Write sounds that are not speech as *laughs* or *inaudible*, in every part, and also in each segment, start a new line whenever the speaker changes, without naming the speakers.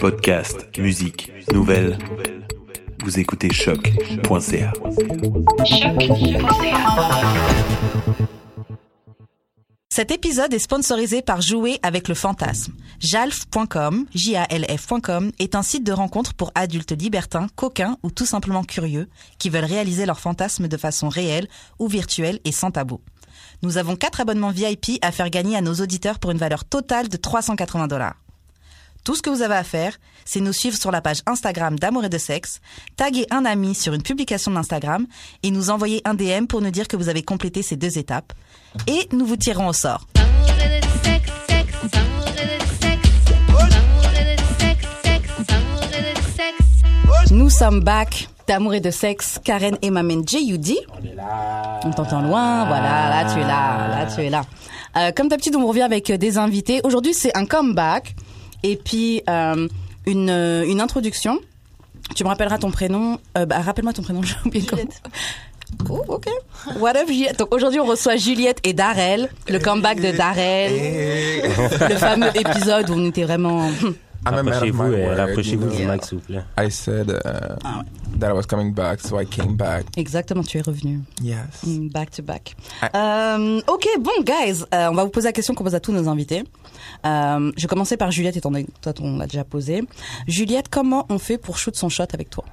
Podcast, musique, nouvelles. Vous écoutez choc.ca.
Cet épisode est sponsorisé par Jouer avec le fantasme. Jalf.com, J-A-L-F.com est un site de rencontre pour adultes libertins, coquins ou tout simplement curieux qui veulent réaliser leurs fantasmes de façon réelle ou virtuelle et sans tabou. Nous avons quatre abonnements VIP à faire gagner à nos auditeurs pour une valeur totale de 380 dollars. Tout ce que vous avez à faire, c'est nous suivre sur la page Instagram d'Amour et de Sexe, taguer un ami sur une publication d'Instagram et nous envoyer un DM pour nous dire que vous avez complété ces deux étapes. Et nous vous tirerons au sort.
Amoureux de sexe, sexe, amoureux de sexe. Amoureux de sexe, sexe, amoureux de sexe.
Nous sommes back d'amour et de sexe, Karen et Mamen J.U.D. On t'entend loin, voilà, là tu es là, là tu es là. Euh, comme d'habitude, on revient avec euh, des invités. Aujourd'hui, c'est un comeback et puis euh, une, euh, une introduction. Tu me rappelleras ton prénom. Euh, bah, rappelle-moi ton prénom, *laughs* j'ai oublié Juliette. Oh, ok. What up, Juliette Donc aujourd'hui, on reçoit Juliette et Darel, le comeback de Darel, le fameux épisode où on était vraiment... *laughs*
I'm a man of my
Rapprochez-vous, euh,
word,
rapprochez-vous
you
du
know.
mic, s'il vous plaît.
I said uh, that I was coming back, so I came back.
Exactement, tu es revenu.
Yes.
Mm, Back to back. Euh, ok, bon, guys, euh, on va vous poser la question qu'on pose à tous nos invités. Euh, je vais commencer par Juliette, étant donné que toi, on l'a déjà posé. Juliette, comment on fait pour shoot son shot avec toi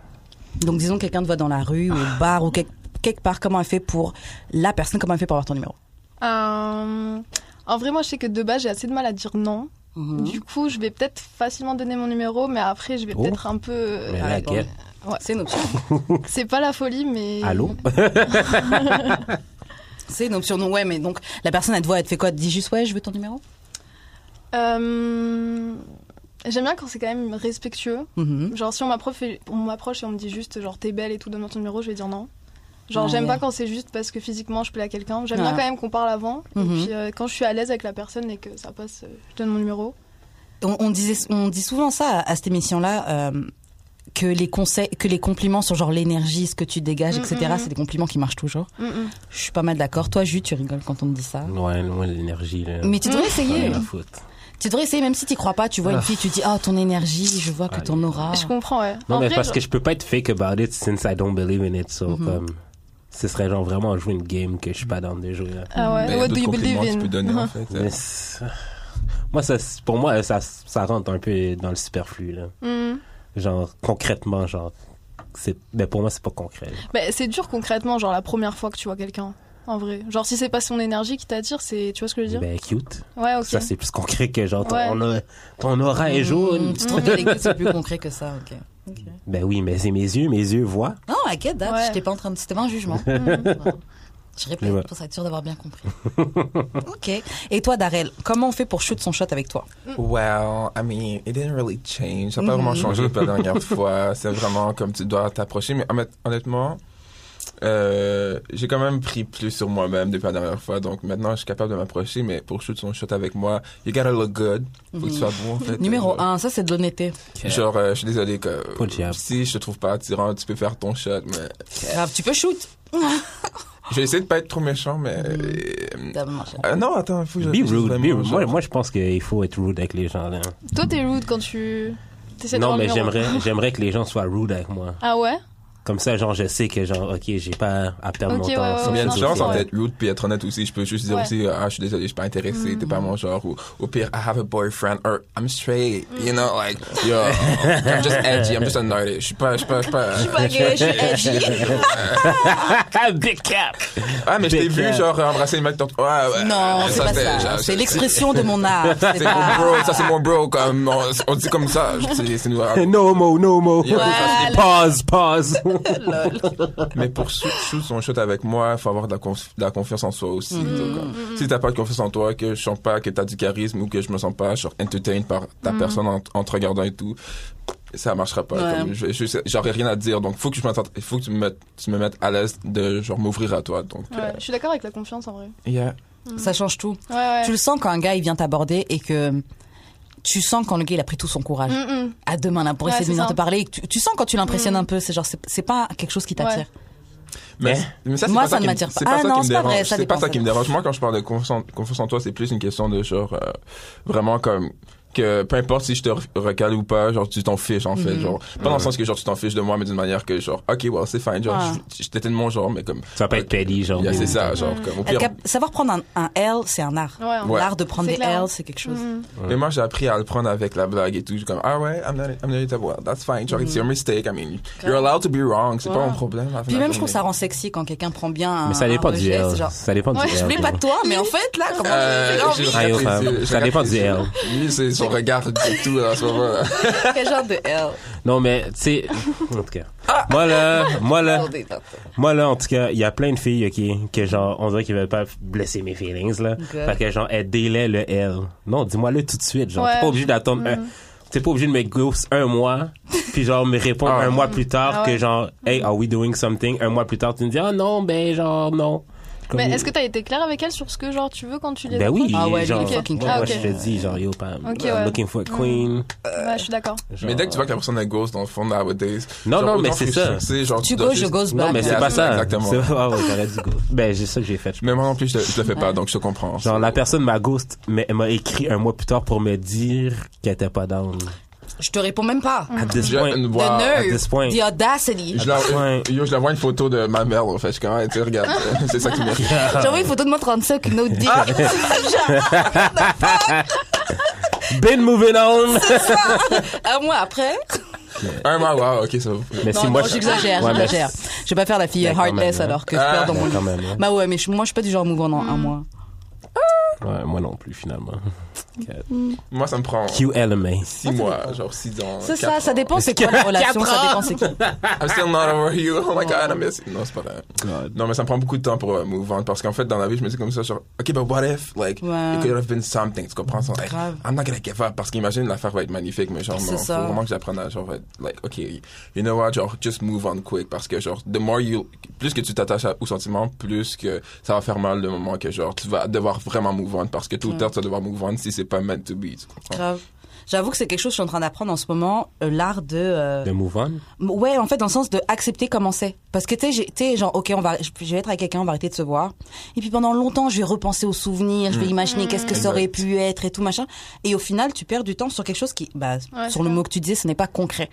Donc, disons, quelqu'un te voit dans la rue, ou au bar, ou quelque, quelque part, comment elle fait pour la personne, comment elle fait pour avoir ton numéro
Euh, en vrai, moi, je sais que de base, j'ai assez de mal à dire non. Du coup, je vais peut-être facilement donner mon numéro, mais après, je vais
Oh.
peut-être un peu.
Mais
Ah,
*laughs*
laquelle
Ouais.
C'est une option.
C'est pas la folie, mais.
Allô
C'est une option, non, ouais, mais donc, la personne, elle te voit, elle te fait quoi Elle te dit juste, ouais, je veux ton numéro
Euh, J'aime bien quand c'est quand même respectueux.
Mhm.
Genre, si on m'approche et on, m'approche et on me dit juste, genre, t'es belle et tout, donne-moi ton numéro, je vais dire non. Genre,
Ouais.
j'aime pas quand c'est juste parce que physiquement, je plais à quelqu'un. J'aime
Ouais.
bien quand même qu'on parle avant.
Mhm.
Et puis, euh, quand je suis à l'aise avec la personne et que ça passe, euh, je donne mon numéro.
On, on disait, on dit souvent ça à, à cette émission-là. euh, que les conseils, que les compliments sur genre l'énergie, ce que tu dégages,
Mm,
etc.
Mm-hmm.
mm, mm.
C'est des compliments qui marchent toujours.
Mhm.
Je suis pas mal d'accord. Toi, Ju, tu rigoles quand on te dit ça.
Loin, loin de l'énergie, là.
Mais tu devrais
J'en ai
essayer.
rien à foutre.
Tu devrais essayer, même si tu crois pas. Tu vois une
Mm. Ah.
fille, tu dis, oh, ton énergie, je vois que ton aura.
Je comprends, ouais.
Non,
En
mais
vrai, Mm-hmm.
parce
genre-
que je peux pas être fake about it since I don't believe in it, so comme... Ce serait genre vraiment jouer une game que je suis pas dans de jouer, là.
Ah ouais,
Mais il y a
what do
d'autres
you believe
compliments que tu peux donner, hein.
*laughs* in Uh-huh.
en fait.
Mais c'est- moi, ça, c'est- pour moi, ça, ça rentre un peu dans le superflu, là.
Mhm.
Genre, concrètement, genre... c'est- Mais pour moi, c'est pas concret. là.
Bah, c'est dur concrètement, genre la première fois que tu vois quelqu'un, en vrai. Genre si c'est pas son énergie qui t'attire, c'est, tu vois ce que je veux dire
Ben, cute.
Ouais, ok.
Ça, c'est plus concret que genre, ton,
Ouais. Mm.
on a- ton aura est jaune.
Mmh, tu trouves que les- c'est plus concret que ça, ok.
Ben oui, mais c'est mes yeux, mes yeux voient.
Non, I get that.
Ouais.
J'étais pas en train de. C'était pas un jugement. *laughs* Je répète
Mais Mm. ouais.
pour être sûr d'avoir bien compris. ok. Et toi, Darel, comment on fait pour shoot son shot avec toi
Well, I mean, it didn't really change. Ça n'a pas
Mm-hmm.
vraiment changé depuis la dernière fois. C'est vraiment comme tu dois t'approcher. Mais honnêt- honnêtement, euh, j'ai quand même pris plus sur moi-même depuis la dernière fois. Donc maintenant, je suis capable de m'approcher. Mais pour shoot son shot avec moi, you gotta look good. Faut que tu sois bon, en fait.
Numéro
Genre,
1, ça c'est de l'honnêteté.
Genre, euh, je suis désolé que
Pas de jab.
si je te trouve pas attirant, tu peux faire ton shot. Mais
Grave, tu peux shoot.
je vais essayer de pas être trop méchant, mais euh,
Ça marche.
Ah non, attends, il faut que je
Be
réfléchisse
rude,
vraiment,
be rude.
genre.
Moi, moi, je pense qu'il faut être rude avec les gens. Là.
Toi t'es rude quand tu. T'essaies
Non,
d'avoir
mais
le numéro. *laughs*
j'aimerais, j'aimerais que les gens soient rude avec moi.
*laughs*
Ah ouais
Comme ça, genre, je sais que, genre, ok, j'ai pas à perdre
Ok,
mon
ouais,
temps.
ouais,
C'est
ouais,
Il y a une
Non, je
différence
comprends,
entre
ouais.
être rude puis être honnête aussi. Je peux juste dire
Ouais.
aussi, ah, je suis désolé, je suis pas intéressé, t'es pas mon genre, ou au pire, I have a boyfriend, or I'm straight, you know, like, yo, I'm just edgy, I'm just annoyed. Je suis pas, je suis pas, je suis pas.
je suis edgy.
Ah, big cap!
Ah, mais je t'ai vu,
Big
genre, embrasser le mec, donc, ouais, ouais.
Non,
euh,
c'est pas
c'était-
ça.
genre,
C'est l'expression de mon art. C'est
C'est
pas-
mon bro, ça c'est mon bro, comme, on, on dit comme ça, je- c'est c'est nous.
*laughs* No homo, no homo.
Yeah. Voilà.
Pause, pause.
Mais pour shoot, shoot son shot avec moi, faut avoir de la, conf- de la confiance en soi aussi. Donc, euh, si t'as pas de confiance en toi, que je sens pas que t'as du charisme ou que je me sens pas genre entertained par ta personne en, en te regardant et tout, ça marchera pas.
Ouais.
Comme, je- je- J'aurais rien à dire. Donc faut que je m'attende, faut que tu me mettes, tu me mettes à l'aise de genre m'ouvrir à toi. Donc
Ouais, Je suis d'accord avec la confiance en vrai.
euh, yeah.
Ça change tout.
Ouais, ouais.
Tu le sens quand un gars il vient t'aborder et que tu sens quand le gars il a pris tout son courage
Mhm.
à deux mains là pour
Ouais,
essayer de
c'est
venir
ça.
te parler. Et que Tu, tu sens quand tu l'impressionnes un peu, c'est genre c'est c'est pas quelque chose qui t'attire.
Mais,
Mais-
mais ça, c'est
Moi,
pas
ça ne
qui me-
m'attire pas.
C'est
Ah
pas ça
non,
qui me
c'est pas vrai,
dérange.
ça
C'est pas
dépend,
ça qui
ça
me dérange. Moi, quand je parle de confiance, en- confiance en toi, c'est plus une question de genre, euh, vraiment comme, que peu importe si je te re- recale ou pas, genre tu t'en fiches en
Mm-hmm.
fait, genre pas dans le sens que genre tu t'en fiches de moi, mais d'une manière que genre ok well c'est fine, genre
Ouais.
je- j'étais de mon genre, mais comme
Ça va pas être petty, genre.
yeah, c'est ça, genre comme au
Être
pire.
cap- savoir prendre un, un L, c'est un art.
Ouais, on-
Ouais.
L'art de prendre
C'est
des
clair.
L, c'est quelque chose.
Mhm.
Mais moi j'ai appris à le prendre avec la blague et tout, comme ah ouais I'm not I'm not irritable, that's fine, genre it's your mistake, I mean you're allowed to be wrong, c'est pas
Mm-hmm. Ouais.
mon problème. à la fin
Puis
de la
même, je trouve que ça
journée.
rend sexy quand quelqu'un prend bien un.
Mais ça dépend
Ah,
un
du
rejet,
L.
c'est genre,
Ça dépend du
Ouais,
L.
je voulais pas de toi, mais en fait, là, comment
Euh,
j'ai envie.
j'ai
Ah, yo,
apprécié-
fam.
j'ai
Ça dépend du
apprécié.
L.
Lui, c'est son regard du tout à ce
*laughs*
moment-là.
Quel genre de L
Non, mais, tu sais, en tout cas. Moi, là, moi, là,
Attendez, attends.
moi, là, en tout cas, il y a plein de filles, OK, que genre, on dirait qu'ils veulent pas blesser mes feelings, là. Fait que, genre, elles délaient le L. Non, dis-moi-le tout de suite, genre. T'es
Ouais. Mm.
pas obligé d'attendre un. T'es pas obligé de me ghost un mois, puis genre me répondre
Ah.
un mois plus tard
Ah ouais.
que genre, hey, are we doing something? Un mois plus tard, tu me dis, ah non, ben genre, non. Comme-
Mais est-ce que t'as été clair avec elle sur ce que genre tu veux quand tu les
Ben oui,
Ah ouais,
genre,
il est fucking
moi,
clair.
moi,
Ah, ok.
je te dis, genre, yo, Pam,
Ok,
I'm
ouais. Mm.
looking for a queen.
Ouais, je suis d'accord.
Mais dès que tu vois que la personne est ghost, dans le fond, nowadays.
Non,
genre,
non, mais
autant
c'est
que
ça.
sais, genre,
Tu
dois
go, je
juste-
goes
Non,
back.
mais
Yeah,
c'est pas ça.
exactement.
C'est ah ouais, j'aurais dû go. Ben, c'est ça que j'ai fait. je pense.
Mais moi non plus, je, te- je le fais pas, donc je te comprends.
Genre, la personne m'a ghost, mais elle m'a écrit un mois plus tard pour me dire qu'elle était pas down.
Je te réponds même pas.
At this
Je,
point.
The
wow.
At
nerve,
this point.
the audacity.
Je la,
Ouais.
yo, je la vois une photo de ma mère, en fait. Je suis comme, ah, tu regardes, *laughs* c'est ça qui m'écrit.
*laughs* Ah.
J'ai envoyé une photo de moi 35, no dick.
Been moving
*laughs*
on!
Un mois Ah, après.
Un mois, wow, ok, ça va.
Mais
Non,
si
non,
moi, je-
j'exagère,
Ouais, mais-
j'exagère. Je vais pas faire la fille
Mais quand
heartless
même, hein.
alors que je perds dans
Ouais,
mon lit.
quand même, Ah. hein.
Bah ouais, mais je- moi je suis pas du genre mouvant dans un mois.
Ouais, moi non plus, finalement.
Moi, ça me prend
QLMA.
six mois, genre six ans.
C'est
quatre
ça, ça
ans.
dépend c'est quoi la relation, ça dépend c'est qui.
I'm still not over you. Oh my god, I miss you. Non, c'est pas vrai. Non, mais ça me prend beaucoup de temps pour euh, move on parce qu'en fait, dans la vie, je me dis comme ça, genre, ok, but what if, like,
Ouais.
it could have been something. Tu comprends ça? Like,
Grave.
I'm not gonna give up parce qu'imagine l'affaire va être magnifique, mais genre,
C'est
non,
ça.
faut vraiment que j'apprenne à genre, être, like, ok, you know what, genre, just move on quick parce que genre, the more you, plus que tu t'attaches à- au sentiment, plus que ça va faire mal le moment que genre, tu vas devoir vraiment move on parce que tout le temps, tu vas devoir move on si c'est pas meant to be. Tu comprends?
Grave. J'avoue que c'est quelque chose que je suis en train d'apprendre en ce moment, euh, l'art de. euh,
The move on?
Ouais, en fait, dans le sens de accepter comment c'est. Parce que tu sais, j'ai- tu sais, genre, ok, on va, je je vais être avec quelqu'un, on va arrêter de se voir. Et puis pendant longtemps, je vais repenser aux souvenirs, je vais
Mm.
imaginer qu'est-ce que ça aurait pu être et tout machin. Et au final, tu perds du temps sur quelque chose qui, bah,
Ouais,
sur le
ça.
mot que tu disais, ce n'est pas concret.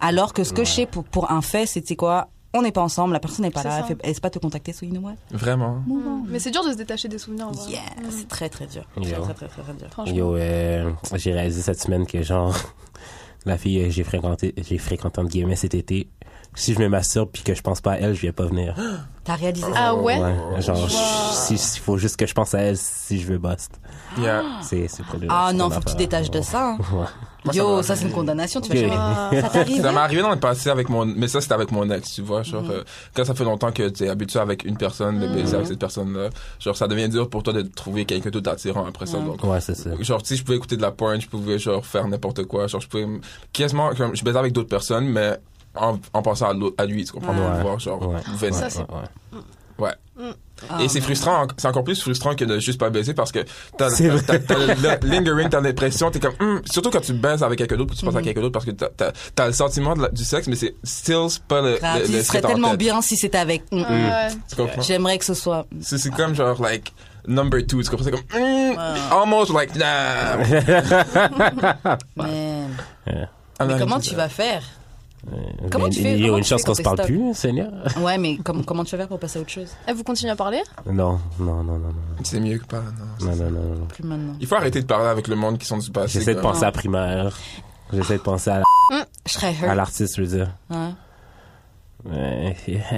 Alors que ce que je sais pour, pour un fait, c'est tu sais quoi, on n'est pas ensemble, la personne n'est pas
C'est
là,
ça. Ah
elle fait- elle sait pas te contacter, so you know what?
Vraiment.
Mm. Mais c'est dur de se détacher des souvenirs. en vrai. Mm,
Yeah, c'est très très dur. Très,
Yeah.
très, très, très, très dur.
Franchement.
Yo, euh, j'ai réalisé cette semaine que genre *laughs* la fille que j'ai fréquenté, j'ai fréquenté entre guillemets cet été. Si je me masturbe puis que je pense pas à elle, je vais pas
*gasps*
venir.
T'as réalisé ça?
Ah ouais,
Ouais, genre je- si s'il faut juste que je pense à elle si je veux bust.
Yeah.
C'est c'est problématique.
Ah non,
qu'on a
faut que tu
pas.
te détaches de ça. hein.
Moi, ça
Yo,
m'a-
ça c'est une condamnation, tu vas
Ok.
jamais. Ça t'arrive hein
Ça m'est arrivé dans le passé avec mon, mais ça c'était avec mon ex, tu vois, genre
Mhm.
euh, quand ça fait longtemps que t'es habitué avec une personne, de baiser avec cette personne-là, genre ça devient dur pour toi de trouver quelqu'un d'autre attirant après ça. Donc,
Ouais, c'est ça.
genre si je pouvais écouter de la porn, je pouvais genre faire n'importe quoi, genre je pouvais m- quasiment, comme, je baisais avec d'autres personnes, mais en, en pensant à, l'autre- à lui, tu comprends, pour
Ouais.
pouvoir, genre
Ouais.
venir.
Ouais,
Ça, c'est-
ouais, ouais.
Ah. Oh,
Et c'est frustrant, en- c'est encore plus frustrant que de juste pas baiser parce que t'as
C'est vrai.
t'as- t'as le lingering, t'as l'impression, t'es comme, Hum. surtout quand tu baises avec quelqu'un d'autre, puis tu penses à
Mm.
quelqu'un d'autre parce que t'as- t'as t'as le sentiment de la- du sexe, mais c'est still pas le,
Grave,
le,
Bah, tu serais
le ce que t'as en
tellement
tête.
bien si c'était avec. Mm, mm.
Ouais.
Tu comprends?
J'aimerais que ce soit.
C'est c'est comme genre, like, number two, tu comprends? C'est comme, Hum, almost like, nah.
Mais,
I'm
mais
not
comment
into
tu
that.
vas faire
Euh,
Comment
mais-
tu fais-
Il y
comment
a une
tu
chance
fais
qu'on
quand
se
t'es
parle
stop
plus, Seigneur.
Ouais, mais com- comment tu vas faire pour passer à autre chose
Eh, vous continuez à parler
Non, non, non, non, non,
C'est mieux que pas, non.
non, non, non, non.
Plus maintenant.
Il faut arrêter de parler avec le monde qui sont du passé.
J'essaie de
comme.
penser à primaire. J'essaie de penser à la-
Je serais
à
hurt.
l'artiste, je veux dire.
hein.
Ouais. *laughs*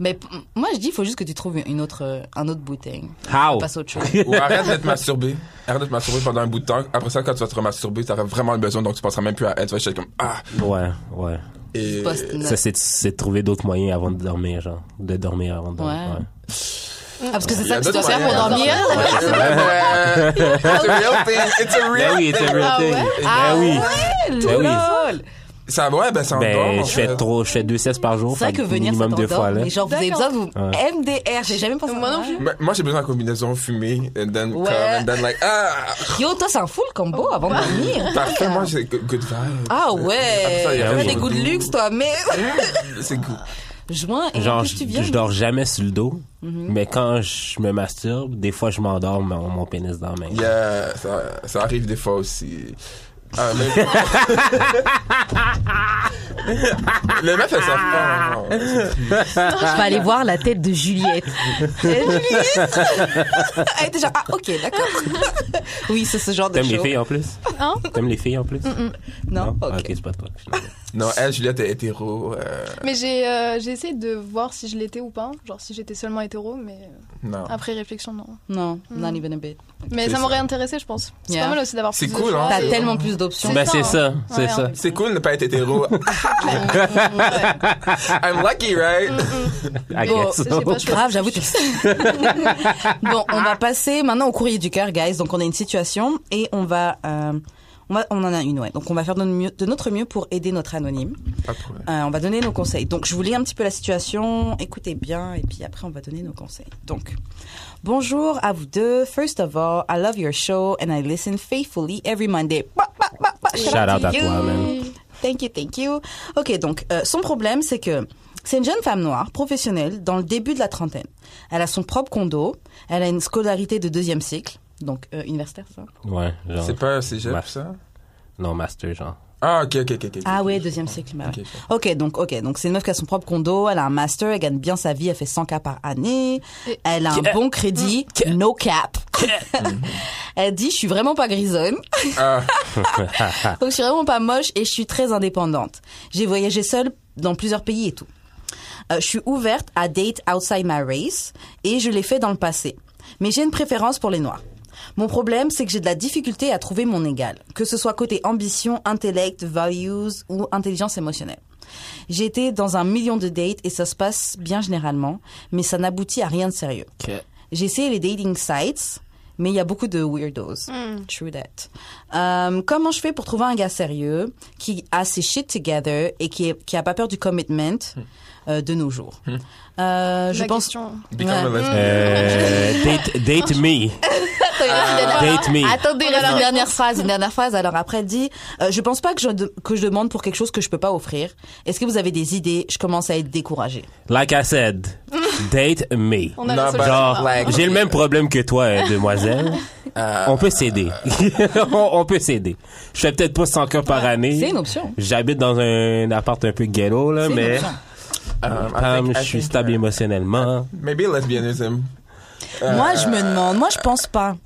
Mais p- moi, je dis, il faut juste que tu trouves une autre, euh, un autre bouteille.
How?
Passe à autre chose.
Ou arrête d'être masturbé. Arrête de te masturber pendant un bout de temps. Après ça, quand tu vas te remasturber, t'auras vraiment le besoin, donc tu penseras même plus à elle. Tu vas juste être comme, ah.
Ouais, ouais.
Et...
Post-nut.
Ça, c'est c'est de trouver d'autres moyens avant de dormir, genre. De dormir avant de dormir.
Ouais.
ouais.
Ah, parce que c'est
Il y a
ça que tu dois
d'autres
faire pour
moyens.
dormir. *laughs*
Euh, it's a real thing. It's a real
Ben oui, it's a real
Ah
thing.
ouais?
Ben oui. Ben oui.
Lol.
Ça, ouais, ben ça en
Ben,
dort, en
je
fait.
fais trop, je fais deux siestes par jour.
C'est vrai que
fait
venir, ça
minimum deux
t'endort.
fois, là.
Mais genre, vous avez besoin de vous.
Ouais.
MDR, j'ai jamais pensé à
Moi
ça.
non plus.
Mais Ben, moi, j'ai besoin de combinaison fumée, and then
Ouais.
come, and then like,
*laughs*
ah!
Yo, toi, c'est un full combo avant de dormir.
Parfait, moi, j'ai good good vibe.
Ah ouais.
Après ça, il y a
Tu as des
rien d'autre.
goûts de luxe, toi, mais.
C'est good.
joint et en
Genre,
plus, tu Mm-hmm.
je,
viens.
je dors jamais sur le dos, mais quand je me masturbe, des fois, je m'endors mon, mon pénis dans la main.
Yeah, ça, ça arrive des fois aussi. Ah,
*laughs*
mais... les meufs, elles savent pas. hein.
Je vais aller voir la tête de
*laughs*
Juliette.
Ah, et t'es genre, ah, ok, d'accord. *laughs* oui, c'est ce genre de
T'aimes les
choses.
filles
*laughs*
en plus?
Hein
T'aimes les filles en plus?
Non,
Ah,
ok.
Ok, c'est pas toi.
*laughs*
Non, elle, Juliette, est hétéro. euh,
Mais j'ai euh, j'ai essayé de voir si je l'étais ou pas, genre si j'étais seulement hétéro, mais euh,
non.
Ah.
après réflexion, non.
Non, not even a bit.
Mais
C'est
ça
ça.
m'aurait intéressé, je pense. C'est
Yeah.
pas mal aussi d'avoir
C'est
plus de
cool,
choix
hein.
T'as
et-
tellement plus d'options.
Ben, c'est ça,
hein.
c'est
Ouais,
ça.
hein.
C'est cool de ne pas être
*laughs*
hétéro. *laughs* I'm lucky, right?
Mm.
I
Bon,
guess so.
j'ai pas choisi.
Grave,
*laughs*
j'avoue. t'es- bon, on va passer maintenant au courrier du cœur, guys. Donc, on a une situation et on va, euh, on va, on en a une, ouais. Donc, on va faire de notre mieux, de notre mieux pour aider notre anonyme.
Pas de problème.
Euh, on va donner nos conseils. Donc, je vous lis un petit peu la situation. Écoutez bien, et puis après, on va donner nos conseils. Donc, bonjour à vous deux. First of all, I love your show and I listen faithfully every Monday. Bah, bah, bah, bah. Shout
Shout
out
out
to
à
you.
Ah toi, man.
Thank you, thank you. Ok, donc, euh, son problème, c'est que c'est une jeune femme noire, professionnelle, dans le début de la trentaine. Elle a son propre condo. Elle a une scolarité de deuxième cycle. Donc, euh, universitaire, ça
Ouais, genre.
C'est pas un cégep,
Ouais.
ça?
Non, master, genre.
Ah, ok, ok, ok. ok,
Ah
ok.
ouais, deuxième cycle. bah ouais.
Ok,
ok, donc ok, donc c'est une meuf qui a son propre condo, elle a un master, elle gagne bien sa vie, elle fait 100 k par année,
Et-
elle a un bon crédit, no cap. *laughs* elle dit, je suis vraiment pas grisonne,
Ah,
donc je suis vraiment pas moche et je suis très indépendante. J'ai voyagé seule dans plusieurs pays et tout. Euh, je suis ouverte à date outside my race et je l'ai fait dans le passé. Mais j'ai une préférence pour les noirs. Mon problème, c'est que j'ai de la difficulté à trouver mon égal, que ce soit côté ambition, intellect, values ou intelligence émotionnelle. J'ai été dans un million de dates et ça se passe bien généralement, mais ça n'aboutit à rien de sérieux. J'ai essayé les dating sites, mais il y a beaucoup de weirdos. True that. Euh, comment je fais pour trouver un gars sérieux qui a ses shit together et qui, est- qui a pas peur du commitment euh, de nos jours Euh, Je
La
pense.
question.
become a
Ouais.
lesbian.
Euh, date,
*laughs*
date me. Date me.
Attendez, reste *laughs* une dernière phrase, une dernière phrase. Alors après, elle dit, euh, je pense pas que je, de- que je demande pour quelque chose que je peux pas offrir. Est-ce que vous avez des idées Je commence à être découragée.
Like I said, date me.
On
Non,
a la
bah,
solution.
Genre,
Ah,
like-
Ah, j'ai le même problème que toi, euh, demoiselle.
Euh,
on peut s'aider. *laughs* on, on peut s'aider. Je fais peut-être pas 100 cas par année.
C'est une option.
J'habite dans un appart un peu ghetto, là,
C'est une
mais
option. Ah,
Um, I
um,
think- I
je suis
think,
euh,
stable
uh,
émotionnellement.
Maybe
Mm.
lesbianism.
Moi, je me demande. Moi, je pense pas.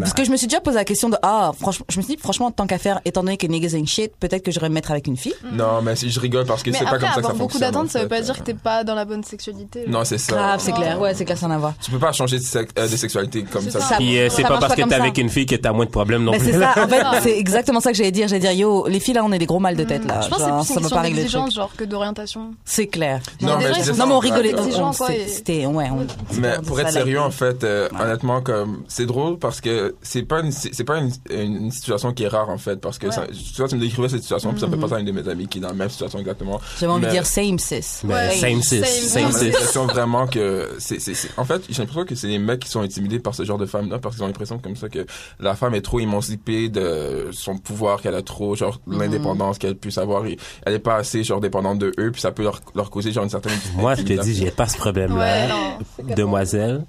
Parce que je me suis déjà posé la question de ah, franchement, je me suis dit franchement, tant qu'à faire, étant donné que niggas ain't shit, peut-être que j'aurais me mettre avec une fille.
Non, mais si je rigole parce que
Mais
c'est pas
après,
comme ça que ça
avoir
fonctionne.
beaucoup d'attentes,
en
ça veut
fait.
pas dire que t'es pas dans la bonne sexualité. genre.
Non, c'est ça.
Grave, c'est clair. Ouais, c'est clair, ça n'a à voir.
Tu peux pas changer de, sexe- euh, de sexualité comme
C'est
ça.
ça.
Puis euh,
ça
c'est pas
marche
parce
pas
que
comme
t'es
ça.
avec une fille que t'as moins de problèmes non
Mais
plus.
c'est ça. En
*laughs*
fait, c'est exactement ça que j'allais dire. J'allais dire yo, les filles là, on est des gros mal de tête là.
Mm. Je pense que c'est
Genre,
plus
ça
une
va pas
question
régler le truc.
d'exigence, genre, que d'orientation.
C'est clair.
Non,
mais je
non, mais on
sais pas.
rigolait.
Ouais,
on-
ouais.
c'est- C'était, ouais. on-
Mais
on
pour
dit
être
ça, like,
sérieux, en fait, euh,
Ouais.
honnêtement, comme c'est drôle parce que c'est pas une c'est pas une, une situation qui est rare en fait parce que ça- toi tu me décrivais cette situation puis ça me
Mm-hmm.
fait penser à une de mes amies qui est dans la même situation exactement.
J'avais envie de
Mais-
dire same sis.
*laughs* Mais
Ouais.
same sis,
Same
same
On a
sis.
l'impression vraiment que c'est c'est c'est- en fait j'ai l'impression que c'est les mecs qui sont intimidés par ce genre de femmes là parce qu'ils ont l'impression comme ça que la femme est trop émancipée de son pouvoir qu'elle a trop genre
Mhm.
l'indépendance qu'elle puisse avoir et elle est pas assez genre dépendante de eux puis ça peut leur leur causer genre une certaine
Moi, je te dis,
intimidation.
j'ai pas ce
Ouais,
problème-là.
non.
demoiselle,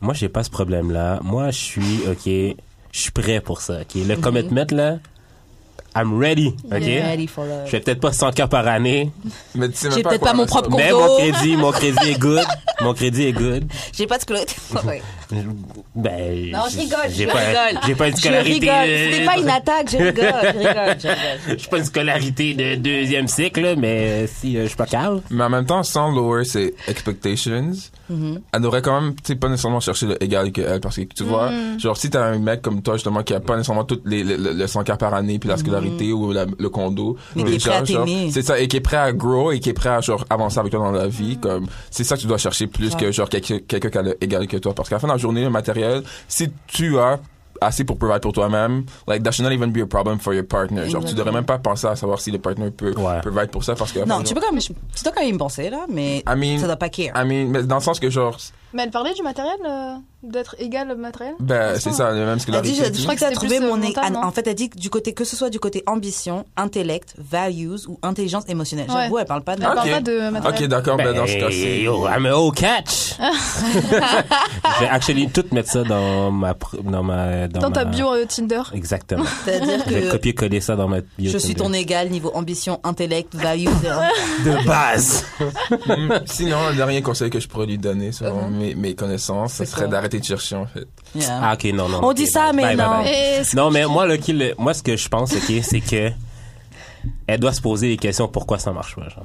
moi j'ai pas ce problème là. Moi je suis ok, je suis prêt pour ça. Ok,
Mhm.
le commitment là, I'm ready. Ok, je fais peut-être pas 100 cas par année,
Mais tu sais même
J'ai
à
peut-être
quoi
pas mon
elle ressemble.
propre
mais
Condo.
mon crédit, mon crédit
*laughs*
est good. Mon crédit est good.
J'ai pas de scolarité. Ouais.
Ben,
Non, je rigole,
J'ai
je
pas,
rigole.
j'ai pas une
Je rigole.
scolarité. euh,
C'était
*laughs*
pas une attaque. Je rigole. Je rigole. Je
Je
rigole.
suis pas une scolarité de deuxième cycle, là, mais si euh, je suis pas calme.
Mais en même temps, sans lower ses expectations,
Mm-hmm.
elle devrait quand même, tu sais, pas nécessairement chercher le égal que elle, parce que tu vois,
Mm.
genre si t'as un mec comme toi justement qui a pas nécessairement toutes les le, le 100 k par année puis la scolarité ou la- le condo,
Mm-hmm. Mais qui est prêt à
genre, genre,
t'aimer.
c'est ça et qui est prêt à grow et qui est prêt à genre avancer avec toi dans la vie,
Mm.
comme c'est ça que tu dois chercher plus que genre quelqu'un quelqu'un qui a le égal que toi, parce qu'à la fin de la journée le matériel, si tu as assez pour provide pour toi-même, like that should not even be a problem for your partner. Genre tu devrais même pas penser à savoir si le partner peut
Ouais.
provide pour ça parce que
Non, tu peux quand même, tu dois quand même y penser là, mais
I mean-
ça doit pas care.
I mean, mais dans le sens que genre,
Mais elle parlait du matériel, euh, d'être égal au matériel.
Ben, c'est ça, le même
Elle dit,
scolarité.
je, je crois que ça a
C'est
trouvé
plus, euh,
mon... é-
mental,
ah,
non
en fait, elle dit que du côté, que ce soit du côté ambition, intellect, values ou intelligence émotionnelle.
Ouais.
J'avoue, elle parle pas de...
Elle parle
Ok.
pas de
Ok,
matériel.
d'accord, ben,
Ben,
dans ce cas-ci.
yo, I'm an
*laughs*
old catch. je vais actually tout mettre ça dans ma pr- dans ma dans,
Dans ta
ma-
bio euh, Tinder.
*laughs*
Exactement.
C'est-à-dire
Je vais
que
copier-coller ça dans ma bio.
je suis ton égal niveau ambition, intellect, values. *laughs*
de base.
Mm. Sinon, le dernier conseil que je pourrais lui donner, selon mes, mes connaissances, ce
C'est
serait
quoi
d'arrêter de chercher, en fait.
Yeah.
Ah, ok, non, non.
On
ok,
dit ça,
bye,
mais
bye,
non.
bye, bye.
Et ce-
Non, mais moi, le kill- moi, ce que je pense, ok, *laughs* c'est que elle doit se poser les questions pourquoi ça marche pas, genre.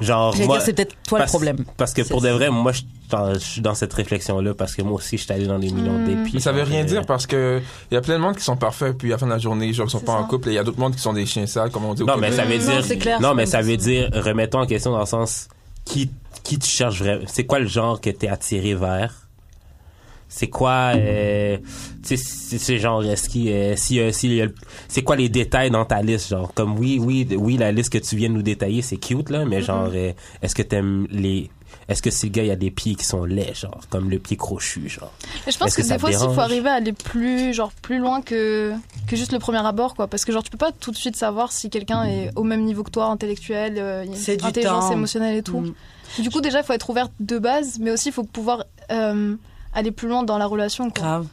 Genre,
J'allais
moi,
dire, c'est peut-être toi le
parce-
problème.
Parce que pour
C'est-
de vrai, moi, je suis dans- je suis dans cette réflexion-là parce que moi aussi, je suis allé dans des millions de
Hmm.
dépits.
Mais ça veut rien
Euh,
dire parce que il y a plein de monde qui sont parfaits, puis à la fin de la journée, genre, ils sont
C'est
pas
ça.
en couple, et il y a d'autres monde qui sont des chiens sales, comme on dit au
Non, mais
Québec.
ça veut
Non,
dire.
c'est clair,
non,
c'est
mais
comme
ça
ça.
veut dire, remettons en question dans le sens, qui, qui tu cherches vraiment? C'est quoi le genre que t'es attiré vers? C'est quoi, euh, tu sais, c'est- c'est genre, est-ce qu'il, euh, si, euh, s'il y a le- c'est quoi les détails dans ta liste, genre, comme oui, oui, oui, la liste que tu viens de nous détailler, c'est cute, là, mais
Mm-hmm.
genre, euh, est-ce que t'aimes les, est-ce que si le gars, il y a des pieds qui sont laids, genre, comme le pied crochu, genre.
Et je pense
Est-ce
que,
que ça
des
te
fois, s'il faut
dérange
arriver à aller plus, genre, plus loin que, que juste le premier abord, quoi. Parce que, genre, tu peux pas tout de suite savoir si quelqu'un est au même niveau que toi, intellectuel, euh, il y a une
C'est du
intelligence
temps.
émotionnelle et tout.
Mm.
Du coup, déjà, il faut être ouverte de base, mais aussi, il faut pouvoir euh, aller plus loin dans la relation, quoi.
Grave.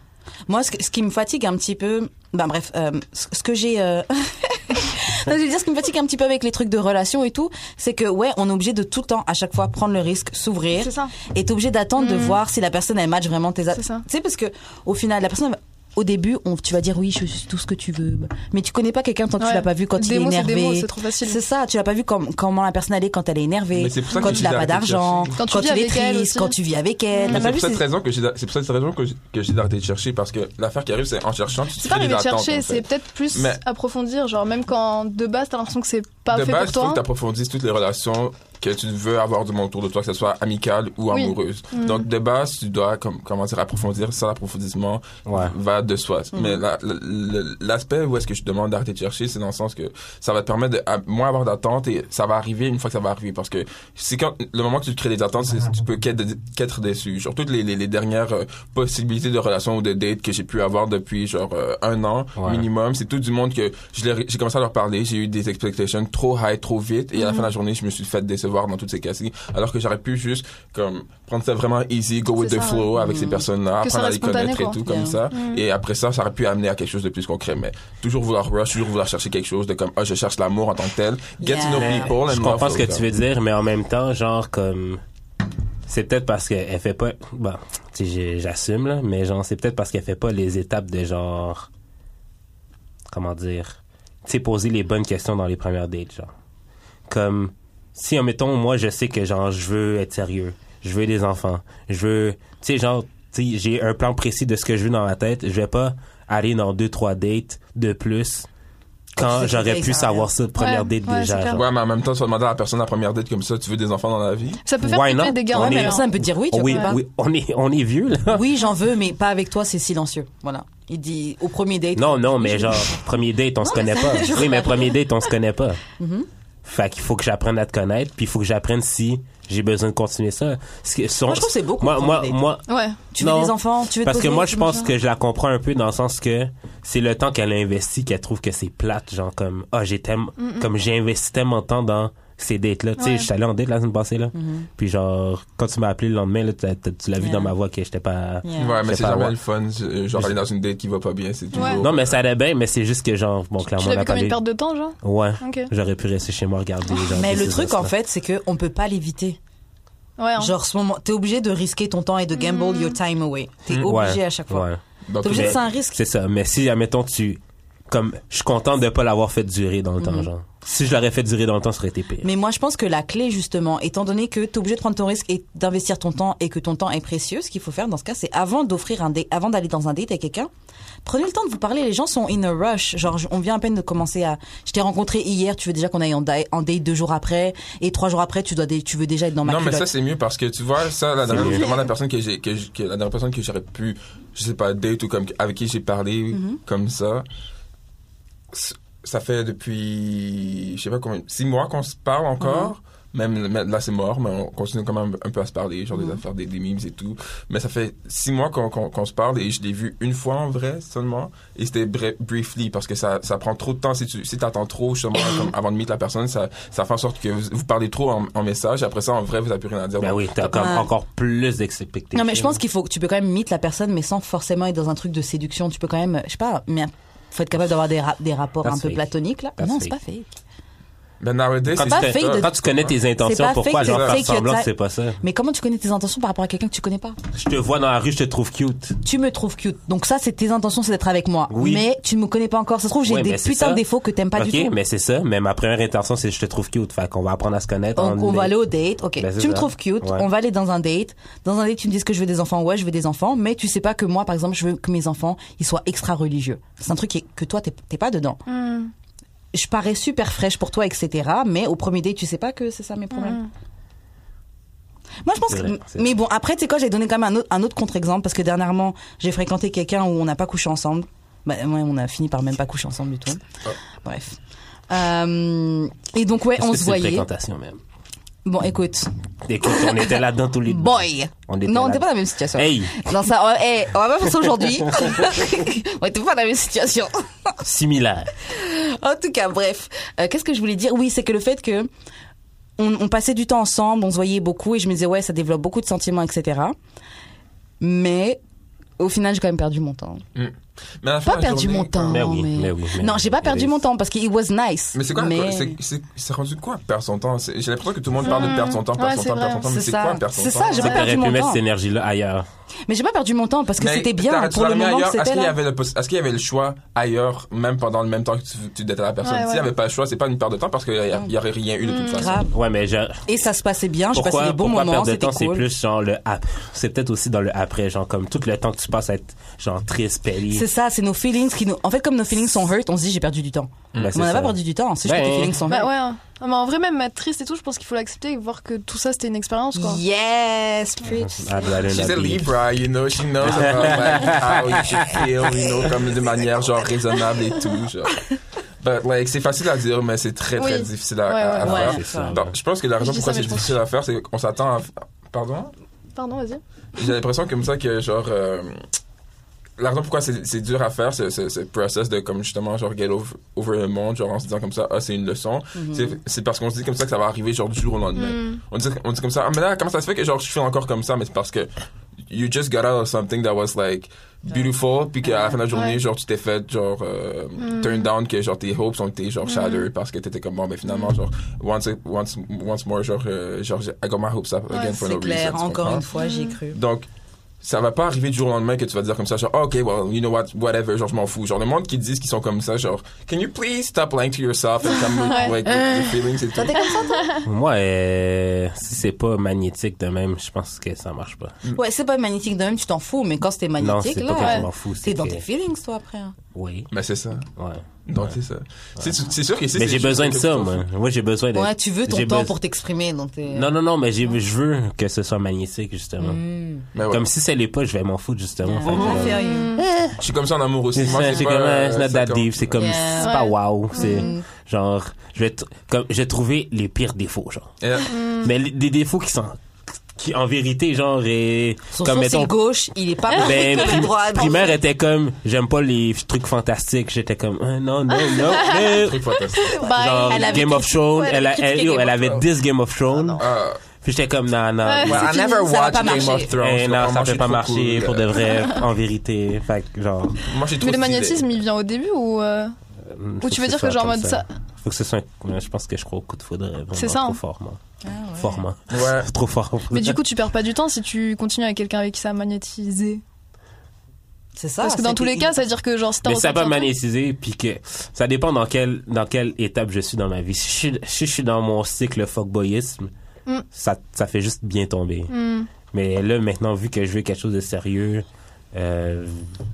Moi, ce, que- ce qui me fatigue un petit peu, ben bref, euh, ce, ce que j'ai, euh... *laughs* non, je veux dire, ce qui me fatigue un petit peu avec les trucs de relation et tout, c'est que ouais, on est obligé de tout le temps, à chaque fois, prendre le risque, s'ouvrir,
C'est ça.
et t'es obligé d'attendre de
Mhm.
voir si la personne elle match vraiment tes
C'est
attentes.
ça.
Tu sais, parce que au final, la personne. Au début, on, tu vas dire oui, je suis tout ce que tu veux, mais tu connais pas quelqu'un tant que
Ouais.
tu l'as pas vu quand
Des
il est
mots, c'est des
énervé.
mots, c'est trop facile.
C'est ça, tu l'as pas vu com- comment la personne elle est quand elle est énervée,
Mais c'est pour ça que
quand
tu
il a
dis
pas
arrêter de
d'argent,
chercher.
Quand tu
quand
vis
il est
avec elle
triste,
aussi.
quand tu vis avec elle.
Mais
T'as pas
C'est
vu
pour cette
ces-
raison que j'ai, c'est pour cette raison que j'ai, que j'ai d'arrêter de chercher parce que l'affaire qui arrive, c'est en cherchant, tu te
C'est
crées
pas arriver
des
de
attentes,
chercher,
en fait.
c'est peut-être plus
Mais-
approfondir, genre, même quand de base, t'as l'impression que c'est pas
de
fait
base,
pour
il faut
toi.
que tu approfondisses toutes les relations que tu veux avoir du monde autour de toi, que ce soit amicale ou
Oui. Mm.
amoureuse. Donc, de base, tu dois comme, commencer à approfondir. Ça, l'approfondissement
Ouais.
va de soi.
Mm.
Mais la- la- le- l'aspect où est-ce que je te demande d'arrêter de chercher, c'est dans le sens que ça va te permettre de à- moins avoir d'attentes et ça va arriver une fois que ça va arriver. Parce que c'est quand le moment que tu te crées des attentes, c'est- tu peux qu'être qu'être déçu. Genre, toutes les, les, les dernières euh, possibilités de relations ou de dates que j'ai pu avoir depuis genre euh, un an
Ouais.
minimum, c'est tout du monde que je leur ai- j'ai commencé à leur parler, j'ai eu des expectations trop high, trop vite, et à la fin de la journée, je me suis fait décevoir dans toutes ces cas-ci, alors que j'aurais pu juste comme prendre ça vraiment easy, go with
C'est
the
ça, Mm.
flow avec ces personnes-là,
Que
apprendre
ça
à les
reste spontané,
connaître et
quoi. Mm.
tout comme
Yeah.
ça, et après ça, ça aurait pu amener à quelque chose de plus concret, mais toujours vouloir rush, toujours vouloir chercher quelque chose de comme ah je cherche l'amour en tant que tel, get to know
Yeah.
people, and
je
love
comprends ce que
those
tu veux dire, mais en même temps, genre, comme. C'est peut-être parce qu'elle fait pas. Bon, tu sais, j'ai- j'assume, là, mais genre, c'est peut-être parce qu'elle fait pas les étapes de genre. Comment dire. Tu sais, poser les bonnes questions dans les premières dates, genre. Comme. Si, admettons, moi, je sais que genre, je veux être sérieux. Je veux des enfants. Je veux. Tu sais, genre, tu sais, j'ai un plan précis de ce que je veux dans ma tête. Je vais pas aller dans deux, trois dates de plus
Quand
quand
tu sais que
j'aurais
les
gu
dates, ça
savoir ça, première
Ouais,
date
ouais,
déjà.
c'est clair.
genre.
Ouais, mais en même temps, tu vas demander à la personne à la première date comme ça, tu veux des enfants dans la vie?
Ça peut faire
Why
flipper
not?
des gars.
On
ouais,
est-
mais
La
alors-
personne elle peut te dire oui, tu
oui,
vois pas.
oui, Ah. on est, on est vieux, là.
Oui, j'en veux, mais pas avec toi, c'est silencieux. Voilà. Il dit au premier date.
Non, non, mais genre, premier date, on se connaît pas.
je Mm-hmm.
Oui, mais
sais.
premier date, on se connaît pas. Fait qu'il faut que j'apprenne à te connaître, puis il faut que j'apprenne si j'ai besoin de continuer ça. Ce que- sur-
Moi, je trouve que c'est beaucoup,
Moi,
premier
moi,
date.
moi,
Ouais.
Tu veux
non,
des enfants, tu veux te
Parce que
poser,
moi, je
tu
pense
veux-
que je la comprends un peu dans le sens que c'est le temps qu'elle a investi qu'elle trouve que c'est plate, genre comme ah j'ai tellement, comme j'ai investi tellement de temps dans ces dates là. Tu sais,
Ouais.
je suis allé en date la semaine passée là. Puis genre quand tu m'as appelé le lendemain, là, t'as- t'as- tu l'as vu
Mm-hmm. Yeah.
dans ma voix que j'étais pas.
Yeah.
Ouais, mais
C'est
c'est
pas
jamais
moi.
le fun, euh, genre aller dans une date qui va pas bien, c'est toujours.
Ouais.
Non, mais ça allait bien, mais c'est juste que genre bon clairement
Tu
Bah, on
l'as
a
vu comme une
parlé-
perte de temps, genre
Ouais.
Ok.
J'aurais pu rester chez moi regarder. Genre,
Mais le
des saisons,
truc, en
ça.
fait, c'est que on peut pas l'éviter.
Ouais. hein.
Genre, ce moment, t'es obligé de risquer ton temps et de gamble your time away. T'es
Mm, Ouais,
obligé à chaque fois.
ouais.
Dans
T'es
tous
obligé
les-
de
Mais-
c'est un risque.
C'est ça. Mais si, admettons, tu. Comme, je suis content de pas l'avoir fait durer dans le temps, genre. Si je l'aurais fait durer dans le temps, ça aurait été pire.
Mhm. Mais moi, je pense que la clé, justement, étant donné que t'es obligé de prendre ton risque et d'investir ton temps et que ton temps est précieux, ce qu'il faut faire dans ce cas, c'est avant d'offrir un date, avant d'aller dans un date avec quelqu'un, prenez le temps de vous parler. Les gens sont in a rush. Genre, je- on vient à peine de commencer à, je t'ai rencontré hier, tu veux déjà qu'on aille en, da- en date deux jours après et trois jours après, tu dois, dé- tu veux déjà être dans ma
Non, mais
culotte.
ça, c'est mieux parce que tu vois, ça, la dernière,
mieux.
vraiment la personne que j'ai, que, j'- que la dernière personne que j'aurais pu, je sais pas, date ou comme, avec qui j'ai parlé,
Mm-hmm.
comme
Mm-hmm.
ça, c- ça fait depuis, je sais pas combien, six mois qu'on se parle encore. Même mais là, c'est mort, mais on continue quand même un peu à se parler, genre
Mm-hmm.
des affaires, des, des memes et tout. Mais ça fait six mois qu'on qu'on- qu'on se parle et je l'ai vu une fois en vrai seulement. Et c'était bri- briefly parce que ça, ça prend trop de temps. Si tu si attends trop justement comme avant de meet la personne, ça, ça fait en sorte que vous, vous parlez trop en, en message. Après ça, en vrai, vous n'avez plus rien à dire.
Ben
Donc,
oui, t'as comme
Ouais.
encore plus d'expectations.
Non, mais je pense qu'il faut que tu peux quand même mythe la personne, mais sans forcément être dans un truc de séduction. Tu peux quand même, je sais pas, mais faut être capable d'avoir des, ra- des rapports
That's
un peu
fake.
platoniques, là.
That's
non, c'est pas
fake.
fake.
Ben, nowadays,
quand,
c'est
pas
tu te-
fake de-
quand tu connais tes
C'est
intentions,
pas
pourquoi
fake
genre
de
faire
fake your
semblant que
type.
c'est pas ça?
Mais comment tu connais tes intentions par rapport à quelqu'un que tu connais pas
Je te vois dans la rue, je te trouve cute.
Tu me trouves cute. Donc ça, c'est tes intentions, c'est d'être avec moi.
Oui.
Mais tu ne me connais pas encore. Ça se trouve, j'ai
Ouais,
des
mais c'est
putains
ça.
de défauts que t'aimes pas
ok,
du tout.
mais c'est ça. Mais ma première intention, c'est je te trouve cute. Fait qu'on va apprendre à se connaître.
Donc, on
est-
va aller au date, ok.
Ben, c'est
tu me
ça.
trouves cute,
Ouais.
on va aller dans un date. Dans un date, tu me dis que je veux des enfants, ouais, je veux des enfants, mais tu sais pas que moi, par exemple, je veux que mes enfants, ils soient extra religieux. C'est un truc qui est- que toi, t'es t'es pas dedans.
Hmm.
Je parais super fraîche pour toi, etc. Mais au premier date, tu sais pas que c'est ça mes problèmes.
Mm. Hmm.
Moi, je pense
C'est vrai,
que.
c'est
Mais bon, après, tu sais quoi, j'ai donné quand même un autre, un autre contre-exemple parce que dernièrement, j'ai fréquenté quelqu'un où on n'a pas couché ensemble. Bah, ouais, on a fini par même pas coucher ensemble du tout.
Oh.
Bref. Euh, et donc, ouais,
Est-ce
on
que
se
c'est
voyait.
fréquentation même.
Bon, écoute.
Écoute, on était là-dedans tous les deux.
Boy!
On était
Non, on
là-
n'était pas dans la même situation.
Hey,
Non, ça, on, hey, on va pas faire ça
*laughs*
aujourd'hui. *laughs* on n'était pas dans la même situation.
similaire.
En tout cas, bref. Euh, Qu'est-ce que je voulais dire Oui, c'est que le fait que on, on passait du temps ensemble, on se voyait beaucoup et je me disais, ouais, ça développe beaucoup de sentiments, etc. Mais au final, j'ai quand même perdu mon temps.
Mm. Mais à la fin
Pas
de la
perdu
journée,
mon temps.
mais oui,
mais-
mais oui. mais
non,
oui.
j'ai pas perdu
Yes.
mon temps parce qu'il was nice.
Mais c'est quoi c'est- c'est- C'est rendu quoi perdre son temps C'est- J'ai l'impression que tout le monde parle de perdre son temps,
Ouais,
perdre son
c'est
temps,
vrai.
perdre son temps, mais
Hmm. C'est
c'est
ça.
quoi perdre son temps
C'est ça, j'ai pas perdu
T'aurais pu
mon
mettre
temps.
cette énergie-là ailleurs.
Mais j'ai pas perdu mon temps parce que
Mais
c'était bien
t'arrêtes
pour
sur
le
la main
moment que
ailleurs, Est-ce
c'était
qu'il y
là.
avait le poss- est-ce qu'il y avait le choix ailleurs, même pendant le même temps que tu, tu datais la personne
Ouais,
S'il n'y
ouais.
avait pas le choix, c'est pas une perte de temps parce qu'il n'y aurait rien eu de toute façon.
Mm. Grave.
Ouais, mais je...
Et ça se passait bien, je passais des bons
pourquoi
moments,
perdre de
c'était
temps, c'est
cool.
plus genre le ap- C'est peut-être aussi dans le après, genre comme tout le temps que tu passes à être genre triste, payé.
C'est ça, c'est nos feelings qui nous. En fait, comme nos feelings sont hurt, on se dit j'ai perdu du temps.
Ben, c'est
Mais on n'a
ça.
pas perdu du temps, c'est juste que
Ben.
tes feelings sont
Bah
hurt.
ouais. hein. Non, Mais en vrai, même être triste et tout, je pense qu'il faut l'accepter et voir que tout ça, c'était une expérience, quoi.
Yes, preach.
Ah, ben,
She's a Libra, you know, she knows about like, how you should feel, you know, comme de manière genre raisonnable et tout. Genre. But like, c'est facile à dire, mais c'est très très
Oui.
difficile à,
Ouais,
à- à
ouais,
faire.
ouais.
C'est ça.
Bon, je pense que la raison
Je dis
pourquoi
ça,
c'est
mais je pense-
difficile à faire, c'est qu'on s'attend à. Pardon
Pardon, vas-y.
J'ai l'impression comme ça que genre euh, la raison pourquoi c'est c'est dur à faire ce, ce, ce process de comme justement genre get over, over le monde genre en se disant comme ça ah c'est une leçon
Mm-hmm.
c'est- c'est parce qu'on se dit comme ça que ça va arriver genre du jour au lendemain
Mm.
on dit on dit comme ça ah mais là comment ça se fait que genre je suis encore comme ça mais c'est parce que you just got out of something that was like beautiful puis qu'à la fin de la journée
Ouais.
genre tu t'es fait genre euh,
Mm.
turn down que genre tes hopes ont été genre shattered parce que t'étais comme bon mais finalement
Mm.
genre once once once more genre euh, genre I got my hopes up again for no
C'est clair,
reason, tu
encore
comprends?
une fois, j'y ai cru.
Donc, ça va pas arriver du jour au lendemain que tu vas dire comme ça, genre, OK, well, you know what, whatever, genre, je m'en fous. Genre, le monde qui disent qu'ils sont comme ça, genre, can you please stop lying to yourself and come
*laughs*
with, like, with your feelings et tout.
Moi, euh, si c'est pas magnétique de même, je pense que ça marche pas.
Ouais, c'est pas magnétique de même, tu t'en fous, mais quand c'était
Mm. Non,
magnétique,
c'est
là,
pas que je
ouais,
m'en fous.
t'es
c'est
dans
que-
tes feelings, toi, après. hein.
Oui,
Mais Ben, c'est ça.
ouais.
Donc, c'est ça. C'est- C'est sûr que c'est.
Mais
c'est
j'ai
juste
besoin de
quelque
ça,
chose.
moi. Moi, j'ai besoin de.
Ouais, tu veux ton
j'ai
temps
bes-
pour t'exprimer, donc t'es.
Non, non, non, mais j'ai- je veux que ce soit magnétique, justement.
Hmm.
Mais Ben ouais.
Comme si ça l'est pas, je vais m'en foutre, justement.
Ah,
Fait que, euh,
Je suis comme ça en amour aussi.
C'est
Moi,
ça, c'est comme,
euh,
euh, it's not that
comme-
deep, c'est comme,
Yeah. Mm.
c'est pas
Ouais.
wow, c'est genre, je vais, t- comme, je vais trouver les pires défauts, genre.
Yeah.
Mm.
Mais les- des défauts qui sont, qui en vérité, genre, et,
Son
comme
sourcil
mettons,
gauche, il est pas *laughs*
ben,
le
prim-
droit.
primaire était comme, j'aime pas les trucs fantastiques, j'étais comme, Ah, non,
*laughs*
non, non, non.
Truc fantastique.
Genre,
Bye.
Bah, Elle avait
Game of Thrones,
ouais, elle
elle, a-
avait
elle,
critiqué
yo, elle
Game of
avait
Thrones.
10 Game of Thrones,
Ah,
puis j'étais comme, non, non,
Ouais,
well,
c'est
I
fini,
never
ça va
watched
pas
Game
marcher.
of Thrones.
Eh,
donc
non,
moi,
ça
je
peut
suis
pas
trop
marcher
cool. euh,
pour de vrai, en vérité, fait que, genre,
Moi, j'ai trop stylé.
Mais le magnétisme, il vient au début ou. euh,
Hum, Faut
tu veux
ce
dire
soit
que genre en
comme
mode ça-
Faut que ce soit. un- ouais, Je pense que je crois au coup de foudre. vraiment
C'est ça,
Trop
hein.
fort, moi.
Ah,
Fort, moi.
Ouais.
*laughs* Trop fort.
Mais du coup, tu perds pas du temps si tu continues avec quelqu'un avec qui ça a magnétisé.
Ah, C'est ça.
Parce que dans
c'était-
tous les cas, ça veut dire que genre si t'as
mais ça
ressenti
va
un truc-
magnétiser, puis que ça dépend dans quelle dans quelle étape je suis dans ma vie. Si je suis, si je suis dans mon cycle fuckboyisme,
Mm.
ça ça fait juste bien tomber.
Hmm.
Mais là maintenant vu que je veux quelque chose de sérieux, euh,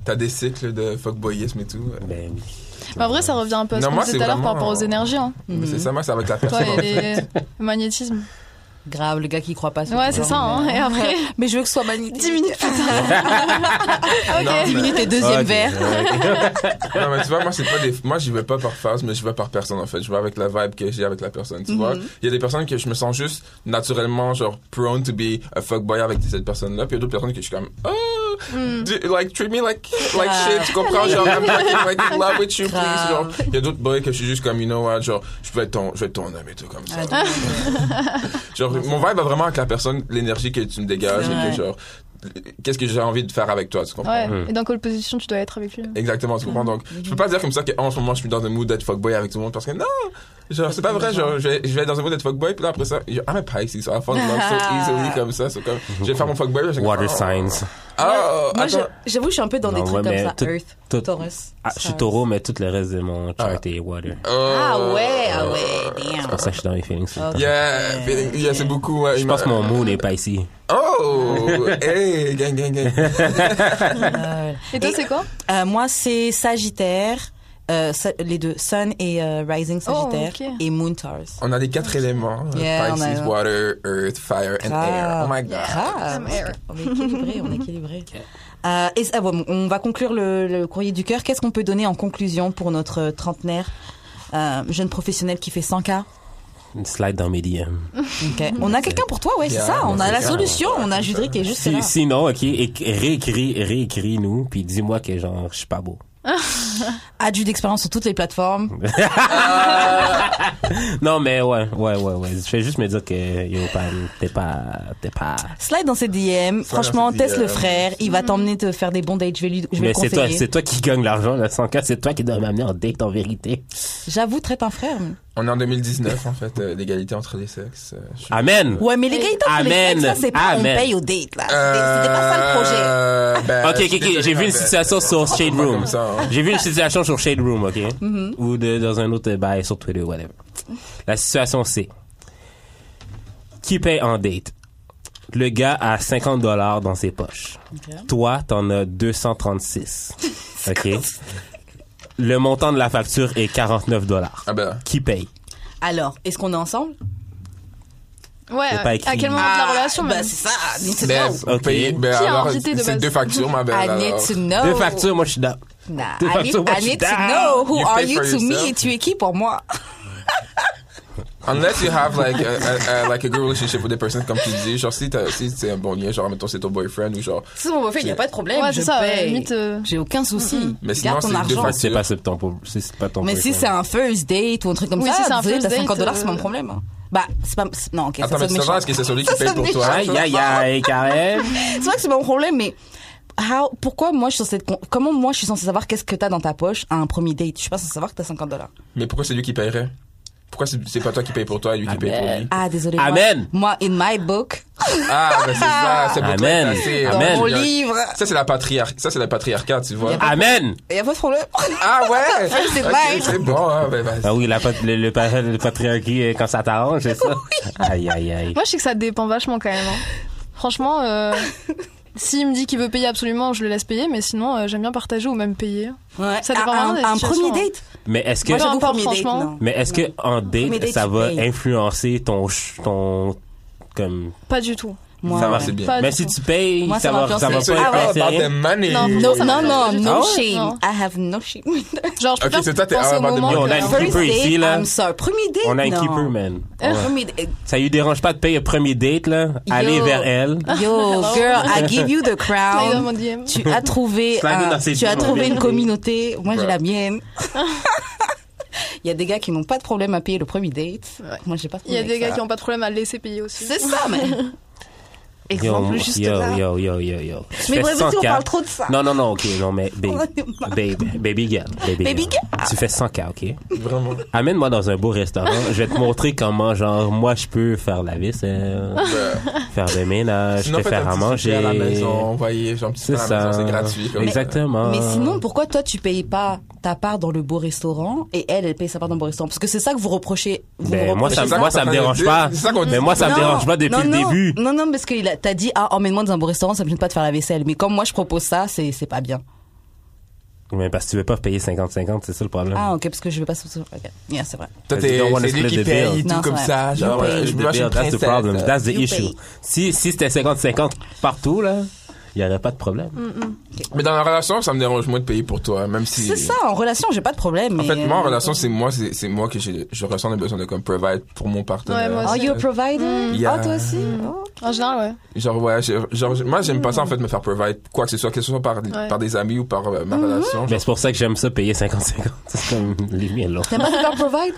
T'as des cycles de fuckboyisme et tout.
ben oui.
Mais Bah, En vrai, ça revient un peu à ce
Non,
qu'on
moi,
disait
c'est euh,
tout à l'heure par
Mm.
vraiment-
rapport aux énergies. Hein.
Mais C'est ça, moi, c'est avec la
Toi
personne.
et les- le magnétisme.
Grave, le gars qui y croit pas.
Ouais, c'est ça, hein. Et après,
*laughs* Mais je veux que ce soit magnifique. 10 minutes plus tard.
Non,
10
mais-
minutes et deuxième
Ok,
verre.
non, mais tu vois, moi, c'est pas des, moi, j'y vais pas par phase, mais je vais par personne, en fait. Je vais avec la vibe que j'ai avec la personne, tu vois. Il y a des personnes que je me sens juste naturellement, genre, prone to be a fuckboy avec cette personne-là. Puis il y a d'autres personnes que je suis comme, oh, do- like, treat me like, like shit, tu comprends? Genre, I'm fucking like in love with you, please. Genre, il y a d'autres boys que je suis juste comme, you know what, genre, je vais être ton, je vais être ton homme et tout, comme ça.
Ah,
Genre, mon vibe a vraiment avec la personne, l'énergie que tu me dégages et que, genre, qu'est-ce que j'ai envie de faire avec toi, tu comprends?
*laughs* ouais. Et dans quelle position tu dois être avec lui hein.
Exactement, tu
Mm-hmm.
comprends? Donc, je peux pas dire comme ça qu'en ce moment, je suis dans un mood d'être fuckboy avec tout le monde parce que non! Genre, c'est pas vrai,
Mm-hmm.
genre, je vais, je vais être dans un mood d'être fuckboy, puis là, après ça, je- I'm a Pisces, so I fall in love so
*laughs*
easily comme ça, so comme, je vais faire mon fuckboy, je vais
Water signs.
Ah,
Moi, je-
attends.
j'avoue, je suis un peu dans
Non,
des trucs
ouais, mais
comme ça.
tout-
Earth,
tout-
Taurus.
Ah, je suis
Sagittaire.
taureau, mais tout le reste de mon chart est water.
Ah
Oh.
ouais, ah ouais, damn.
C'est pour ça que je suis dans les feelings. tout le temps.
Yeah, feeling- yeah, c'est beaucoup, ouais,
Je
il
pense
m'a-
que mon mood est pas ici.
Oh! *laughs* hey, gang, gang, gang.
Euh,
Et toi, c'est quoi
euh, moi, c'est Sagittaire. euh, sa- les deux, Sun et euh, Rising Sagittaire
Oh, ok.
et Moon Taurus.
On a les quatre éléments.
*laughs* Yeah, on a-
Pisces, water, earth, fire, and air.
Grave.
Oh my god.
Ah,
Some air.
on est équilibré, on est équilibré. Euh, et, ah bon, on va conclure le, le courrier du cœur. Qu'est-ce qu'on peut donner en conclusion pour notre trentenaire euh, jeune professionnel qui fait 100K
Une slide dans mes DM.
*laughs* Ok. On a quelqu'un pour toi, ouais, c'est
Yeah,
ça. On a
c'est
la
ça.
solution. On a Judry qui est juste là.
Si, sinon, ok, éc- réécris, réécris nous, puis dis-moi que genre, je suis pas beau.
Adju d'expérience sur toutes les plateformes.
Non, mais ouais, ouais, ouais, ouais. Je vais juste me dire que yo, Pam, t'es pas, t'es pas.
Slide dans ses DM. Franchement,
ses
teste le
DM.
frère. Il va t'emmener te faire des bons dates. Je vais lui, je vais le
Mm. Mais c'est toi,
conseiller.
c'est toi qui gagne l'argent, là, 100 c'est toi qui dois m'amener en date en vérité.
J'avoue, traite un frère.
On est en 2019, en fait, euh, l'égalité entre les sexes. euh, je suis-
Amen!
Ouais, mais les gars, ils t'offrent les
Amen.
sexes, ça, c'est pas on
Amen.
paye aux dates, là. C'était- C'était pas ça le projet.
Euh, ben,
Ok,
je
ok,
suis
ok,
désolé,
j'ai
mais-
vu une situation sur Shade
pas
Room.
comme ça, hein. Mm-hmm.
J'ai vu une situation sur Shade Room, ok? Ou de- dans un autre bail sur Twitter, whatever. La situation, c'est. Qui paye en date? Le gars a 50 dollars dans ses poches. Toi, t'en as 236. ok? Le montant de la facture est 49 dollars.
Ah ben.
Qui paye?
Alors, est-ce qu'on est ensemble?
Ouais,
C'est pas
à
écrit.
quel moment de la relation
Bah,
même
c'est ça. Need to
Ben,
know.
vous payez- ben,
Qui a
alors,
invité de
c'est
base
deux factures, ma belle.
I
alors.
need to know.
Deux factures, moi, je suis dans.
Nah,
Deux
I need,
factures, moi,
I
je suis
need to
down.
know who
You
are
pay
you
for
to me
yourself.
et tu es qui pour moi?
Unless you have like a, a- a- like a good relationship with the person, comme tu dis, genre si t'as- si c'est un bon lien, genre mettons c'est ton boyfriend ou genre.
C'est mon beau-frère, il n'y a pas de problème.
Ouais,
je
c'est ça.
paye.
Limite, euh,
J'ai aucun souci.
Mais
Mm-hmm.
sinon,
Garde
c'est
ton
deux
argent.
factures.
C'est pas ce temps pour. C'est pas ton hein.
Mais si
boyfriend.
c'est un first date ou un truc comme
Oui,
ça,
si c'est un
désolé,
first
t'as 50
date,
dollars,
euh,
c'est pas mon problème. hein. Bah, c'est pas. c'est- Non, ok,
Attends, mais
ça,
c'est
méchant.
vrai, est-ce que c'est celui qui
Ça
paye
sonne
pour toi?
Aïe, aïe, aïe, quand même!
C'est vrai que c'est pas mon problème, mais. how- pourquoi moi je suis censée con- comment moi je suis censée savoir qu'est-ce que t'as dans ta poche à un premier date Je suis pas censée savoir que t'as 50 dollars.
Mais pourquoi c'est lui qui paierait? Pourquoi c'est c'est pas toi qui paye pour toi et lui qui paye pour lui?
Ah désolé.
Amen.
Moi, moi, in my book,
Ah, ben c'est ça, c'est pour toi.
Amen.
que t'as-
Dans Amen.
mon livre,
Ça, c'est la patriarcat, ça, c'est la patriarcat, tu vois.
Amen!
y a pas de problème.
Ah ouais!
c'est
Ok,
vrai.
C'est bon, hein, ben, vas-y.
Ah oui, la, pat- le, le, pa- le patriarcat, euh, quand ça t'arrange, c'est ça? Aïe, aïe, aïe.
Moi, je sais que ça dépend vachement quand même. hein. Franchement, euh, s'il me dit qu'il veut payer absolument, je le laisse payer, mais sinon, euh, j'aime bien partager ou même payer.
Ouais.
Ça dépend
À
vraiment
un,
des
un
situations,
premier date.
Mais est-ce que,
Moi, j'avoue,
J'avoue,
Importe,
premier date,
franchement.
non.
mais est-ce que en date,
Premier date,
ça
tu
va
payes.
influencer ton, ch- ton, comme,
Pas du tout.
Moi, euh,
Ça
ouais.
va, c'est bien.
Pas
même
du
si
tout.
tu payes,
Ah, Moi,
ça,
ça
va,
m'influence. Ah,
ça va
C'est
pas
all
influencer
about the
rien.
money.
Non,
No,
Ça
non,
m'intéresse
non,
pas du
no
tout.
shame.
Non.
I have no shame.
Genre, je
Ok,
préfère
c'est ça, t'es
penser
un
au
bad
moment.
boy. On a
que-
une keeper ici, là.
I'm sorry. Premier date,
On a un
non. Euh,
keeper, man.
*laughs*
Ouais.
Premier date.
Ça lui dérange pas de payer le premier date, là? Aller
Yo. Ah,
vers elle.
Yo,
*laughs*
girl, I give you the
Slide dans mon
crown.
DM.
Tu as
*laughs*
trouvé,
Slide
un-
dans ses
tu as
DM,
trouvé
oui. *laughs*
une communauté. Moi, j'ai
Ouais.
la
*laughs*
mienne. Il y a des gars qui n'ont pas de problème à payer le premier date. Moi, j'ai pas de
Il y a
problème.
des gars
avec
qui n'ont pas de problème à laisser payer aussi.
ça. C'est ça, man.
*laughs*
Yo,
Exemple juste
yo,
là.
yo, yo, yo, yo. Tu
Mais
fais
bref, vas-y, on
100K.
parle trop de ça.
Non, non, non, ok, non, mais
*laughs* On en
baby,
est marre.
baby, baby girl, baby,
Baby
girl. Tu fais 100K, ok?
Vraiment.
Amène-moi dans un beau restaurant. Je vais te montrer comment, genre, moi, je peux faire la vaisselle, faire le ménage,
Sinon,
te
faites
faire
un
Ben, à
petit souper
manger.
à la maison, envoyez, genre, un petit
C'est
peu à la
ça.
maison, c'est gratuit. comme ça.
Exactement.
Mais sinon, pourquoi toi, tu payes pas ta part dans le beau restaurant et elle, elle paye sa part dans le beau restaurant Parce que c'est ça que vous reprochez. Vous
Ben,
vous
moi,
reprochez
ça,
c'est ça
moi,
qu'on
ça me
est en train de
dérange
dire.
pas.
C'est ça qu'on dit.
Mais moi, ça me
Non,
dérange pas depuis
non,
le
non.
début.
Non, non, parce que il a- t'as dit, ah, emmène-moi dans un beau restaurant, ça me gêne pas de faire la vaisselle. Mais comme moi, je propose ça, c'est c'est pas bien.
Mais parce que tu veux pas payer 50-50, c'est ça le problème.
Ah, ok, parce que je veux pas. sous- Ok, yeah, c'est vrai.
Toi,
You
t'es
don't wanna
c'est lui
split
qui
the
paye,
bill.
tout
Non,
comme
c'est
ça.
vrai.
Genre,
You
euh,
pay
je
The
moi, je suis
bill,
une
that's the
princesse.
problem.
euh.
That's the
You
issue.
pay.
Si, si c'était 50-50 partout, là, il n'y aurait pas de problème.
Mm.
Mais dans la relation, ça me dérange moins de payer pour toi, même si.
C'est ça, en relation, j'ai pas de problème.
En fait,
mais- euh,
moi, en relation, c'est moi, c'est c'est moi que j'ai- je ressens le besoin de comme provide pour mon partenaire.
Ouais, moi
Oh,
aussi.
you're a provider?
Mm. Yeah. Mm.
Ah, toi aussi? Oh.
En général, ouais.
Genre, ouais, j'ai- genre, moi, j'aime pas ça,
Hmm.
en fait, me faire provide quoi que ce soit, que ce soit par,
Ouais.
par des amis ou par euh,
Mhm.
ma relation.
Mais c'est pour ça que j'aime ça payer 50-50. *laughs* C'est comme les miens, là.
T'aimes pas te faire provide?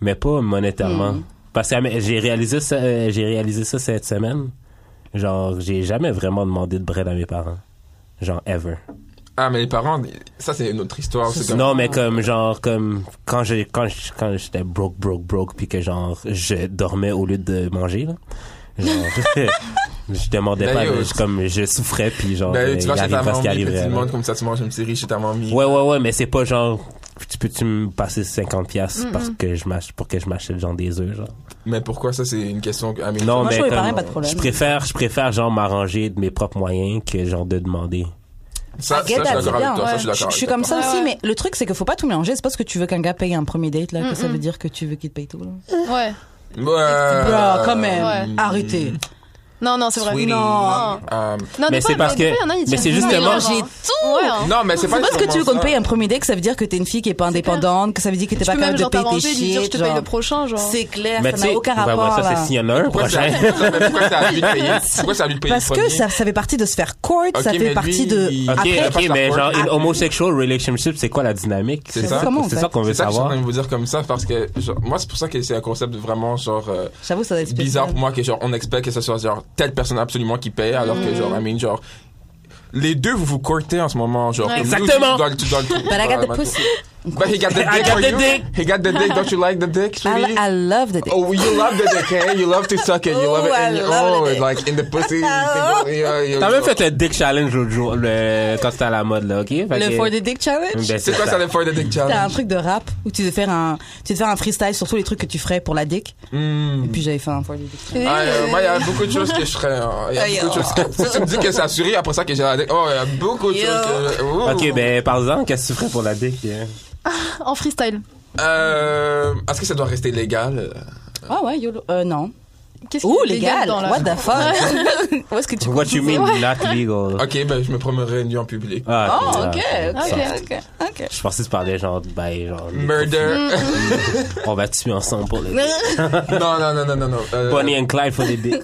mais pas monétairement. Parce que ah, mais j'ai réalisé ça, euh, j'ai réalisé ça cette semaine. Genre, j'ai jamais vraiment demandé de bread à mes parents. Genre, ever.
Ah, mais les parents, ça, c'est une autre histoire. C'est comme.
Non, mais comme, genre, comme, quand j'ai, quand j'- quand j'étais broke, broke, broke, puis que, genre, je dormais au lieu de manger, là. Genre, *laughs* je demandais pas,
D'ailleurs,
mais je- comme, je souffrais, puis genre,
Ben,
il
tu vas chez
arrive
ta
pas ce
mamie,
qui
puis tu
arriverait. là.
demandes comme ça, tu manges une série chez ta mamie.
Ouais, ouais, ouais, mais c'est pas genre, tu peux-tu me passer 50$ piastres parce que je m'ach- pour que je m'achète, genre, des œufs, genre.
Mais pourquoi ça, c'est une question que- américaine?
Non,
Moi, je
mais
trouve les
comme-
parents, pas de problème.
Je préfère, je préfère genre m'arranger de mes propres moyens que genre de demander.
Ça,
I
ça, je
get
suis
that,
d'accord
c'est
avec
bien,
toi. Ça, je
ouais.
suis
Je,
d'accord
je suis
avec toi.
comme ça
Ouais,
aussi,
ouais.
mais le truc, c'est que faut pas tout mélanger. C'est parce que tu veux qu'un gars paye un premier date, là, que ça
Mm-mm.
veut dire que tu veux qu'il te paye tout, là.
Ouais.
Ouais.
Bah, quand même.
Ouais.
Mm.
Arrêtez.
Non, non, c'est vrai.
Sweetie.
Non.
Euh,
Mais
Non, des
c'est
fois,
parce
des
que-
fois, il y en a, ils
mais
disent,
c'est
non,
justement-
non,
J'ai
non. Ouais, hein.
Non, mais c'est pas
C'est parce que tu veux qu'on te
justement
paye
ça.
un premier date que ça veut dire que t'es une fille qui est pas indépendante, que ça veut dire que t'es
Tu
pas
peux même
capable de
genre
payer tes
t'arranger, lui dire je
shit.
te paye le
genre.
prochain, genre.
C'est clair,
mais bah
ça n'a aucun
ouais, ouais,
rapport.
ça c'est
là.
s'il y en a un
Pourquoi c'est à
prochain.
lui *laughs* Pourquoi c'est à lui
*laughs*
de payer Pourquoi c'est à lui de payer
Parce
le
que
premier?
ça, ça fait partie de se faire court,
Ok,
ça
mais
fait
lui,
partie
il-
de.
*laughs* Ok,
Après-
ok, mais genre une
Ah.
homosexual relationship, c'est quoi la dynamique
C'est ça.
Comment, en
C'est
fait?
ça qu'on veut
C'est ça que je suis en
savoir.
train de vous dire comme ça parce que genre, moi c'est pour ça que c'est un concept vraiment genre euh,
J'avoue, ça doit être spécial.
bizarre pour moi que genre on expecte que ce soit genre telle personne absolument qui paye alors que genre I mean genre les deux vous vous courtez en ce moment genre
Ouais.
comme lui aussi,
Exactement.
tu dois le- tu dois le trouver.
But I got the
Bah,
pussy.
But he got the dick
I got
for
the
you.
dick.
He got the dick. Don't you like the dick?
I,
sweetie?
I love the dick.
Oh, you love the dick, eh? You love to suck it. You love it
Ooh, I
in your
love the
oh,
dick.
like in
*laughs*
the pussy. you think, oh, yeah, yeah,
T'as
yeah.
même fait le dick challenge l'autre jour, le, quand c'était à la mode là, ok Fait
Le
que-
For the Dick Challenge?
Ben,
C'est quoi ça le for the dick
T'as un
challenge?
truc de rap où tu devais faire un, tu devais faire un freestyle sur tous les trucs que tu ferais pour la dick.
Mm.
Hmm.
Et puis j'avais fait un for the dick. challenge.
Ah, euh, moi, il y a beaucoup de choses que je ferais. hein. Il y
Aïe,
a beaucoup de choses.
oh.
que- Si tu me dis que c'est assuré, après ça que j'ai la dé- Oh, il y a beaucoup de
Yo.
choses que je- Ouh.
Ok, ben parle-en, qu'est-ce que tu ferais pour la dick hein?
En freestyle.
Euh, Est-ce que ça doit rester légal?
Ah ouais, YOLO. Euh, non.
Qu'est-ce qui
Ouh,
est légal
légal.
dans la
What the
*laughs*
fuck? Où est-ce que tu
What you mean
Ouais.
not legal
Ok, ben, je me promènerai une nuit en public.
Ah,
Oh,
voilà.
ok,
Ça.
ok, ok, ok.
Je pensais que tu parlais genre, ben genre,
*laughs*
Murder.
on va tuer ensemble pour le
non, non, non, non, non, non. Euh,
Bonnie and Clyde for the dick.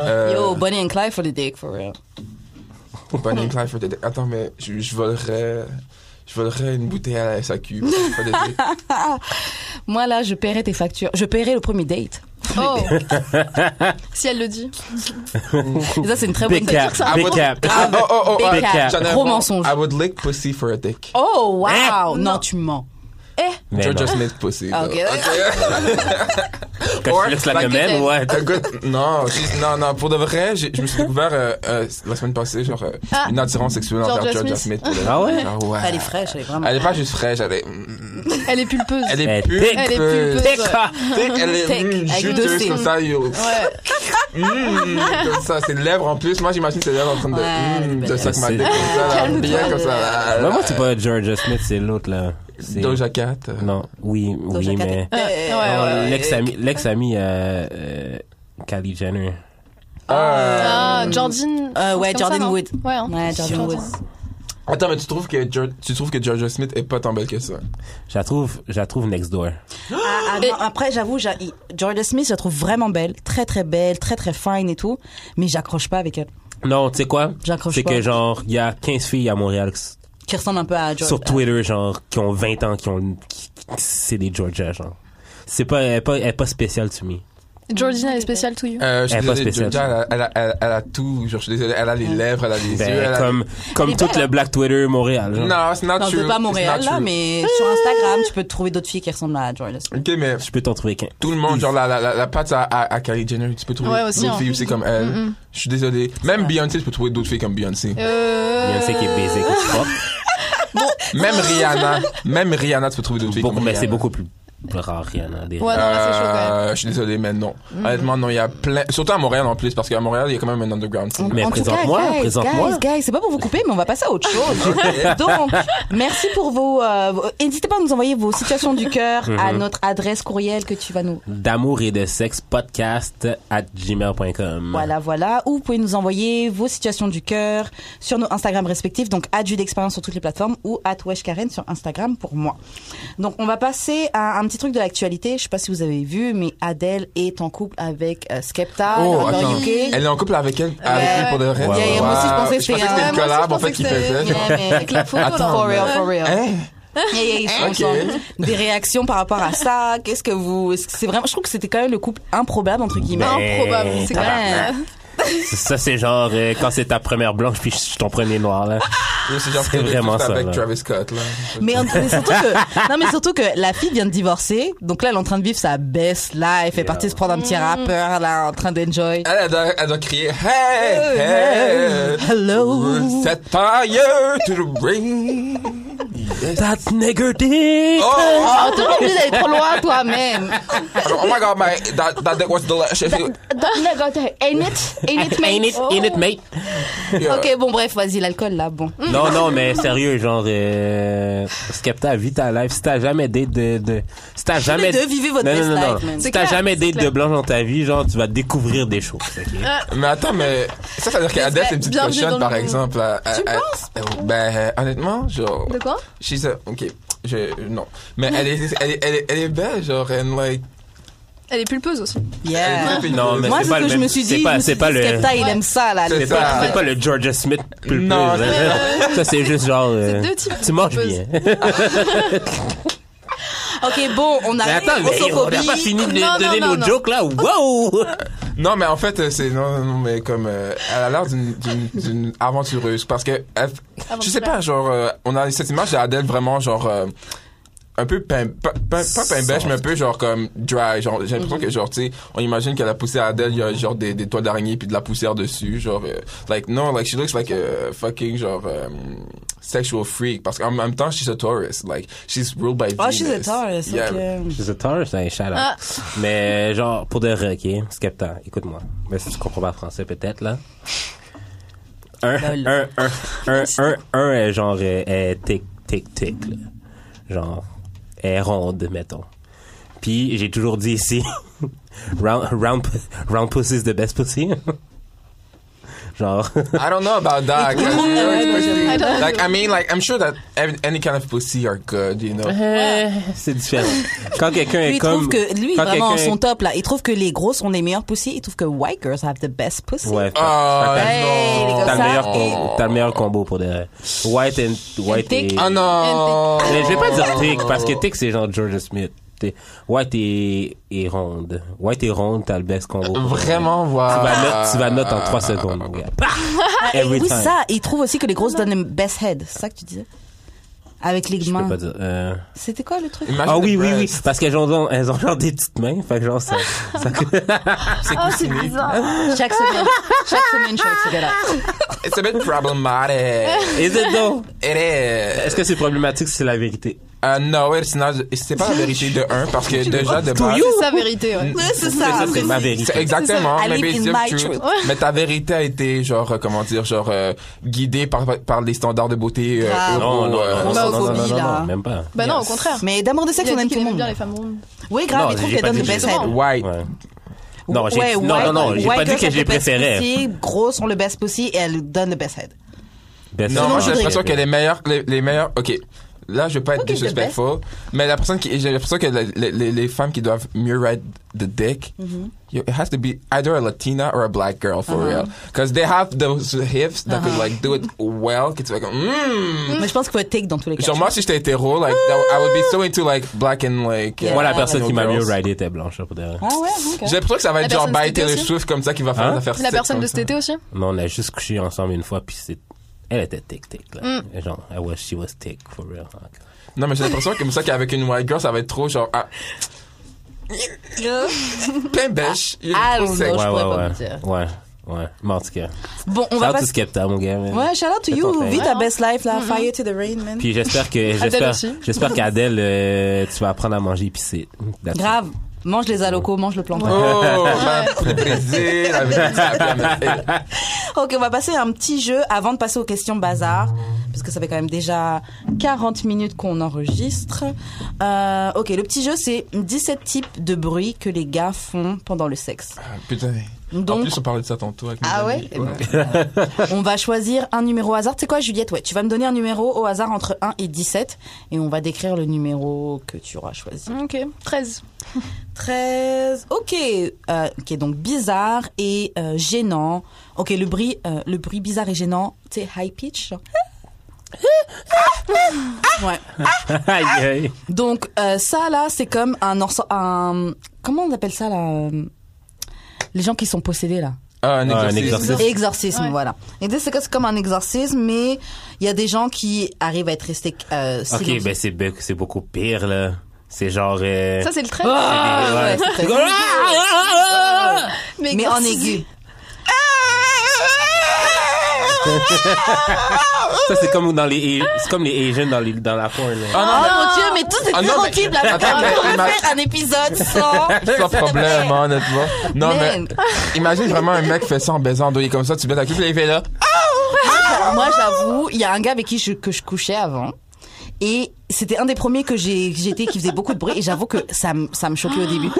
euh,
Yo, Bonnie and Clyde for the dick, for real.
Bonnie and Clyde for the dick. Attends, mais je, je volerais. Je volerais une bouteille à la SAQ. pour faire des trucs.
Moi, là, je paierai tes factures. Je paierai le premier date.
Oh. Si elle le dit.
Et ça, c'est une très bonne
Big cap,
idée.
big cap.
Ah, oh, oh, oh,
Big
ah, Eh,
cap.
j'en ai un
Gros
bon.
mensonge.
I would lick pussy for a dick.
Oh, wow. Non, tu mens.
Mais non.
Georgia Smith pussy.
Ah,
though.
ok.
Quand
Or,
tu laisses la
like-
semaine, ouais.
Un gars-
*laughs*
non, j'ai- non, non, pour de vrai, j'ai- je me suis découvert euh, euh, la semaine passée, genre, euh,
Ah.
une attirance sexuelle
Georgia
envers Georgia
Smith.
Smith. pour de vrai.
Ah ouais?
Genre, ouais.
Elle est fraîche, elle est vraiment.
Elle est pas juste fraîche,
*laughs*
elle est. mm,
Elle est pulpeuse.
Elle est
Elle
pulpeuse.
est
Elle est pulpeuse.
Dick, ah.
Thick, Elle
*laughs*
est
Thick,
mm,
avec deux
juteuse
C.
comme ça, yo.
Ouais.
*laughs* Mm, comme ça, ses lèvres en plus. Moi, j'imagine ses lèvres en train de.
Ouais, elle est
mm, de
belle.
sac ma
C'est-
dick comme ça, là,
Calme-toi.
bien comme ça. là,
Mais
là,
moi, c'est pas Georgia Smith, c'est l'autre, là. C'est-
Doja Cat. euh,
Non, oui,
Doja
oui,
Cat.
mais.
Ouais,
Eh,
ouais, ouais.
Non, L'ex-ami, l'ex-ami, euh, euh, Kylie Jenner.
Ah, Jordan.
Euh, ouais,
c'est comme ça,
Jordan
non
Wood.
Ouais, hein.
Ouais, Jordan Woods.
Attends, mais tu trouves que Geor- tu trouves que Georgia Smith est pas tant belle que ça?
Je la trouve, je la trouve next door.
Ah, ah, non, après, j'avoue, j'a- il- Jordan Smith, je la trouve vraiment belle. Très, très belle, très, très fine et tout. Mais j'accroche pas avec elle.
Non, tu sais quoi?
J'accroche
C'est
pas.
que, genre, il y a 15 filles à Montréal qui s-
Qui ressemble un peu à Jordan.
sur Twitter, genre, qui ont 20 ans, qui ont. qui- qui- C'est des Georgia, genre. C'est pas, elle est pas, elle est pas spéciale to me.
Georgina, elle est spéciale to you.
Euh, je suis
Elle est pas
désolé,
spéciale.
Georgia, elle a, elle, a, elle, elle a tout. Genre, je suis désolé, elle a les lèvres, elle a les yeux. Elle
Ben,
a...
comme,
Elle
comme
est
tout
belle,
le Black Twitter Montréal, genre.
Non, c'est not
Non,
true.
c'est pas
It's
Montréal,
not
là,
true.
mais sur Instagram, tu peux trouver d'autres filles qui ressemblent à Jordan Smith.
Ok, mais
Je peux t'en trouver qu'un.
tout le monde, genre la, la, la, la patte à, à, à Kylie Jenner, tu peux trouver
Ouais, aussi,
d'autres
hein.
filles aussi comme elle.
Mm-mm.
Je suis désolé. Même Beyoncé, tu peux trouver d'autres filles comme Beyoncé.
Euh.
Beyoncé qui est basic as fuck.
*laughs*
Même Rihanna. Même Rihanna, tu peux trouver d'autres filles
Beaucoup-
comme
mais
Rihanna.
c'est beaucoup plus rare, Rihanna. Des...
Ouais, non, là, c'est chaud quand même. Mm.
Euh, je suis désolé, mais non. Honnêtement, non, il y a plein. Surtout à Montréal en plus, parce qu'à Montréal, il y a quand même un underground scene.
Mais
en
présente-moi,
tout cas, guys,
présente-moi.
Guys, guys, c'est pas pour vous couper, mais on va passer à autre
*laughs*
chose. Donc, merci pour vos. euh, vos- N'hésitez pas à nous envoyer vos situations du
*laughs*
cœur
Mhm.
à notre adresse courriel que tu vas nous.
D'amour et de sexe podcast at gmail.com.
Voilà, voilà. Ou vous pouvez nous envoyer vos situations du cœur sur nos Instagram respectifs, donc @judexperience d'expérience sur toutes les plateformes ou @weshkaren sur Instagram pour moi. Donc, on va passer à un petit truc de l'actualité. Je sais pas si vous avez vu, mais Adèle est en couple avec euh, Skepta,
Oh,
le
attends.
membre UK.
Elle est en couple avec elle, avec
ouais.
lui pour de vrai.
Ouais, ouais,
Wow.
moi aussi, je pensais que
Je pensais
c'était-
que c'était
Ouais,
une
moi aussi,
collab,
je
en fait,
pensais
qui
que c'était-
faisait.
Yeah, mais-
Avec la photo, là.
Attends,
For real, for real.
Hein?
Yeah, yeah, ils sont
Ok.
ensemble. Des réactions par rapport à ça. Qu'est-ce que vous. est-ce que C'est vraiment. Je trouve que c'était quand même le couple improbable entre guillemets.
Mais-
Improbable, c'est quand
Ouais.
même.
Ça, c'est genre euh, quand c'est ta première blanche puis je- ton premier noir,
*laughs*
là.
C'est genre
C'est vraiment ça,
Avec
là.
Travis Scott, là.
Mais, mais surtout que non mais surtout que la fille vient de divorcer donc là elle est en train de vivre sa best life elle est partie se prendre un petit rappeur là en train d'enjoy
Elle, elle doit, elle doit crier Hey! Hey!
hello
Set fire to the ring!
That nigger dick!
Oh!
Oh, t'es pas obligé d'aller trop loin, toi-même.
Oh my god, my, that, that dick was delicious.
Don't let go there. Ain't it? Ain't it,
Ain't it,
mate?
ain't it, mate?
Yeah.
ok bon bref vas-y l'alcool là bon
Oh.
Non, non, mais sérieux, genre, euh, Skepta, vis ta life. Si t'as jamais date de, de, si t'as jamais.
deux, vivez votre
non,
best
non, non, non.
life, man.
Si
C'est
t'as
clair,
jamais
c'est
date de
clair.
blanche dans ta vie, genre, tu vas découvrir des choses, ok?
Mais attends, mais ça, ça veut dire qu'Adèle, c'est une petite
Bienvenue dans
cochonne,
le
par
monde.
exemple. tu penses? Ben, euh, honnêtement, genre.
De quoi
She's a, ok, je, non. Mais elle est, elle est, elle est, elle est belle, genre, and like.
Elle est pulpeuse aussi.
yeah
elle est
Non, mais
moi
c'est
c'est
pas
ce
le
que je
même-
me suis
c'est
dit
pas-
je me suis
c'est
dit,
pas le-
Skepta il aime ça là
C'est
C'est pas,
ça.
c'est pas le Georgia Smith pulpeux.
Non,
hein.
mais,
ça, c'est juste genre. euh,
deux *laughs* types de
tu manges
pulpeuses.
bien.
ok bon on a
Mais *laughs* attends, mais on n'a pas fini de
Bah, Non,
donner
non, non,
nos jokes là. *laughs* Wow!
Non, mais en fait, euh, c'est, non, non, mais comme, euh, elle a l'air d'une, d'une, d'une aventureuse. Parce que, elle- je sais pas, genre, euh, on a cette image d'Adèle vraiment, genre, euh, un peu pain, pas, pas, pas pain bêche, mais un peu genre comme dry. Genre, j'ai l'impression que genre, tu sais, on imagine qu'elle a poussé à Adèle, il y a genre des, des toiles d'araignée puis de la poussière dessus. Genre, euh, like, no, like, she looks like a fucking, genre, euh, sexual freak. Parce qu'en même temps, she's a Taurus. Like, she's ruled by
oh
Venus.
je suis Taurus
Yeah.
ok
Je suis Taurus, hein, shout out.
Ah.
Mais genre, pour de vrai, ok, Skepta, écoute-moi. Mais si tu comprends pas le français, peut-être, là. Un,
Lol.
un, un, un, un, un, est genre, est, est tic, tic, tic, là. Genre, est ronde, mettons. Puis, j'ai toujours dit ici, *laughs* round, round, round pussy is the best pussy. *laughs* genre, *laughs*
I don't know about that. guys.
I don't
like, I mean, like, I'm sure that ev- any kind of pussy are good, you know.
c'est différent. Quand quelqu'un
lui
est
il trouve
comme.
que lui
quand
vraiment en
quelqu'un est-
son top là il trouve que les grosses ont les meilleures pussy il trouve que white girls have the best pussy
Ouais,
Ah,
t'as-
Hey,
non.
les
T'as le
Ça
meilleur
et-
combo, t'as le meilleur combo pour des White and White
Tick.
et
Ah non.
Mais je vais pas dire Tick parce que Tick c'est genre George Smith. T'es- White et, et ronde. White et ronde, t'as le best combo. pour vrai.
Vraiment,
Tu
voir.
vas note, tu vas note en
Ah,
3 secondes, mon gars. Bah! Every
oui,
time.
ça, il trouve aussi que les
Ah
grosses donnent le best head. C'est ça que tu disais Avec les
Je peux
mains.
pas dire. euh,
C'était quoi le truc
Imagine
Ah
the
oui, oui, oui.
breasts.
Parce qu'elles ont, elles ont genre des petites mains. Fait que genre ça. ça...
Oh, c'est bizarre.
Chaque semaine. Chaque semaine, je suis avec ce gars-là.
It's a bit problematic.
Is it though?
It is.
Est-ce que c'est problématique si c'est la vérité?
Uh, no, it's not. C'est pas la vérité de un parce que déjà de base.
C'est sa vérité, ouais.
Ouais, c'est
Ça,
ça.
c'est ma vérité.
C'est exactement,
C'est ça. I
maybe
live
it's
in
your
my
truth.
truth.
Mais ta vérité a été genre euh, comment dire genre euh, guidée par par les standards de beauté euh,
Grave.
Non, non,
euro,
non,
euh,
non, non, non, non,
Ah, Homophobie,
non,
là.
non, même pas.
Bah non, au contraire.
Mais d'amour de
Il
sexe,
a
on
dit
aime
qu'il
tout le
aimait bien les
monde.
femmes rondes.
Oui, grave,
Non,
il trouve
j'ai
qu'elle
pas
donne le
dit
best
justement.
head.
white.
Ouais. Non, j'ai
Ouais,
non, non,
white-
non, j'ai
white
pas dit
girls
que
ont
j'ai
the best
préféré.
pussy, Grosses ont le best pussy et elles donnent le best head.
Best
Non,
of
moi
all
j'ai
time.
l'impression que les meilleurs, les, les meilleurs. Ok, là je vais pas être
Ok, the
disrespectful, mais la personne qui, j'ai l'impression que les, les, les femmes qui doivent mieux ride the dick,
Mm-hmm.
you- it has to be either a Latina or a black girl for
Uh-huh.
real, because they have those hips that could like do it well, que tu fais comme. Mm.
Mais je pense qu'il faut être take dans tous les cas.
Genre moi si j'étais hétéro, like that- I would be so into like black and like.
Moi, la
uh,
personne
you
qui
know,
m'a mieux
girls.
ridé était blanche. pour de vrai.
Ah ouais, ok.
J'ai l'impression que ça va être
La
genre
personne
by
de cet été
Taylor
aussi?
Swift comme ça qui va faire
Hein?
des affaires
La
sick
personne
comme
de
ça.
cet été aussi
Mais on a juste couché ensemble une fois, puis c'est. Elle était tic-tic,
Mm.
là. Genre, I was, she was tic, for real.
Oh,
Like,
Non mais j'ai l'impression comme ça qu'avec une white girl ça va être trop genre ah, plein bêche. il est
Ah,
trop
non,
sec.
je
ouais,
pourrais
Ah,
ouais,
pas
ouais.
vous dire.
Ouais. Ouais. Mais en tout cas.
Bon, on va
Shout
pas.
to Skepta, mon gars. man.
Ouais, shout out to
C'est ton
you.
thing.
Vite à
Wow.
Best Life, là. Fire to the rain, man.
Puis j'espère que j'espère
aussi.
j'espère qu'Adèle euh, tu vas apprendre à manger épicé. That's it.
Grave. Mange les alocos, mange le plantain.
Oh, rap du Brésil avec du trap.
Ok, on va passer à un petit jeu avant de passer aux questions bazar, parce que ça fait quand même déjà 40 minutes qu'on enregistre. Euh, ok, le petit jeu, c'est 17 types de bruits que les gars font pendant le sexe.
Ah, *laughs* Putain. en
Donc,
plus, on parlait de ça tantôt avec mes
Ah
amis.
ouais? on va choisir un numéro au hasard. Tu sais quoi, Juliette Ouais, tu vas me donner un numéro au hasard entre 1 et 17, et on va décrire le numéro que tu auras choisi.
Ok, 13.
13. Ok, euh, ok, donc bizarre et euh, gênant. Ok, le bruit, euh, le bruit bizarre et gênant, tu sais, high pitch. genre. Ouais.
Aïe, aïe.
Donc euh, ça là, c'est comme un orso- un comment on appelle ça là euh, Les gens qui sont possédés là.
Ah, un
Ah, un
exercice.
exorcisme.
Exorcisme,
Ouais.
voilà. Et tu sais, c'est comme- c'est comme un exorcisme, mais il y a des gens qui arrivent à être restés euh,
OK,
silencieux.
ben c'est be- c'est beaucoup pire là. C'est genre euh,
Ça, c'est le 13.
Ah
Ah,
ouais.
*laughs*
ouais,
*laughs*
c'est très- *laughs* mais en
exorcisme.
aigu.
ça c'est comme dans les c'est comme les Asians dans les dans la porn. là.
Oh, mon dieu, mais tout est
Ah, non, mais-
horrible là.
Attends, mais-
On pourrait
mais-
faire un
*laughs*
épisode sans.
Sans problème, hein, honnêtement. Non, mais
Man. *laughs*
imagine vraiment un mec fait ça en baisant dos, il est comme ça, tu baisses avec lui, puis il fait là.
Moi, j'avoue, il y a un gars avec qui je, que je couchais avant. Et c'était un des premiers que j'ai- que j'étais qui faisait beaucoup de bruit. Et j'avoue que ça, me- ça me choquait au début.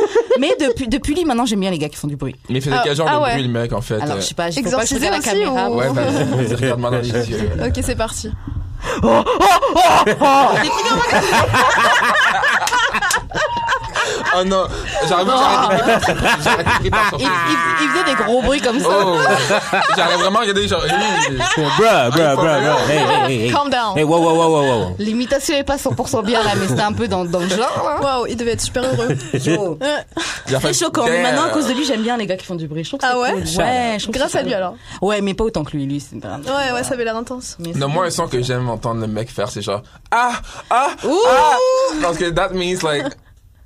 Mais depuis, depuis lui, maintenant, j'aime bien les gars qui font du bruit.
Mais il faisait
Ah,
quel genre
ah
de
ouais.
bruit, le mec, en fait?
Alors,
euh,
je sais pas, je peux pas
Exorciser
choisir la
aussi
caméra.
ou-
Ouais, bah.
*laughs*
vas-y, regarde-moi dans les yeux.
Ok, c'est parti.
Oh non, j'arrive
Il, il- il faisait des gros bruits comme ça.
Oh, j'arrive vraiment à regarder, genre, hey.
Bruh, bruh, bruh, bruh. Hey, hey, hey, hey.
Calm down.
Eh
Hey, wow, wow, wow, wow, wow.
L'imitation est pas 100% bien là, mais c'était un peu dans, dans le genre.
Waouh, il devait être
*laughs*
super heureux.
hein. Yo.
Il a
Très
fait,
choquant.
damn.
Mais maintenant, à cause de lui, j'aime bien les gars qui font du bruit. Je trouve que c'est
Ah ouais
cool. Ouais, je trouve que
Grâce
c'est
à lui
cool.
alors.
Ouais, mais pas autant que lui. Lui, c'est pas-
Ouais, ouais, ça avait l'air intense.
Mais
Non,
c'est-
moi, un son que j'aime entendre le mec faire, c'est genre, ah, ah,
Ouh.
ah. Parce que that means, like,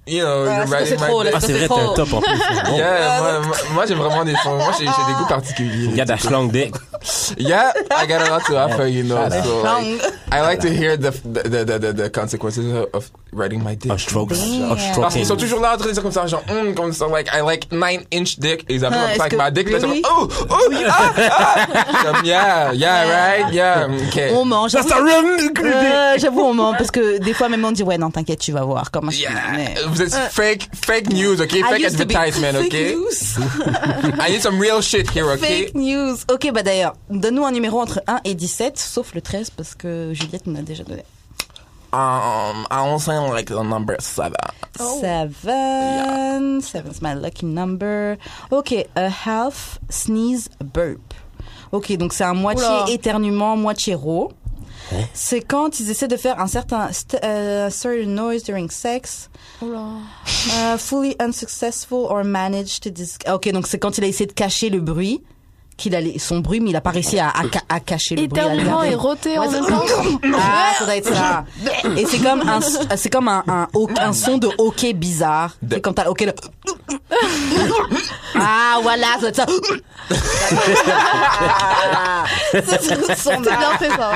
you know,
Ah,
you're
c'est- c'est
riding my
trop, là.
Ah, c'est vrai, t'es un top en plus. hein.
*laughs*
Bon.
Yeah, moi, moi, moi, j'aime vraiment des sons. Moi, j'ai j'ai des goûts particuliers.
Regarde la schlong dick.
Yeah, I got a lot to offer, you know. So, like, I like to hear the, the, the, the, the consequences of writing my dick.
Un stroke.
Damn.
Un
Parce qu'ils sont
stroke.
toujours là en train de dire comme ça, genre, hum, comme ça, like, I like 9 inch dick. Et ils appellent
Ah,
comme ça avec
est-ce
ma
que-
dick. Là,
really?
c'est comme, oh, oh, ah, ah. Comme, yeah, yeah, right, yeah, mm, okay.
On mange.
Ça, ça run.
Euh, J'avoue, on ment parce que des fois, même on dit ouais, non, t'inquiète, tu vas voir comment je suis.
Yeah.
Mais-
Vous êtes fake, fake news, okay? Fake
Uh, I used to be-
advertisement,
Fake
okay?
news.
*laughs* I need some real shit here, okay?
Fake news. Ok, bah d'ailleurs, donne-nous un numéro entre 1 et 17, sauf le 13 parce que Juliette nous l'a déjà donné.
Um, I don't sound like the number
*laughs*
seven.
Oh.
Seven. Seven's my lucky number. Ok, a half sneeze burp. Ok, donc c'est un moitié
Oula.
éternuement, moitié raw. C'est quand ils essaient de faire un certain st- euh, certain noise during sex.
Oh
Euh, fully unsuccessful or managed to dis- Ah, Ok, donc c'est quand il a essayé de cacher le bruit, qu'il allait son bruit, mais il a pas réussi à, à ca- à cacher le bruit. à le
Éternuement
garder.
et roté en
Ouais,
même
*laughs*
temps.
Ah, ça doit être ça. Et c'est comme un, c'est comme un, un, ho- un son de hockey bizarre. C'est comme t'as le hockey là. Ah, voilà, ça doit être ça. Ah, c'est ce
C'est
son-là.
bien fait *laughs* ça.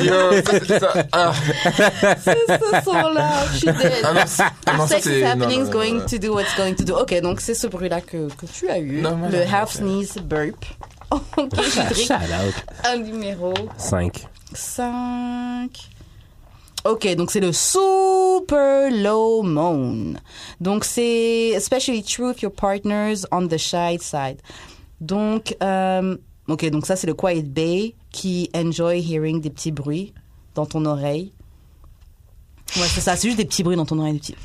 Yo, ça, c'est ça. Ah,
C'est ce son-là. Je suis dead.
ah non, c'est- ah non, ça,
Sex
c'est.
is
non,
happening,
non,
is
non,
going
non.
to do what's going to do. Ok, donc c'est ce bruit-là que, que tu as eu.
Non, moi,
le
j'en ai
half
fait.
sneeze burp. Ok, Cédric,
Shout out.
un numéro
5.
5. Ok, donc c'est le super low moan. Donc c'est especially true if your partner's on the shy side. Donc, euh, ok, donc ça c'est le quiet bay qui enjoy hearing des petits bruits dans ton oreille. Ouais, c'est ça, c'est juste des petits bruits dans ton oreille. Des petits...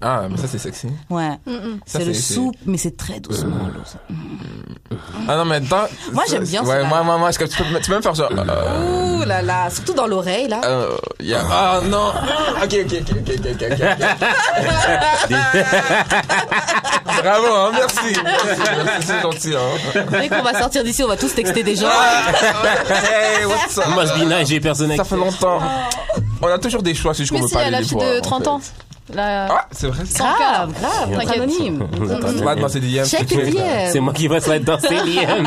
Ah, mais ça, c'est sexy.
Ouais.
Ça,
C'est le
c'est- c'est- Euh.
soupe, mais c'est très doucement. là, ça.
Ah non, mais dans.
Moi,
ça,
j'aime bien
Ouais,
ça.
moi, moi, moi, je- tu peux, tu peux me faire genre. Euh,
Ouh là là, surtout dans l'oreille
*laughs*
là.
euh, yeah. Ah
*laughs*
non. Ok, ok, ok, ok, ok, ok, ok. Bravo, hein, merci. Merci, merci, c'est gentil, hein.
Dès qu'on va sortir d'ici, on va tous texter des gens.
Ah. Hey, what's up?
Must be nice, j'ai personne
Ça
avec- *laughs*
fait longtemps. On a toujours des choix, c'est juste qu'on
Mais
veut
si,
pas
à
aller
la
les
fille
voir,
de
en
30
fait.
ans. La...
Ah, c'est vrai. c'est-
Sans cadre.
Grave, grave,
T'inquiète.
notre anonyme.
Là, dans
*laughs*
ses DM.
Check
c'est-
the
euh,
DM.
C'est moi qui vais se mettre dans ces liens.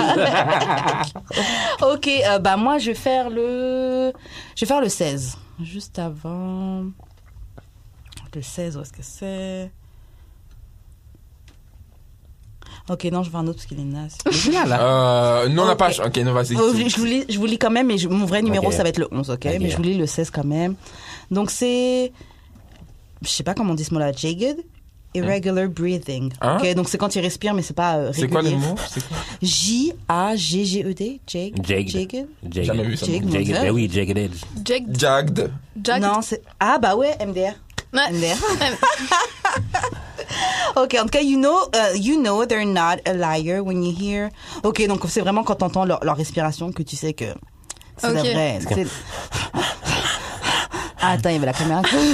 Ok, euh, bah moi je vais faire le, je vais faire le 16, juste avant.
Le 16, où est-ce que c'est
Ok, non, je veux un autre parce qu'il est
*laughs*
naze.
Euh, non, la
Ok.
page. Ok, non, vas-y.
Oh, je, vous lis, je vous lis quand même, mais je- mon vrai numéro,
Ok.
ça va être le 11, ok
Ok.
Mais je vous lis le 16 quand même. Donc c'est. Je sais pas comment on dit ce mot-là. Jagged Irregular breathing.
Hein
Ok, donc c'est quand tu respires, mais c'est pas euh, régulier.
C'est quoi le mot C'est quoi
J-A-G-G-E-D E Jagged.
Jagged. Jagged.
*laughs* Jamais vu ça.
Jake, mon
Jagged.
Dieu.
Ben oui, Jagged Edge.
Jack.
Jagged.
Jack.
Non, c'est. Ah bah ouais, MDR.
Ouais. *laughs*
MDR. ok, en tout cas, you know, euh, you know they're not a liar when you hear. Ok, donc c'est vraiment quand t'entends leur, leur respiration que tu sais que c'est
Ok.
la vraie. c'est- Ah, Attends, il y avait la caméra.
Il n'y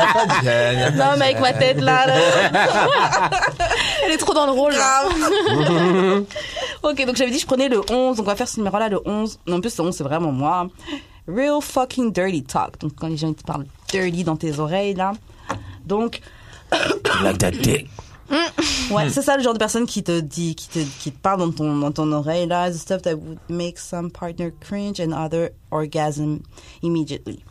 a pas de gêne,
*laughs*
y a pas de
Non, mais avec ma tête là.
*laughs* Elle est trop dans le rôle. là.
*laughs* ok, donc j'avais dit je prenais le 11, donc on va faire ce numéro-là, le 11. Non, en plus, le 11, c'est vraiment moi. Real fucking dirty talk. Donc quand les gens ils te parlent dirty dans tes oreilles, là. Donc,
Like that dick.
Ouais,
Hmm.
c'est ça le genre de personne qui te dit, qui te, qui te parle dans ton, dans ton oreille là, the stuff that would make some partner cringe and other orgasm immediately.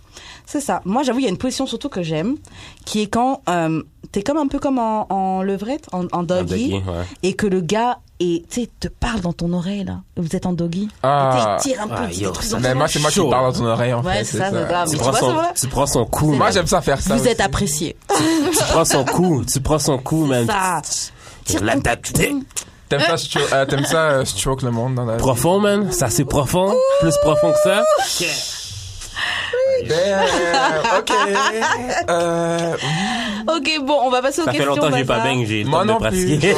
C'est ça. Moi, j'avoue, il y a une position surtout que j'aime, qui est quand euh, t'es comme un peu comme en, en levrette, en, en
Un
doggy,
doggy, ouais.
et que le gars est, tu sais, te parle dans ton oreille là. Vous êtes en doggy.
Ah.
Et tu sais, il tire un peu.
Ah,
il fait
yo,
des trucs
ça
dans
Mais
ton
moi, c'est moi qui
Chaud.
parle dans ton oreille, en
Ouais,
fait.
c'est ça, c'est grave.
Tu
Tu
prends,
vois, ça,
son,
voilà.
tu prends son coup,
Moi,
man.
j'aime ça faire ça.
oreille. Vous êtes
aussi.
apprécié.
Tu prends son coup, tu prends son coup, man.
ça.
Like that dick.
T'aimes ça, stro- euh, t'aimes ça euh, stroke le monde dans la.
Profond, man. Ça, c'est profond. Plus profond que ça.
Damn, ok. *laughs* Euh,
Ok, bon, on va passer aux
Ça fait
questions.
longtemps que j'ai pas
bazar.
bang, j'ai eu le
Moi
temps de
non plus.
pratiquer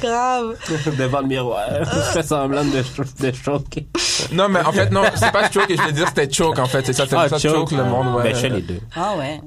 Grave.
*laughs*
devant le *laughs* miroir. Je fais semblant de, ch- de choquer.
non, mais en fait, non, c'est pas stroke et je veux dire, c'était choke en fait. C'est ça, t'aimes ça choke, le monde, ouais.
Ah, Ben, je fais les deux.
Ah ouais.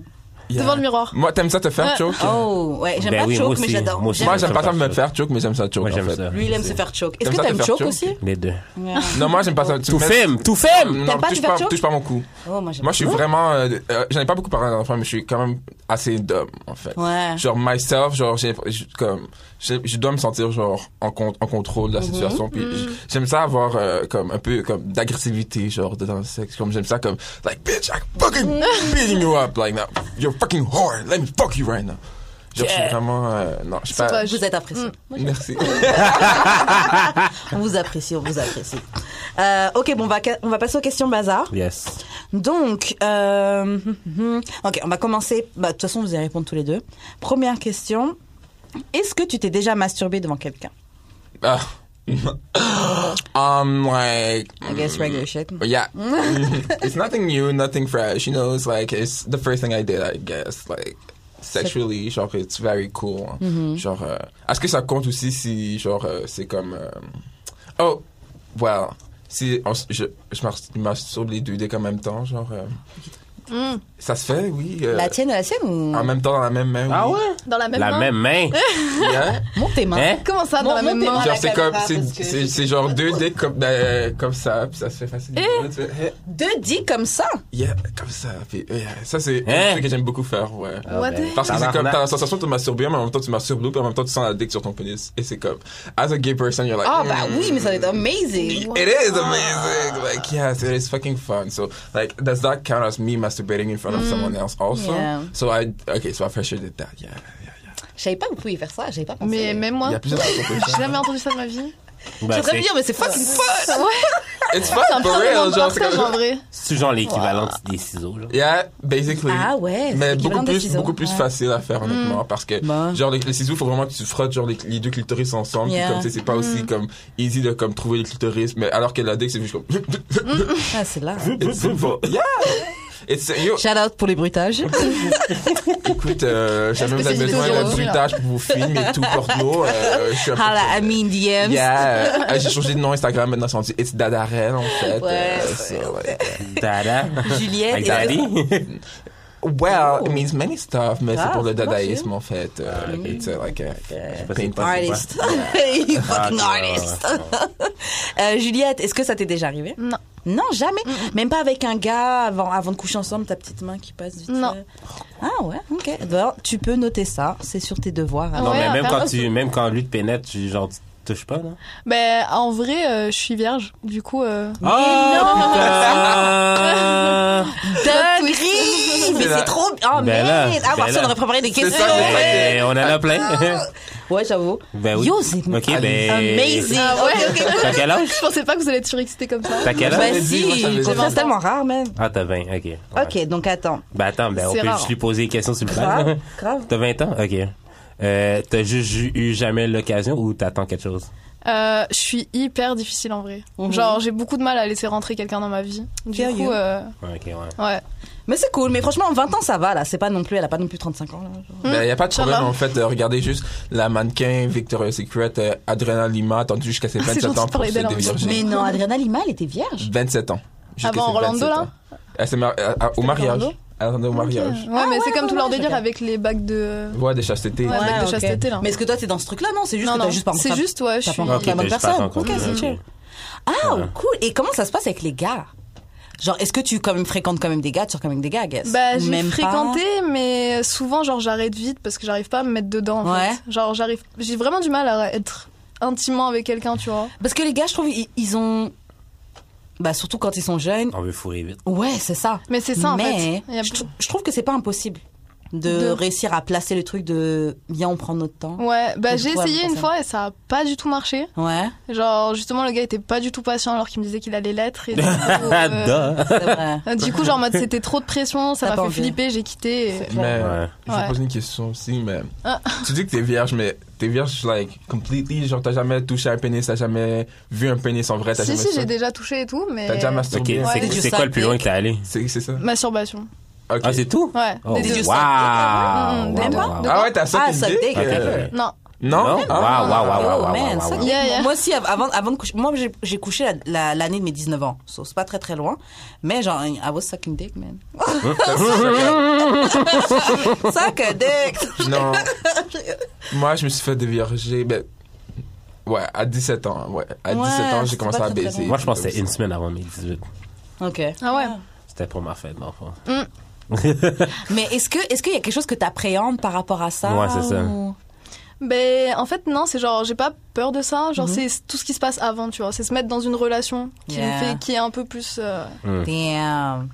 Yeah.
Devant le miroir.
Moi, t'aimes ça te faire
Ouais.
choke
Oh, ouais, j'aime
Ben
pas
oui, moi
choke, mais
aussi,
j'adore.
moi aussi.
J'aime-
Moi, j'aime pas ça
J'aime
me
ça.
faire choke, mais j'aime ça choke.
Moi,
en
j'aime
fait.
ça.
Lui, il aime se faire choke. Est-ce
T'aimes
que
ça te
t'aimes
faire
choke
choke
aussi
Les deux.
Non, moi, j'aime pas ça. Tu
Tout
me-
femme, tout femme!
Non,
T'aimes pas te
touche
faire
pas,
choke
touche pas mon cou.
*laughs* Oh, moi, j'aime
Moi, je suis vraiment. euh, euh, J'en ai pas beaucoup parlé dans l'enfant, mais je suis quand même assez dumb, en fait.
Ouais.
Genre, myself, genre, j'ai, je- comme, j'ai- je dois me sentir, genre, en, con- en contrôle de la situation. Puis j- j'aime ça avoir, euh, comme, un peu, comme, d'agressivité, genre, dans le sexe. Comme, j'aime ça, comme, like, bitch, I'm fucking beating you up. Like, now, you're fucking whore. Let me fuck you right now. Genre, je suis vraiment. euh, non, je suis pas.
pas-
Vous êtes apprécié.
Merci. *laughs*
On vous apprécie, on vous apprécie. Euh, ok, bon, on va, on va passer aux questions bazar.
Yes.
Donc, euh, *laughs* hum, hum. ok, on va commencer. Bah, de toute façon, vous allez répondre tous les deux. Première question. Est-ce que tu t'es déjà masturbé devant quelqu'un
Ah. *laughs* I'm Um, like. mm,
I guess regular shit. *laughs*
Yeah. Mm, it's nothing new, nothing fresh. You know, it's like it's the first thing I did, I guess. Like sexually, genre it's very cool.
Mm-hmm.
Genre euh, est-ce que ça compte aussi si genre euh, c'est comme euh, oh well si on s- je je mars- je masturbe les deux dès en même temps, genre euh, ça se fait, oui. euh,
La tienne, la sienne ou
en même temps dans la même main.
Ah
oui.
Dans la même
La
main.
même main.
Yeah.
Monte tes mains.
Hein?
Comment ça, dans
Mon-
la même
montez-moi la
main
Genre c'est
caméra
comme c'est
parce que-
c'est- c'est genre deux dés comme euh, comme ça, puis ça se fait facilement.
Eh!
tu fais, hey.
Deux dits comme ça
Yeah, comme ça. Puis, euh, yeah, ça, c'est
Hein?
un truc que j'aime beaucoup faire, ouais.
Ah,
What
ben,
the-
Parce que c'est comme,
tabarnak.
t'as la sensation de te masturber, mais en même temps, tu masturbes l'eau, puis en même temps, tu sens la dick sur ton pénis. Et c'est comme, as a gay person, you're like,
Ah, bah
mm,
oui, mais ça va être amazing.
It is amazing. Like, yes, it is fucking fun. So, like, does that count as me masturbating in front of someone else also?
Mm. Yeah.
So I, okay, so I for sure did that, yeah.
Je savais pas que vous pouviez faire ça, j'avais pas pensé.
Mais même
Il y
moi,
a *laughs* plusieurs trucs comme
j'ai
ça.
jamais entendu ça de ma
*laughs*
vie.
Ben,
J'aimerais
c'est
bien, mais c'est fucking fun
It's fun,
C'est un
for
putain de
real,
moment
genre, c'est
partage en
comme,
vrai.
c'est genre l'équivalent des ciseaux.
*laughs*
Là.
Yeah, basically.
Ah ouais, c'est
Mais
l'équivalent
beaucoup
des
plus,
ciseaux,
beaucoup plus
ouais.
facile à faire, honnêtement, parce que,
Bah.
genre, les, les ciseaux, faut vraiment que tu frottes, genre, les, les deux clitoris ensemble, puis
Yeah. Mm.
comme, tu sais, c'est pas aussi, comme, easy de, comme, trouver les clitoris, mais alors que la dick, c'est juste comme,
Ah, c'est là.
it's simple. Yeah! It's, yo,
Shout out pour les bruitages. *laughs*
écoute, euh, j'ai même
que
pas
c'est
besoin d'un
toujours-
bruitage pour vos films et tout, porno, euh, je
*laughs*
suis un peu-
Hala, Amine DMs.
Yeah, euh, j'ai changé de nom Instagram maintenant, c'est rendu It's Dadarel en fait.
Ouais,
Euh, so, like,
Dada.
Juliette.
Like
et-
daddy.
well, it means many stuff, mais c'est
Ah,
pour le
c'est pas
dadaïsme en fait. Euh,
ok.
It's uh, like a-
sais pas si
paint-
c'est pas-
*laughs* Artist. you
Ah,
fucking
ouais,
artist. Euh, Juliette, est-ce que ça t'est déjà arrivé
Non.
Non, jamais. Même pas avec un gars avant, avant de coucher ensemble, ta petite main qui passe vite.
Non.
fait. Ah ouais, ok. Alors, tu peux noter ça, c'est sur tes devoirs.
Ouais.
Non, mais même
à faire-
quand, tu, même quand lui te pénètre, tu, genre, tu te touches pas, non?
Ben, en vrai, euh, je suis vierge. Du coup, euh,
Ah, putain!
Dinguerie *laughs* Mais c'est trop bien. Oh
Ben là,
merde Ah,
ben
Marcel, on
là.
aurait préparé des
C'est
questions.
ça qu'on fait.
Ben, on en a plein.
Ouais, j'avoue.
ben oui.
euh, Yo, c'est
Ok, ben.
amazing.
Ah ouais. *laughs*
Ok, ok, cool.
T'as quel âge?
je pensais pas que vous allez être surexcité comme ça.
T'as quel
Bah
âge?
dit, moi, j'avais
si,
dit.
comme ça, c'est tellement rare même.
Ah, t'as 20, ok. Ouais.
Ok, donc attends.
Ben attends, ben, on
C'est
peut
rare.
juste lui poser des questions sur le plan.
Grave, grave.
*laughs* T'as 20 ans? Ok. Euh, t'as juste ju- eu jamais l'occasion ou t'attends quelque chose?
Euh, je suis hyper difficile en vrai.
Mhm.
Genre, j'ai beaucoup de mal à laisser rentrer quelqu'un dans ma vie. Du
Fair you.
coup, euh,
Ouais, ok, ouais.
ouais.
Mais c'est cool, mais franchement, 20 ans ça va là, c'est pas non plus, elle a pas non plus 35 ans là.
Il n'y Ben, a pas de
Ça
problème
va.
en fait de regarder juste la mannequin Victoria's Secret, euh, Adriana Lima, attendue jusqu'à ses
Ah, C'est
27
gentil
ans
de
pour
parler
se
d'elle en
dévierger.
Mais non, Adriana Lima, elle était vierge.
27 ans. Jusqu'à
Avant
ses
Ah Orlando,
27
là
ans. Ah, Elle s'est mariée à- à- euh, au mariage.
Orlando
Elle attendait au mariage.
Ok. Ouais, mais
Ah ouais,
c'est comme
ouais,
tout leur
ouais,
délire
ok.
avec les bacs de.
Ouais, de chasteté.
Ouais, bacs de
ok.
chasteté là.
Mais est-ce que toi t'es dans ce truc là Non, c'est juste que t'as juste pas rencontré-
c'est juste, ouais, je
t'as
suis.
pas rencontré la
t'as
bonne
juste pas
personne. Ok,
rencontré,
c'est
ok.
chill. Ah,
Ouais.
cool. Et comment ça se passe avec les gars Genre, est-ce que tu quand même fréquentes quand même des gars Tu sors quand même des gars, I guess
Bah,
Ou
j'ai
même pas
fréquenté, mais souvent, genre, j'arrête vite parce que j'arrive pas à me mettre dedans. En
Ouais.
fait. Genre, j'arrive. J'ai vraiment du mal à être intimement avec quelqu'un, tu vois.
Parce que les gars, je trouve, ils, ils ont. Bah, surtout quand ils sont jeunes.
On veut fourrer vite.
Ouais, c'est ça.
Mais c'est ça, en
Mais
fait. Il y a
je,
plus-
trou- je trouve que c'est pas impossible de,
De-
réussir à placer le truc de viens, on prend notre temps.
Ouais, bah
de
j'ai
trouver la
essayé
bonne
une fois et ça a pas du tout marché.
Ouais,
Genre, justement, le gars était pas du tout patient alors qu'il me disait qu'il allait l'être. Et du coup, euh,
Ah, Duh.
c'est vrai.
euh, du coup, genre, en mode c'était trop de pression,
T'as
ça
pas
m'a fait
envie.
flipper, j'ai quitté. et-
Mais
Ouais.
je vais
Ouais.
poser une question aussi, mais
Ah.
tu dis que t'es vierge, mais t'es vierge like completely, genre t'as jamais touché un pénis, t'as jamais vu un pénis en vrai, t'as
Si,
jamais
si,
ça.
j'ai déjà touché et tout, mais.
T'as déjà masturbé.
Ok,
Ouais.
c'est-
Did you
c'est quoi
suck
le plus loin
dick?
que t'es allé?
C'est c'est ça.
Masturbation.
Ok.
Ah, c'est tout?
Ouais.
Oh,
Des-
Did you suck dick?
wow.
Mm,
Wow,
même
wow,
pas.
wow.
De-
Ah ouais, t'as ça.
Ah, ça
dick?
dégage.
euh,
Non.
Non.
Non?
Ah.
Waouh, waouh, waouh, waouh,
Oh, man,
waouh,
ça,
waouh.
dis-
Yeah, yeah.
Moi aussi, av- avant, avant de coucher, moi j'ai- j'ai couché la- la- l'année de mes 19 ans, so c'est pas très très loin, mais genre, I was sucking dick, man.
*laughs*
*laughs*
Suck a dick! *laughs*
Non. Moi, je me suis fait dévierger. Ben, ouais, à 17 ans. Ouais. À
Ouais,
17 ans, j'ai
c'est
commencé
pas
à
très, très
baiser.
bon.
Moi, je pensais une semaine avant mes 18.
Ok.
Ah ouais.
C'était pour ma fête, l'enfant.
Mais est-ce que est-ce qu'il y a quelque chose que t'appréhendes par rapport à ça
Ouais, c'est ça.
ou-
Ben, en fait, non, c'est genre, j'ai pas peur de ça.
Mhm.
Genre, c'est tout ce qui se passe avant, tu vois. C'est se mettre dans une relation qui, me
Yeah.
fait, qui est un peu plus. euh,
Damn.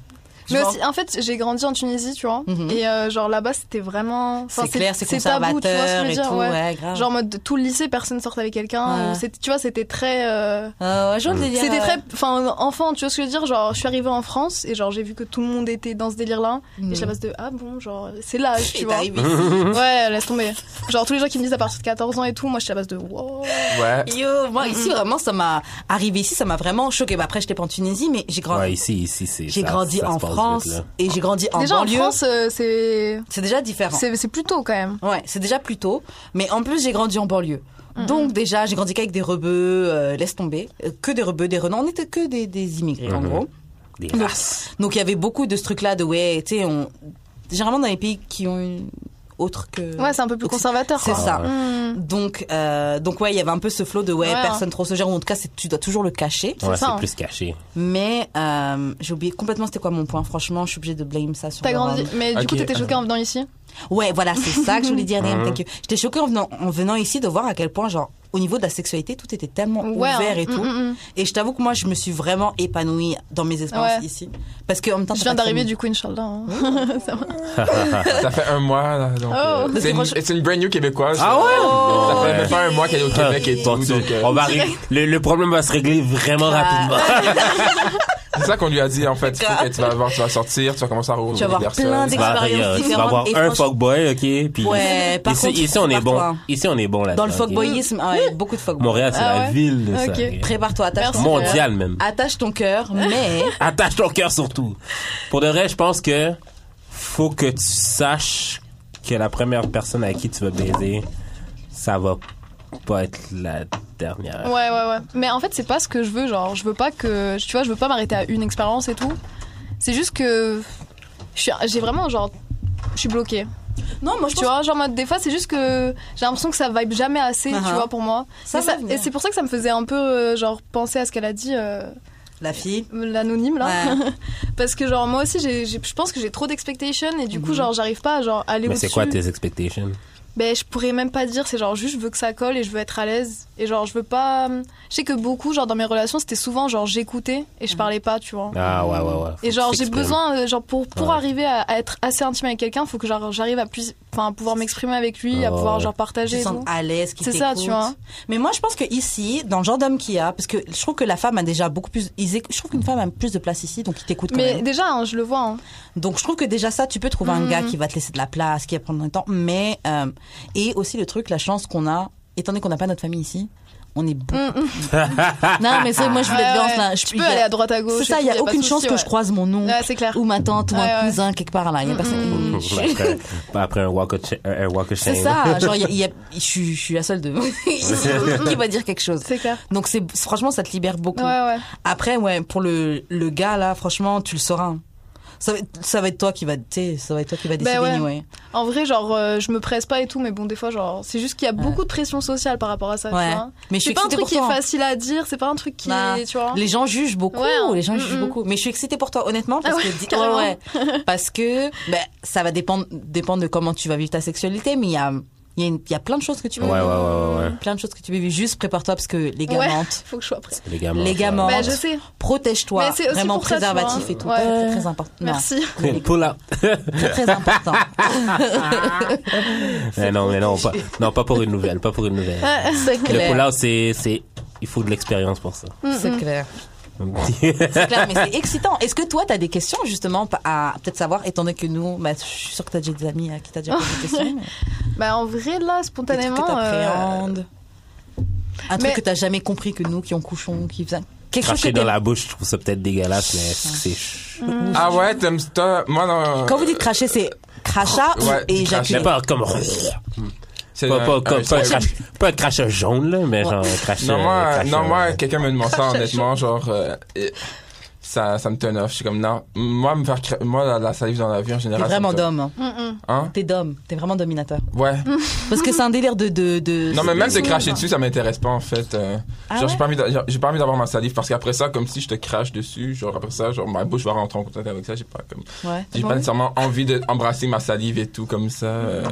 Je
Mais
m'en-
aussi, en fait, j'ai grandi en Tunisie, tu vois.
Mhm.
Et euh, genre là-bas, c'était vraiment. enfin,
c'est clair, c'est
tabou, tu vois ce que je
conservateur
veux
et
dire,
tout,
ouais.
ouais, grave.
Genre en mode de- tout le lycée, personne sortait avec quelqu'un.
Ah. Ouais.
ou c'était- Tu vois, c'était très. euh,
Euh, ouais, je vois le
Mm.
délire, ouais.
C'était très. Enfin, enfant, tu vois ce que je veux dire. Genre, je suis arrivée en France et genre, j'ai vu que tout le monde était dans ce délire-là. Et
Mm.
je la passe de Ah bon, genre, c'est l'âge, tu
Et
vois.
t'arrives
*laughs* Ouais, laisse tomber. Genre, tous les gens qui me disent à partir de 14 ans et tout, moi, je suis à base de Wow.
*laughs*
Ouais.
ici. Yo, moi ici vraiment ça m'a arrivé ici, ça m'a vraiment choqué. Bah, après j'étais pas en Tunisie, mais j'ai grandi.
Ouais, ici, ici, c'est.
J'ai
ça-
grandi
ça se
en
passe
France
vite, là.
et j'ai grandi en
Déjà, en
banlieue.
France, euh, c'est.
c'est déjà différent.
C'est c'est plus tôt quand même.
Ouais, c'est déjà plus tôt. Mais en plus, j'ai grandi en banlieue.
Mm-hmm.
Donc déjà, j'ai grandi qu'avec des rebeux, euh, laisse tomber, Euh, que des rebeux, des renards, on était que des, des immigrés en
Mhm.
gros.
Des
Donc,
races.
Donc il y avait beaucoup de ce truc-là de ouais, tu sais, on... généralement dans les pays qui ont une autre que...
Ouais, c'est un peu plus
Occ-
conservateur.
Euh, C'est
quoi.
ça.
Mhm.
Donc, euh, donc ouais, il y avait un peu ce flot de ouais,
Ouais, hein.
personne trop se gère, ou en tout cas, c'est- tu dois toujours le cacher.
Ouais,
ça,
c'est
hein.
plus caché.
Mais euh, j'ai oublié complètement c'était quoi mon point. Franchement, je suis obligée de blame ça sur
T'as
le
grandi.
rhum.
Mais du coup,
Ok.
t'étais choquée en venant ici
Ouais, voilà, c'est ça que je voulais dire.
Hein.
Liam, thank you. J'étais choquée en venant, en venant ici de voir à quel point, genre, au niveau de la sexualité, tout était tellement
Ouais,
ouvert
hein.
et tout. Ah,
Mm, mm, mm.
Et je t'avoue que moi, je me suis vraiment épanouie dans mes espaces
Ouais.
ici. Parce que en même temps,
Je
t'as
viens
pas Oh.
d'arriver
de
du coup, Inch'Allah. hein. *laughs* Ça va.
Ça fait un mois, là. Donc,
Oh.
euh, c'est une, c'est une brand new québécoise. euh,
Ah ouais?
Ça fait
Ouais.
même pas un mois qu'elle est au Québec et tout.
Ah, Bon, tu-
donc, euh,
*laughs*
on va ré- le, le problème va se régler vraiment
Grave.
*laughs* rapidement.
c'est ça qu'on lui a dit,
*laughs*
en fait. Il faut que tu vas avoir, tu vas sortir, tu vas commencer à
famille.
rencontrer
Tu vas
des
avoir plein
personnes.
Tu vas, ré-
d'expériences
euh, tu vas
différentes.
avoir
Et
un
franchement-
fuckboy, ok. Puis
Ouais, par
ici,
contre,
ici, on est bon.
prépare-toi.
Ici, on est bon
*laughs*
là.
Dans le fuckboyisme, ah ouais, beaucoup de fuckboys.
Montréal, c'est
Ah
la
ouais?
ville de ça.
Ok.
ok.
Prépare-toi, attache,
Merci.
Mondial même.
attache ton
*laughs*
cœur, mais...
Attache ton cœur surtout. Pour de vrai, je pense que faut que tu saches que la première personne à qui tu vas baiser, ça va pas être la dernière.
Ouais, ouais, ouais. Mais en fait, c'est pas ce que je veux. Genre, je veux pas que. Tu vois, je veux pas m'arrêter à une expérience et tout. C'est juste que. je suis- J'ai vraiment, genre. Je suis bloquée.
Non, moi, je
Tu vois, genre, en mode, des fois, c'est juste que j'ai l'impression que ça vibe jamais assez,
Uh-huh.
tu vois, pour moi.
Ça
Mais
va
ça-
venir.
et c'est pour ça que ça me faisait un peu, euh, genre, penser à ce qu'elle a dit. euh,
La fille
l'anonyme là *laughs* parce que genre moi aussi j'ai- j'ai- je pense que j'ai trop d'expectations et du
Mm-hmm.
coup genre j'arrive pas à genre aller
Mais
au-dessus
c'est quoi tes expectations?
ben je pourrais même pas dire c'est genre juste je veux que ça colle et je veux être à l'aise et genre je veux pas hum, je sais que beaucoup genre dans mes relations c'était souvent genre j'écoutais et
Mhm.
je parlais pas tu vois
Ah, ouais, ouais, ouais. Faut
et
que
genre
tu
j'ai
t'exprimes.
besoin euh, genre pour pour
Ouais.
arriver à, à être assez intime avec quelqu'un faut que genre j'arrive à plus enfin à pouvoir m'exprimer avec lui à
Ouais,
pouvoir
Ah, ouais.
genre
Tu
partager
te
et
sens
tout.
à l'aise, qui
c'est ça tu
t'écoute.
vois
Mais moi, je pense que ici, dans le genre d'homme qu'il y a, parce que je trouve que la femme a déjà beaucoup plus. ils éc- Je trouve qu'une femme a plus de place ici, donc il t'écoute quand
mais
même.
déjà hein, je le vois hein.
Donc je trouve que déjà ça, tu peux trouver un
Mhm.
gars qui va te laisser de la place, qui va prendre du temps. Mais euh, et aussi le truc, la chance qu'on a, étant donné qu'on n'a pas notre famille ici, on est. beaucoup- Ah,
Mm, mm.
Non, mais c'est vrai, moi je voulais
Ah Ouais,
être
ouais.
violente, là. Je-
tu peux aller à droite à gauche
C'est ça,
et
il y
tout,
a
pas de
aucune chance
souci,
que
ouais.
je croise mon oncle
Ouais, c'est clair
ou ma tante ou
Ouais, Mm,
un
ouais.
cousin quelque part là. Il y a personne. Je-
Après, après un walk of, cha- un walk of
*laughs*
shame.
C'est ça, genre il y a- il y a- je suis- je suis la seule de *laughs* qui va dire quelque chose.
c'est clair
Donc c'est franchement ça te libère beaucoup.
ouais ouais
Après, ouais, pour le, le gars, là, franchement, tu le sauras. Ça va, être- ça va être toi qui va, tu sais, ça va être toi qui va décider,
Bah ouais.
anyway.
En vrai, genre, euh, je me presse pas et tout, mais bon, des fois, genre, c'est juste qu'il y a beaucoup de pression sociale par rapport à ça,
Ouais.
tu vois.
Mais je suis
C'est pas un
excitée
truc
pour
qui est
toi.
facile à dire, c'est pas un truc qui
Bah,
est, tu vois.
Les gens jugent beaucoup,
Ouais, hein.
les gens jugent
Mm, mm.
beaucoup. Mais je suis excitée pour toi, honnêtement, parce
Ah ouais, *laughs*
que dis-
carrément.
ouais, ouais. parce que ben, ça va dépendre, dépendre de comment tu vas vivre ta sexualité, mais il y a, il y, a une- il y a plein de choses que tu peux
Ouais, ouais, ouais,
vivre.
ouais. ouais.
Plein de choses que tu peux vivre. Juste prépare-toi parce que les gars
Ouais.
mentent.
Faut que je sois prête.
Les gamins.
Les gamins.
Bah,
Mentent.
je sais.
Protège-toi.
Mais c'est aussi
Vraiment
pour ça, tu vois,
préservatif
hein.
et tout.
Ouais.
Très, très, très important. Non,
Merci.
Pull up. *laughs*
très, très important.
Mais Eh non, mais non, pas, non, pas pour une nouvelle, pas pour une nouvelle.
Ah,
c'est
Le
clair.
pull-out, c'est, c'est, il faut de l'expérience pour ça.
Mm,
C'est clair.
*laughs* ouais,
C'est clair, mais c'est excitant. Est-ce que toi, tu as des questions justement pa- à peut-être savoir, étant donné que nous, bah, je suis sûre que tu as déjà des amis à qui t'as déjà posé des
*laughs*
questions. mais
Bah, en vrai, là,
Des trucs que
spontanément. euh,
t'appréhendes. Un truc
mais-
que t'as jamais compris que nous qui on couchons, qui faisons. Quelque chose que
Cracher dans
t'aimes.
la bouche, je trouve ça peut-être dégueulasse, mais est-ce que c'est ch-
Ah ouais, t'aimes ça? Moi, non.
Quand vous dites cracher, c'est crachat ou-
Ouais,
et
crachat.
Mais
éjaculer.
pas comme, pas,
c'est
pas,
un-
pas,
un-
comme- pas un
c'est-
crash- pas un cracheur jaune, là, mais genre, un cracheur.
euh,
Non,
un
moi,
cracheur-
non, moi quelqu'un me demande ça, honnêtement, genre, euh, et ça, ça me turn off. Je suis comme, non, moi, me faire cra- moi la, la salive dans la vie en
T'es
général. ça me
vraiment
turn-
d'homme. hein.
mm, mm.
Hein?
T'es d'homme. T'es vraiment dominateur. *laughs*
Ouais.
Parce que c'est un délire de. de, de
Non, mais même de cracher
ça.
dessus, ça m'intéresse pas, en fait. euh,
hein. Ah
genre, j'ai
ouais
pas envie d'a- genre, j'ai pas envie d'avoir ma salive parce qu'après ça, comme si je te crache dessus, genre, après ça, genre, ma bouche va rentrer en contact avec ça, j'ai pas comme.
Ouais.
J'ai pas nécessairement envie d'embrasser ma salive et tout comme ça. euh,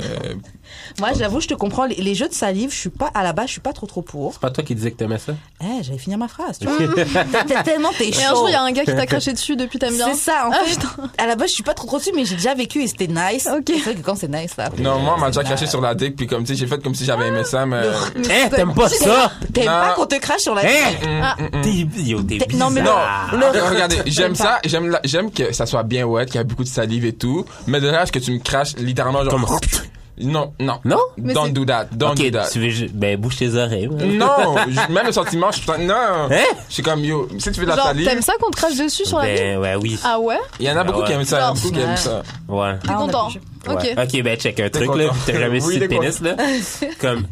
Moi, j'avoue, je te comprends. Les, les jeux de salive, je suis pas. À la base, je suis pas trop trop pour.
C'est pas toi qui disais que t'aimais ça?
Eh, j'allais finir ma phrase. Tu vois.
Mm.
*laughs* T'es- t'es- tellement t'es chaud.
Et un jour, il y a un gars qui t'a craché dessus depuis, t'aimes bien.
C'est ça, en
*laughs* Ah,
fait. À la base, je suis pas trop trop dessus, mais j'ai déjà vécu et c'était nice.
Ok.
C'est vrai que quand c'est nice, là.
Non, moi, on m'a déjà craché sur la dick, puis comme, tu sais, j'ai fait comme si j'avais aimé
Ah!
ça, mais. euh,
Eh, t'aimes
*laughs*
pas ça?
T'aimes
Non.
pas qu'on te crache sur la
Eh!
Ah.
T'es, yo, t'es
T'es- non, mais
Non,
bizarre.
Re- regardez, j'aime ça, j'aime la- j'aime que ça soit bien wet, qu'il y a beaucoup de salive et tout, mais de là à ce que tu me craches littéralement genre
Comme-
non, non,
Non?
Mais
don't
c'est-
do that, don't
Ok,
do that.
tu veux juste, ben, bouge tes oreilles. man.
Non, je- même le sentiment, je suis non,
Hein?
je suis comme yo, si tu veux de la
Genre,
salive,
t'aimes ça qu'on te crache dessus sur la vie
Ben, ouais, oui.
Ah ouais
il y en a
Ah
beaucoup qui
ouais.
aiment ça, il y en a
Genre,
beaucoup qui aiment ça.
Ouais.
T'es
on a
content
plus-
Ok.
Ouais. Ok, ben check un truc
content.
là. T'as jamais
Oui,
sucé
t'es
de pénis là.
*laughs*
Comme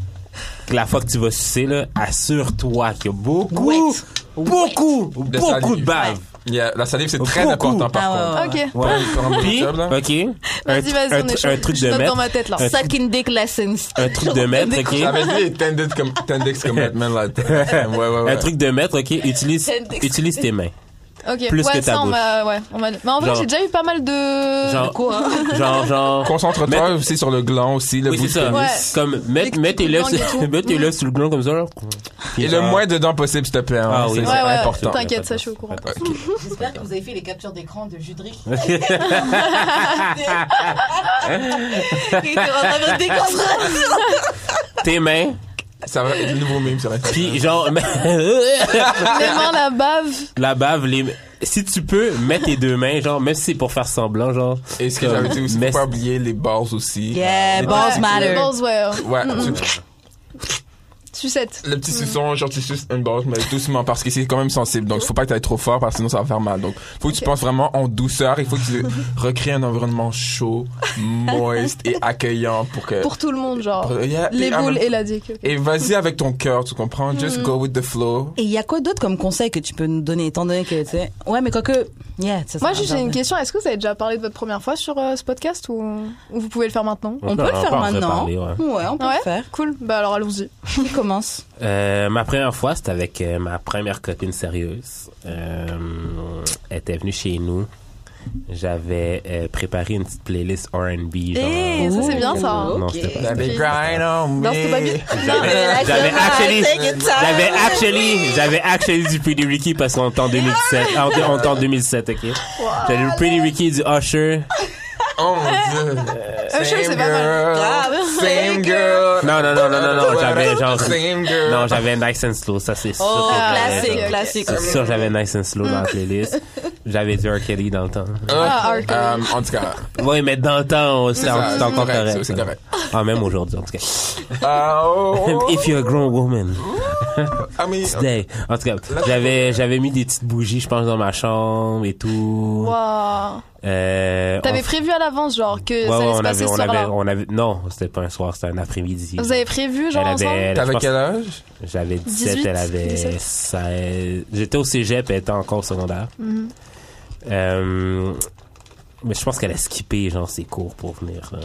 que la fois que tu vas sucer là, assure-toi qu'il y a beaucoup,
Ouais.
beaucoup,
De
beaucoup de
salive.
bave.
Il y a- la salive c'est très
Beaucoup.
important par
Ah ouais,
contre.
ouais,
Ok.
ouais.
Ouais.
Quand on
Puis,
job, là.
ok. Un,
Vas-y, vas-y,
un-
on est chaud.
un truc
Je
de
note dans
mettre,
ma tête là.
Un-
Sucking dick lessons.
un truc
*laughs*
de mettre, ok.
J'avais dit intended com intended commitment
*laughs*
là. Ouais ouais ouais.
Un truc de mettre, ok.
*laughs*
Utilise, utilise tes mains.
Ok.
plus
Ouais,
que ta
ça, on
bouche.
m'a. Ouais, on m'a. Mais en vrai,
Genre-
j'ai déjà eu pas mal de.
Genre, genre, genre.
Concentre-toi aussi sur le gland aussi, le
Oui,
bout
c'est
de
ça.
pénis.
Ouais.
Comme, mets,
Les
mets tes
petits
lèvres,
langues et
sur-
tout.
mets tes lèvres sous le gland comme ça, là. Puis
Et le
genre-
moins dedans possible, s'il te plaît. hein.
Ah
c'est
oui, ouais,
c'est
ouais.
important.
T'inquiète, ça, je suis au courant.
Ok.
J'espère que vous avez fait les captures d'écran de Judric. *laughs*
Tes mains,
Ça va, le nouveau meme sur Instagram. *laughs*
puis genre,
Les mains, la bave.
la bave, les... si tu peux, mets tes deux mains, genre, même si c'est pour faire semblant, genre.
Et ce que j'avais dit aussi,
Mais-
faut pas oublier les bars aussi.
Yeah,
Les-
balls
Ouais,
matter.
les Balls, ouais.
Ouais, tu-
Sucette.
le petit suçon, genre tu suces une barre, mais doucement parce que c'est quand même sensible. Donc faut pas que t'ailles trop fort parce que sinon ça va faire mal. Donc faut que tu penses vraiment en douceur. Il faut que
*laughs*
tu recrées un environnement chaud, moist et accueillant pour que.
Pour tout le monde, genre.
pour- yeah,
Les
et
Ah,
en
boules Mm.
même-
et la dick. ok.
Et vas-y avec ton cœur, tu comprends? Just go with the flow.
Et il y a quoi d'autre comme conseil que tu peux nous donner, étant donné que, tu sais. Ouais, mais quoi que. Yeah, ça, ça
Moi,
va
juste,
bien.
j'ai une question. Est-ce que vous avez déjà parlé de votre première fois sur euh, ce podcast ou, ou vous pouvez le faire maintenant
On peut le faire
peut en
maintenant.
reparler, ouais.
Ouais, on peut
Ouais.
le faire.
*laughs*
Cool. Bah alors, allons-y.
Qui commence
Euh, ma première fois, c'était avec euh, ma première copine sérieuse. Euh, elle était venue chez nous. J'avais euh, préparé une petite playlist R&B. genre-
Eh, ça, c'est bien, ça.
Non, c'était pas ça.
Baby, grind on me.
Non, c'était pas bien.
J'avais actually, j'avais actually, j'avais actually du Pretty Ricky parce qu'on est en 2007. Ah, on est en 2007, ok. J'avais du Pretty Ricky, du Usher.
Oh mon dieu.
*laughs* je sais, c'est
Same
pas mal.
girl. Same girl.
Non, non, non, non, non,
Euh,
non, j'avais genre-
Same
Euh.
girl.
Non, j'avais Nice and Slow, ça c'est sûr.
Oh,
que j'avais,
classique,
genre.
classique.
C'est sûr, j'avais Nice and Slow dans la
*laughs*
playlist. J'avais du R. Kelly dans le temps.
Ah, R. Kelly.
Euh, en tout cas,
Oui, mais dans le temps, c'est
ça, c'est
encore
correct,
correct.
ça, c'est
ça.
correct.
Ah, même aujourd'hui, en tout cas.
Ah, oh, oh,
If you're a grown woman.
I mean,
Today. En tout cas, j'avais, j'avais mis des petites bougies, je pense, dans ma chambre et tout.
Wow.
Euh,
T'avais
on-
prévu à l'avance, genre, que
Ouais,
ça allait
ouais,
se
on
passer
avait,
ce
on avait,
soir-là.
on avait, non, c'était pas un soir, c'était un après-midi.
Vous avez prévu, genre,
Elle avait-
ensemble
elle- je
t'avais
pense-
quel âge?
J'avais 17,
18,
elle avait
17.
16. J'étais au cégep, elle était encore au secondaire.
Mm-hmm.
Euh, mais je pense qu'elle a skippé, genre, ses cours pour venir, là.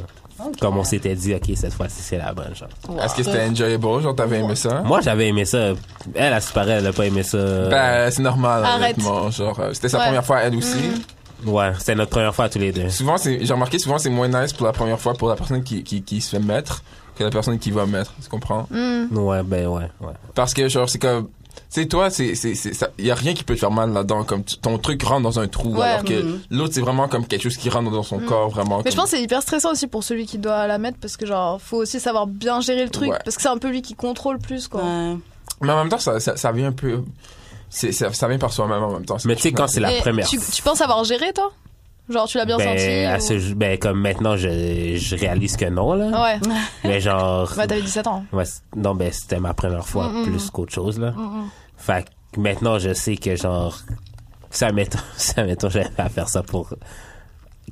Comme on s'était dit, OK, cette fois-ci, c'est la bonne, genre.
Est-ce que c'était enjoyable? Genre, t'avais aimé ça?
Moi, j'avais aimé ça. Elle, à ce paraît, elle a pas aimé ça.
Ben, c'est normal,
Arrête.
honnêtement. Genre, euh, c'était sa
Ouais. Mm.
première fois, elle aussi.
Ouais, c'était notre première fois tous les deux.
Souvent, c'est, j'ai remarqué, souvent, c'est moins nice pour la première fois pour la personne qui, qui, qui se fait mettre que la personne qui va mettre. Tu comprends?
Mm.
Ouais, ben ouais, ouais.
Parce que, genre, c'est comme, tu sais, toi, c'est, c'est, c'est, ça- y a rien qui peut te faire mal là-dedans. Comme, tu- ton truc rentre dans un trou,
Ouais. mm.
alors que l'autre, c'est vraiment comme quelque chose qui rentre dans son corps, vraiment.
Mais je
comme-
pense que c'est hyper stressant aussi pour celui qui doit la mettre parce que genre faut aussi savoir bien gérer le truc
Ouais.
parce que c'est un peu lui qui contrôle plus quoi.
Ouais.
Mais en même temps, ça, ça, ça vient un peu, c'est, ça, ça vient par soi-même en même temps.
Mais tu sais, quand c'est la
Et
première
Tu, tu penses avoir géré toi Genre tu l'as bien
ben,
senti
à
ou- Ah.
ce ju- ben, comme maintenant, je, je réalise que non, là. *laughs*
Ouais.
Mais genre.
Bah t'avais 17 ans.
ouais, c- non, ben, c'était ma première fois plus qu'autre chose, là. Fait que maintenant, je sais que, genre, ça mettons, *laughs* ça mettons, j'avais à faire ça pour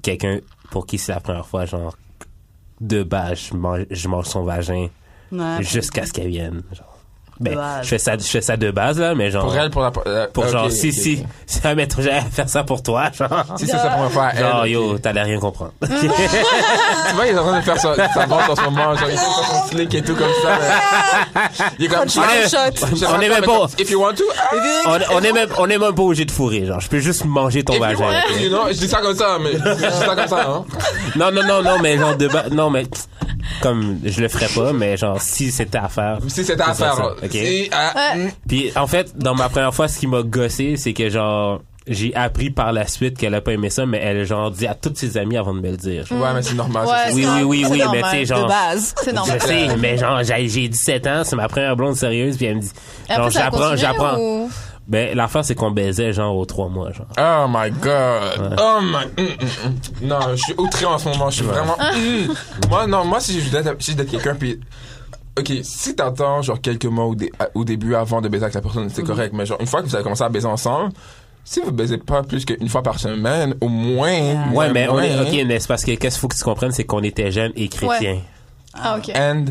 quelqu'un pour qui c'est la première fois, genre, de base, je mange, je mange son vagin
Ouais.
jusqu'à ce qu'elle vienne. Genre.
Ah, ben,
Ben,
De base.
je fais ça, je fais ça de base, là, mais genre.
Pour elle, pour la, la-
Pour
ok,
genre,
ok,
si,
ok.
si, si, admettons, j'allais faire ça pour toi, *laughs* genre.
Si c'est sa première fois, à elle.
Genre,
ok.
yo, t'allais rien comprendre. *laughs*
Tu vois, il est en train de faire sa, sa vente en ce moment. Genre, il fait son slick et tout comme ça. Il est comme, ah,
On est- on est même pas,
If you want to, ah,
on, on est même, on est même pas obligé de fourrer, genre. Je peux juste manger ton
if you
vagin.
want to, you know, je dis ça comme ça, mais je dis ça comme ça, hein.
Non, non, non, non, mais genre de bas, non, mais pff, comme je le ferais pas, mais genre si c'était à faire.
Si c'était à
ce serait
faire,
ça,
là.
ok.
Si, ah,
Ouais.
hmm.
Puis en fait, dans ma première fois, ce qui m'a gossé, c'est que genre j'ai appris par la suite qu'elle a pas aimé ça, mais elle genre dit à toutes ses amies avant de me le dire. genre.
Ouais, mais c'est normal.
Ouais,
c'est-
Oui, oui, oui,
c'est
oui, mais
normal,
tu sais
De
genre.
base.
C'est normal.
*laughs* Je sais, mais genre j'ai j'ai 17 ans, c'est ma première blonde sérieuse, puis elle me dit,
Et après,
genre
ça a
j'apprends,
continué
j'apprends.
ou-
Ben l'affaire c'est qu'on baisait genre aux trois mois, genre.
Oh my god. Oh my. hmm, hmm, hmm. Non, je suis outré en ce moment. Je suis vraiment.
Ah.
hmm. Moi, non, moi, si je d'être si je date quelqu'un, puis. Ok, si t'attends genre quelques mois au, dé- au début avant de baiser avec la personne,
Mhm.
c'est correct, mais genre une fois que vous avez commencé à baiser ensemble, si vous baisez pas plus qu'une fois par semaine, au moins.
Ouais, hein.
moins,
mais on est,
moins,
ok, mais c'est parce que qu'est-ce qu'il faut que tu comprennes, c'est qu'on était jeunes et chrétiens.
Ah ok.
And.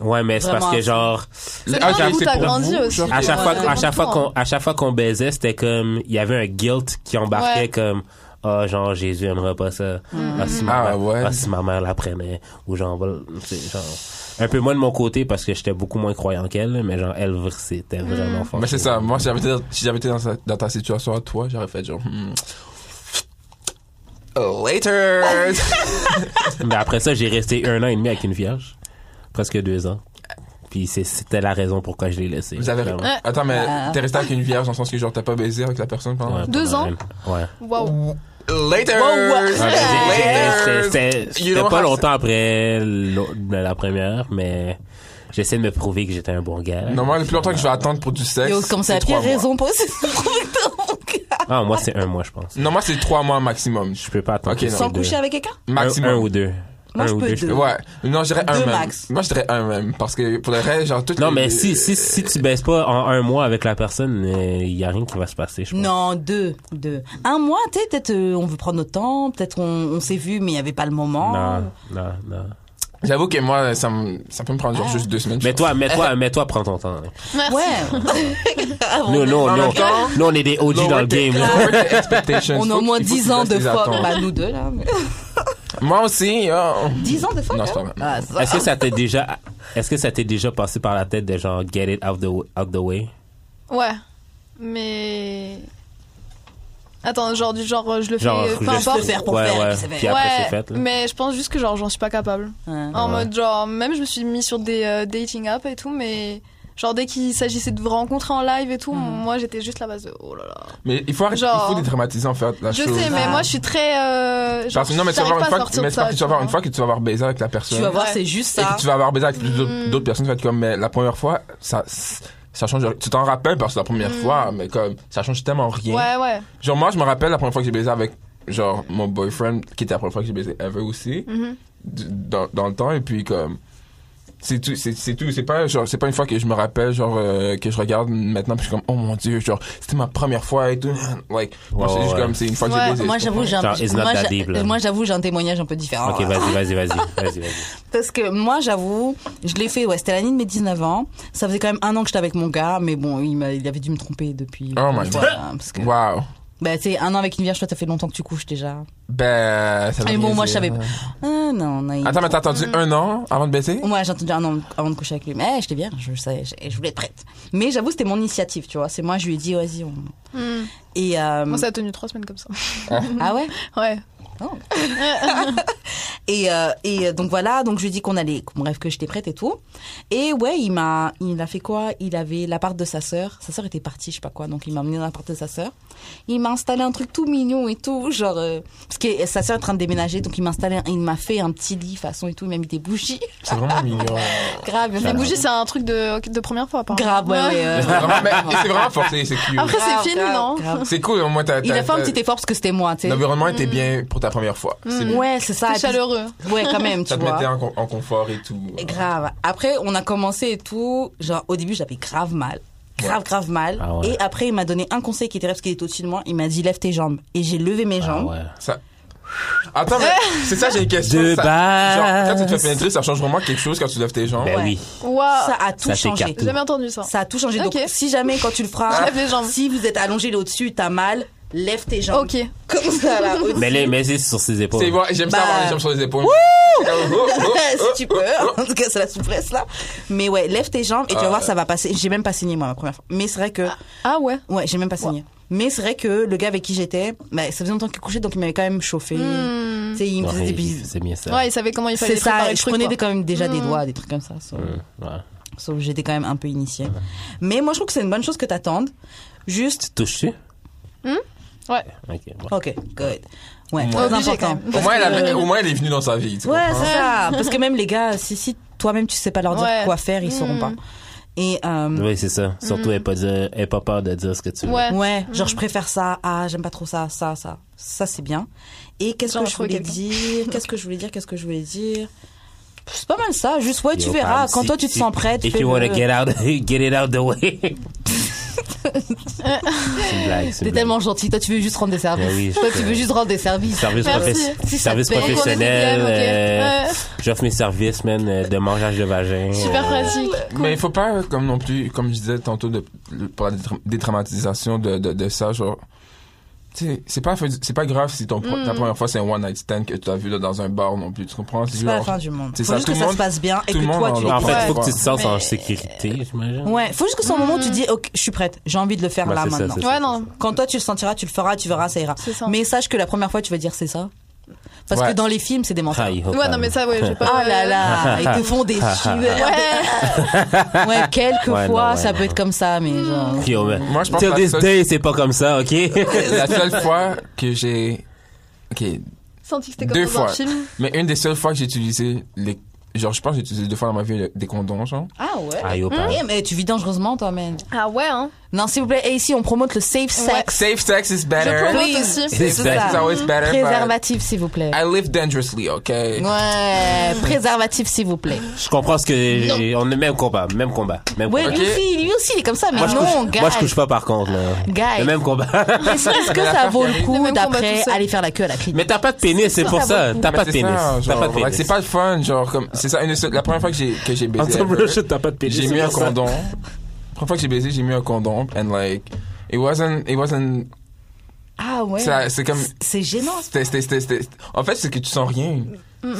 Ouais, mais c'est
Vraiment
parce
à
que
fond.
genre,
C'est
Ah,
le temps
ok,
où
c'est
t'as
pour
grandi
vous,
aussi.
genre,
à chaque fois,
Ouais.
à chaque fois
Ouais.
qu'on, à chaque fois qu'on baisait, c'était comme, il y avait un guilt qui embarquait
Ouais.
comme, ah, genre, Jésus aimera pas ça. Ah, si ma
Ah,
mère,
ouais.
ah, si ma mère l'apprenait. Ou genre, voilà, c'est genre, un peu moins de mon côté parce que j'étais beaucoup moins croyant qu'elle, là, mais genre, elle, c'était vraiment fort.
Mais c'est ça, moi, si j'avais été, si j'avais été dans, sa- dans ta situation à toi, j'aurais fait genre. hmm.
*laughs*
Later!
Mais après ça, j'ai resté un an et demi avec une vierge. Presque deux ans. Puis c'est- c'était la raison pourquoi je l'ai laissée.
Vous avez.
Vraiment.
Attends, mais
Euh,
t'es resté avec une vierge dans le sens que genre t'as pas baisé avec la personne pendant.
Ouais,
Deux
pendant
ans?
une- Ouais.
Waouh.
Later!
Ouais, mais
Later!
c'était- c'était-
You
C'était
don't
pas
have-
longtemps après l'autre- la première, mais j'essaie de me prouver que j'étais un bon gars.
Non, moi, le plus longtemps que je vais attendre pour du sexe.
Et on commence à
c'est trois
pire
mois.
raison possible. Donc,
Ah, moi, c'est un mois, je pense.
Non, moi, c'est trois mois maximum.
Je peux pas attendre.
Ok,
plus
non.
que
sans
deux.
coucher avec quelqu'un
Un-
Maximum.
Un, ou deux.
Moi,
un
je
ou
peux
deux, je
deux.
Ouais. Non, je dirais un
Deux
même.
max.
Moi, je dirais un même. Parce que pour le reste, genre, toutes
Non,
les-
mais si, si, si tu baisses pas en un mois avec la personne, il y a rien qui va se passer, je pense.
Non, deux, deux. Un mois, tu sais, peut-être euh, on veut prendre notre temps, peut-être on, on s'est vu, mais il n'y avait pas le moment.
Non, non, non.
J'avoue que moi, ça, me- ça peut me
Ah.
prendre genre juste deux semaines. je
Mais toi, mais toi, mais toi, prends ton temps. hein.
Merci.
Ouais, *laughs*
Nous, nous,
en
nous,
même temps,
nous, on est des OG
pense.
dans le game. là.
Lower the expectations.
on a
Faut
au moins
qu'il- faut
dix
qu'il
ans
laisse
de
les
fois.
attentes.
Bah, nous deux, là. mais-
Moi aussi. oh.
Dix ans de fois
Non,
quand
c'est pas
même.
vrai.
Ah, ça.
Est-ce que ça t'est déjà Est-ce que ça t'est déjà passé par la tête de genre get it out the, out the way?
Ouais. Mais. Attends, genre, du genre, euh, je le fais,
Genre,
euh, peu
je
importe.
sais-
faire pour
ouais,
faire,
ouais.
puis c'est fait.
Puis après,
ouais,
c'est fait. là.
mais je pense juste que genre j'en suis pas capable. En
Ah,
Ouais.
mode genre même je me suis mis sur des euh, dating apps et tout, mais genre dès qu'il s'agissait de vous rencontrer en live et tout,
Hmm.
moi j'étais juste la base de oh là là.
Mais il faut, arrêter,
Genre-
il faut dédramatiser en fait la
je
chose.
sais, mais
Ah.
moi je suis très. Euh, genre,
Parce que non, mais tu vas
j'arrive
voir une
pas à
fois, que-
sortir
mais
de
c'est parce
ça,
que tu vas voir
vois.
une fois que tu vas avoir baisé avec la personne.
Tu vas voir,
Ouais.
c'est juste
et
ça.
que tu vas avoir baisé avec plus d'autres
Mm.
d'autres personnes. Fait comme, mais la première fois, ça, ça change. Tu t'en rappelles parce que la première
Mm.
fois, mais comme, ça change tellement rien.
Ouais, ouais.
Genre, moi, je me rappelle la première fois que j'ai baisé avec, genre, mon boyfriend, qui était la première fois que j'ai baisé ever aussi,
Mhm.
du- dans, dans le temps, et puis comme. C'est tout, c'est c'est tout. C'est pas, genre, c'est pas une fois que je me rappelle, genre, euh, que je regarde maintenant, puis je suis comme, oh mon dieu, genre, c'était ma première fois et tout. *laughs* Like, moi,
Ouais,
c'est juste
ouais.
comme, c'est une fois que
Ouais,
j'ai baisé.
Moi,
tu
j'avoue, j'ai un,
Genre, it's not
moi,
that
j'a-
deep, là.
moi, j'avoue, j'ai un témoignage un peu différent.
Ok, vas-y,
*laughs*
vas-y, vas-y. vas-y, vas-y.
Parce que moi, j'avoue, je l'ai fait, ouais, c'était l'année de mes 19 ans. Ça faisait quand même un an que j'étais avec mon gars, mais bon, il, m'a- il avait dû me tromper depuis.
Oh my
Voilà,
God.
parce que,
Wow.
Bah, tu sais, un an avec une vierge, toi, ça fait longtemps que tu couches déjà.
Ben, ça veut
Et
rien
bon, moi,
dire.
je savais Mm. pas. Ah non, on a eu-
Attends, mais t'as attendu un an avant de baisser?
Moi, j'ai entendu un an avant de coucher avec lui. Mais eh, j'étais bien, je sais, je, je voulais être prête. Mais j'avoue, c'était mon initiative, tu vois. C'est moi, je lui ai dit, vas-y, on.
Mm.
Et. euh,
Moi ça a tenu trois semaines comme ça. *laughs*
Ah ouais?
Ouais.
Oh. Et, euh, et euh, donc voilà, donc je lui ai dit qu'on allait, qu'on- bref, que j'étais prête et tout. Et ouais, il m'a, il a fait quoi Il avait l'appart de sa sœur. Sa sœur était partie, je sais pas quoi, donc il m'a amené dans l'appart de sa sœur. Il m'a installé un truc tout mignon et tout, genre euh, parce que sa sœur est en train de déménager, donc il m'a installé, un- il m'a fait un petit lit façon et tout, il m'a mis des bougies.
C'est
*laughs*
vraiment mignon.
Grave, il m'a
La
fait-
bougie c'est un truc de, de première fois, apparemment.
grave, ouais,
*laughs*
ouais, ouais.
C'est vraiment- mais c'est vraiment forcé, c'est cute.
Après
Grave,
c'est fini,
grave,
non
grave.
C'est cool, au moins t'as.
Il a
t'as-
fait un
t'as-
petit effort parce que c'était moi, tu sais. Mm,
L'environnement était bien pour ta première fois. C'est bien.
Ouais, c'est ça.
C'est chaleureux.
Ouais, quand même, tu
Ça te
vois.
mettait en, con- en confort et tout.
Grave. Après, on a commencé et tout. Genre, au début, j'avais grave mal. Grave, grave mal.
Ah ouais.
Et après, il m'a donné un conseil qui était là parce qu'il était au-dessus de moi. Il m'a dit, lève tes jambes. Et j'ai levé mes
Ah
jambes.
ouais.
Ça...
*laughs*
Attends, mais c'est ça, j'ai une question.
De
ça...
base.
Genre, quand tu te fais pénétrer, ça change vraiment quelque chose quand tu lèves tes jambes.
Ben
Ouais.
oui.
Waouh.
Ça a tout
Ça
changé.
t'écarte.
J'ai jamais entendu ça.
Ça a tout changé.
Ok.
Donc, si jamais, quand tu le
Je
feras,
lève les jambes.
si vous êtes allongé là au-dessus, t'as mal, lève tes jambes.
Ok.
Comme ça,
*laughs*
là. au-dessus.
Mais les mais c'est sur ses épaules.
C'est vrai, j'aime
Bah.
ça avoir les jambes sur les épaules. C'est comme, oh, oh,
*laughs* si
oh.
tu peux, hein. en tout cas c'est la souplesse là. Mais ouais, lève tes jambes et tu vas
Ah.
voir ça va passer. J'ai même pas saigné moi ma première fois. Mais c'est vrai que
Ah ouais.
Ouais, j'ai même pas saigné. Mais c'est vrai que le gars avec qui j'étais, bah, ça faisait longtemps qu'il couchait, donc il m'avait quand même chauffé. Tu sais, il me
Ouais,
faisait des
il-
bises.
C'est bien ça.
Mmh. Ouais, il savait comment Hmm. il fallait
C'est ça,
préparer le
je
truc.
prenais
quoi. Hmm.
des- quand même déjà des doigts, des trucs comme ça. Sauf,
Mm, ouais.
sauf que j'étais quand même un peu initiée. Mais moi, je trouve que c'est une bonne chose que t'attendes. Juste,
Touches-tu?
Hum?
Ouais.
Ok. ouais.
ok, good. Ouais, très
Obligé,
quand
important.
même.
Au
Parce
moins, elle
que-
avait- au moins, elle est venue dans sa vie. tu
Ouais,
comprends?
c'est ça. Parce que même les gars, si, si toi-même tu sais pas leur dire
Ouais. Hmm.
quoi faire, ils sauront pas. Et, euh,
Oui, c'est ça. Surtout, elle pas dire- elle pas peur de dire ce que tu veux.
Ouais.
Ouais, genre je préfère ça, ah j'aime pas trop ça, ça, ça, ça c'est bien. Et qu'est-ce
Genre,
que je
trouver
voulais
quelqu'un.
dire Qu'est-ce que je voulais dire Qu'est-ce que je voulais dire C'est pas mal ça, juste ouais tu
Yo,
verras,
Pam,
quand
si-
toi tu te
si-
sens prête,
If
fais-le.
you wanna get out, *laughs* get it out
*laughs*
the way. c'est une blague. c'est
T'es
une
tellement
blague.
gentil, toi tu veux juste rendre des services.
Ben oui, je
toi tu
sais.
veux juste rendre des services.
Service,
Merci.
professe-
Si ça
service
te paye.
professionnel.
Donc, on est des DM,
euh,
ok.
J'offre mes services, man, euh, de mangeage de vagin.
Super
euh,
pratique.
Mais il faut pas, euh, comme non plus, comme je disais tantôt, de, pour la détra- détraumatisation de, de, de ça, genre. tu sais, C'est pas, fais- c'est pas grave si ton, pro- ta
Mm.
première fois c'est un one night stand que tu as vu là, dans un bar non plus, tu comprends?
C'est pas la fin du monde.
C'est
Faut
ça,
juste
tout
que
le
ça se
monde-
passe bien et
tout
que
le
toi
monde
tu
en
En
Ouais.
fait, il faut que tu te sens en
Mais-
sécurité, j'imagine.
Ouais, faut juste que son moment tu dis OK, je suis prête, j'ai envie de le faire
Bah,
là
c'est ça,
maintenant.
c'est ça.
Ouais, non.
Quand toi tu le sentiras, tu le feras, tu verras, ça ira.
C'est ça.
Mais sache que la première fois tu vas dire c'est ça. Parce
Ouais.
que dans les films, c'est des mensonges.
Ah, il faut
Ouais,
pas-
non, mais ça, ouais,
*laughs*
je vais pas.
Oh
Ah là là, ils te font des sueurs. Ouais, quelquefois,
Ouais, non, ouais,
ça
non.
peut être comme ça, mais genre.
Puis, oh, ben,
Moi, je pense
Till
que la
this
seule-
day, c'est pas comme ça,
*laughs*
ok?
La seule fois que j'ai. Ok,
Senti que c'était comme
Deux
dans
fois.
un film.
Mais une des seules fois que j'ai utilisé les. Genre, je pense que j'ai utilisé deux fois dans ma vie le- des condoms, genre.
Ah ouais.
Ah, yo, pas.
Eh, mais tu vis dangereusement, toi, man.
Ah ouais, hein.
Non, s'il vous plaît, et ici, on promote le safe sex.
Safe sex is
Je
better.
promote
Please.
aussi.
C'est
Safe sex is
ça.
always better. But
Préservatif, s'il vous plaît.
I live dangerously, okay?
Ouais, préservatif, s'il vous plaît.
Je comprends ce que. On est même combat, même combat. Même
Ouais,
combat.
lui aussi, lui aussi, il est comme ça, mais
Moi, je
non,
couche,
gars.
moi, je couche pas, par contre. là.
Guys.
Le même
*laughs*
combat. *laughs*
Est-ce est-ce que
Mais
ça
l'affaire
vaut
qui
le
arrive-
Le
coup
même combat
d'après
tout seul.
aller faire la queue à la clinique
Mais t'as pas de pénis, c'est pour ça. T'as
Mais
pas de
c'est
pénis.
ça,
T'as
genre,
pas de
like,
pénis.
C'est pas le fun, genre, comme. C'est ça, une des seules- la première fois que j'ai que j'ai
En
baisé.
termes
ever,
de shit, t'as pas de pénis.
j'ai mis
c'est
un
pour ça.
condom. La première fois que j'ai baisé, j'ai mis un condom, and like. It wasn't. It wasn't.
Ah ouais.
ça- C'est comme.
C'est gênant.
c'était- c'était- c'était- c'était- En fait, c'est que tu sens rien.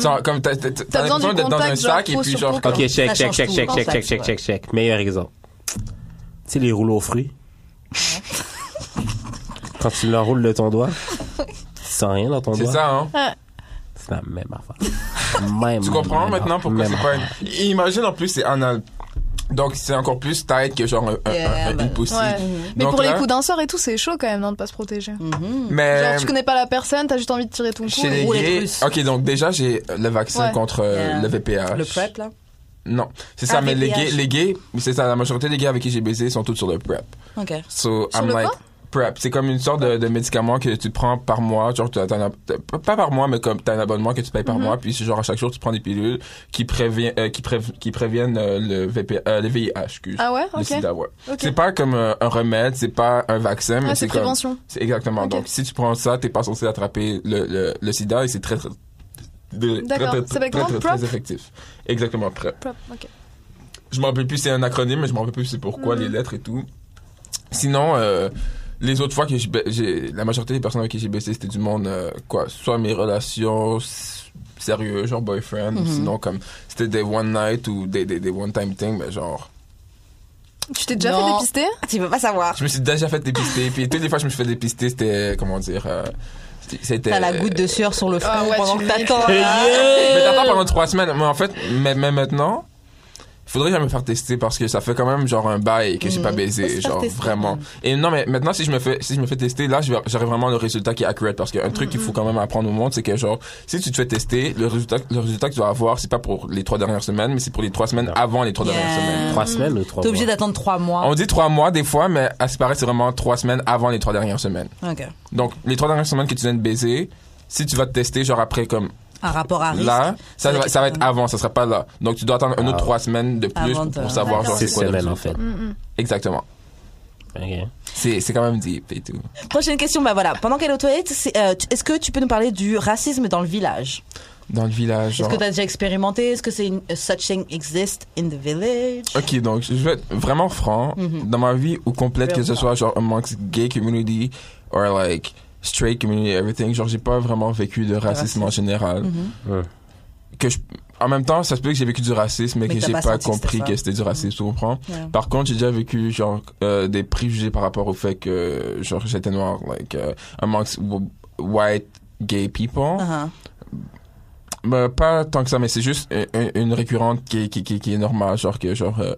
Sans- Comme t'as t'as- t'as
T'as besoin
l'impression
du
d'être dans un
contact, genre,
sac et
peau
puis
sur
genre.
peau,
comme-
Ok, check,
Ça
check, check,
change
check,
tout.
check, check,
Contact,
check, check,
ouais.
check, Meilleur exemple. Tu sais, les rouleaux aux fruits. Quand tu l'enroules de ton
*laughs*
doigt, tu sens rien dans ton
C'est
doigt.
ça, hein.
C'est la même affaire. Même,
Tu comprends
même
maintenant
affaire,
pourquoi
même
c'est pas
affaire.
une... Imagine en plus, c'est anal. Donc c'est encore plus tight que genre un, un-
Yeah,
un- une
bah.
pussy.
ben, Ouais. Mais
Donc
pour
là-
les coups d'un sort et tout, c'est chaud quand même, non, de pas se protéger.
Mais
Mhm.
Genre, tu connais pas la personne, t'as juste envie de tirer ton cou.
Euh, chez les
et-
roulette
gays...
russe.
Ok, donc déjà j'ai le vaccin
Ouais.
contre euh,
Yeah.
le VPH.
Le prep, là
Non, c'est ça,
Ah,
mais les gays,
VPH.
les gays, c'est ça, la majorité des gays avec qui j'ai baisé sont tous sur le PrEP.
Ok.
So
Sur
I'm
le
like
quoi?
prep. C'est comme une sorte de, de médicament que tu prends par mois. Genre, tu as un ab- t'as- pas par mois, mais comme t'as un abonnement que tu payes
Mm-hmm.
par mois. Puis c'est genre à chaque jour, tu prends des pilules qui, prévient, euh, qui, prév- qui préviennent euh, le, VP, euh, le VIH. excuse.
Ah ouais,
Le
ok.
sida, ouais.
Ok.
C'est pas comme euh, un remède, c'est pas un vaccin, mais
Ah,
c'est
c'est
comme.
prévention.
C'est exactement.
Ok.
Donc si tu prends ça, t'es pas censé attraper le, le, le sida et c'est très très. de-
D'accord.
très,
C'est
très, très,
exactement
très,
PrEP?
très effectif. Exactement, PrEP.
Plop, ok.
Je m'en rappelle plus c'est un acronyme, mais je m'en rappelle plus c'est
Mm-hmm.
pourquoi, les lettres et tout. Sinon, euh, les autres fois que j'ai ba- j'ai. La majorité des personnes avec qui j'ai baissé, c'était du monde, euh, quoi, soit mes relations s- sérieuses, genre boyfriend,
Mm-hmm.
ou sinon, comme, c'était des one night ou des, des, des one time thing, mais genre.
Tu t'es déjà fait
Non.
dépister
Tu peux pas savoir.
Je me suis déjà fait dépister, puis toutes les fois que je me suis fait dépister, c'était, comment dire, euh, c'était- c'était.
T'as la goutte de sueur sur le front
Ah ouais,
pendant
tu
que
l'es.
t'attends. là.
*laughs* Mais
Euh.
t'attends pendant trois semaines. Mais en fait, mais, mais maintenant, faudrait jamais me faire tester parce que ça fait quand même genre un bail que j'ai pas
Mm. Faut se
baisé,
faire
genre
tester.
vraiment. Et non, mais maintenant si je me fais si je me fais tester, là, je vais- j'aurai vraiment le résultat qui est accurate parce qu'un truc qu'il
Mm-hmm.
faut quand même apprendre au monde, c'est que genre si tu te fais tester, le résultat le résultat que tu vas avoir, c'est pas pour les trois dernières semaines, mais c'est pour les trois semaines
Non.
avant les trois
Yeah.
dernières semaines.
Trois semaines ou trois
T'es obligé
mois?
d'attendre trois mois.
On dit trois mois des fois, mais à ce qui paraît, c'est vraiment trois semaines avant les trois dernières semaines.
Ok.
Donc les trois dernières semaines que tu viens de baiser, si tu vas te tester genre après comme
Un rapport à risque.
là, ça,
Avec
va, ça va être
quelqu'un.
avant, ça sera pas là. Donc tu dois attendre un autre
Ah.
trois semaines de plus
Avant
pour,
de-
pour savoir genre
Six
c'est quoi le
semaines, en
résultat.
fait.
Exactement.
Ok.
C'est c'est quand même deep et tout.
Prochaine question, bah voilà. Pendant qu'elle est aux toilettes, c'est, euh, tu- est-ce que tu peux nous parler du racisme dans le village
Dans le village.
Est-ce
genre-
que t'as déjà expérimenté Est-ce que c'est une a such thing exist in the village
Ok, donc je vais être vraiment franc.
Mhm.
Dans ma vie ou complète, que ce soit genre amongst gay community or like straight community, everything, genre j'ai pas vraiment vécu de racisme en général.
Mhm.
Ouais.
Que je- en même temps, ça se peut que j'ai vécu du racisme mais,
Mais
que
t'as
j'ai
pas
pas,
senti que
compris
c'était ça. Mhm.
que c'était du racisme, tu comprends?
Ouais.
Par contre, j'ai déjà vécu genre euh, des préjugés par rapport au fait que genre j'étais noir, like euh, amongst w- white gay people.
Uh-huh.
Bah, pas tant que ça, mais c'est juste euh, une, récurrente qui est, qui, qui, qui est normale, genre que genre. euh,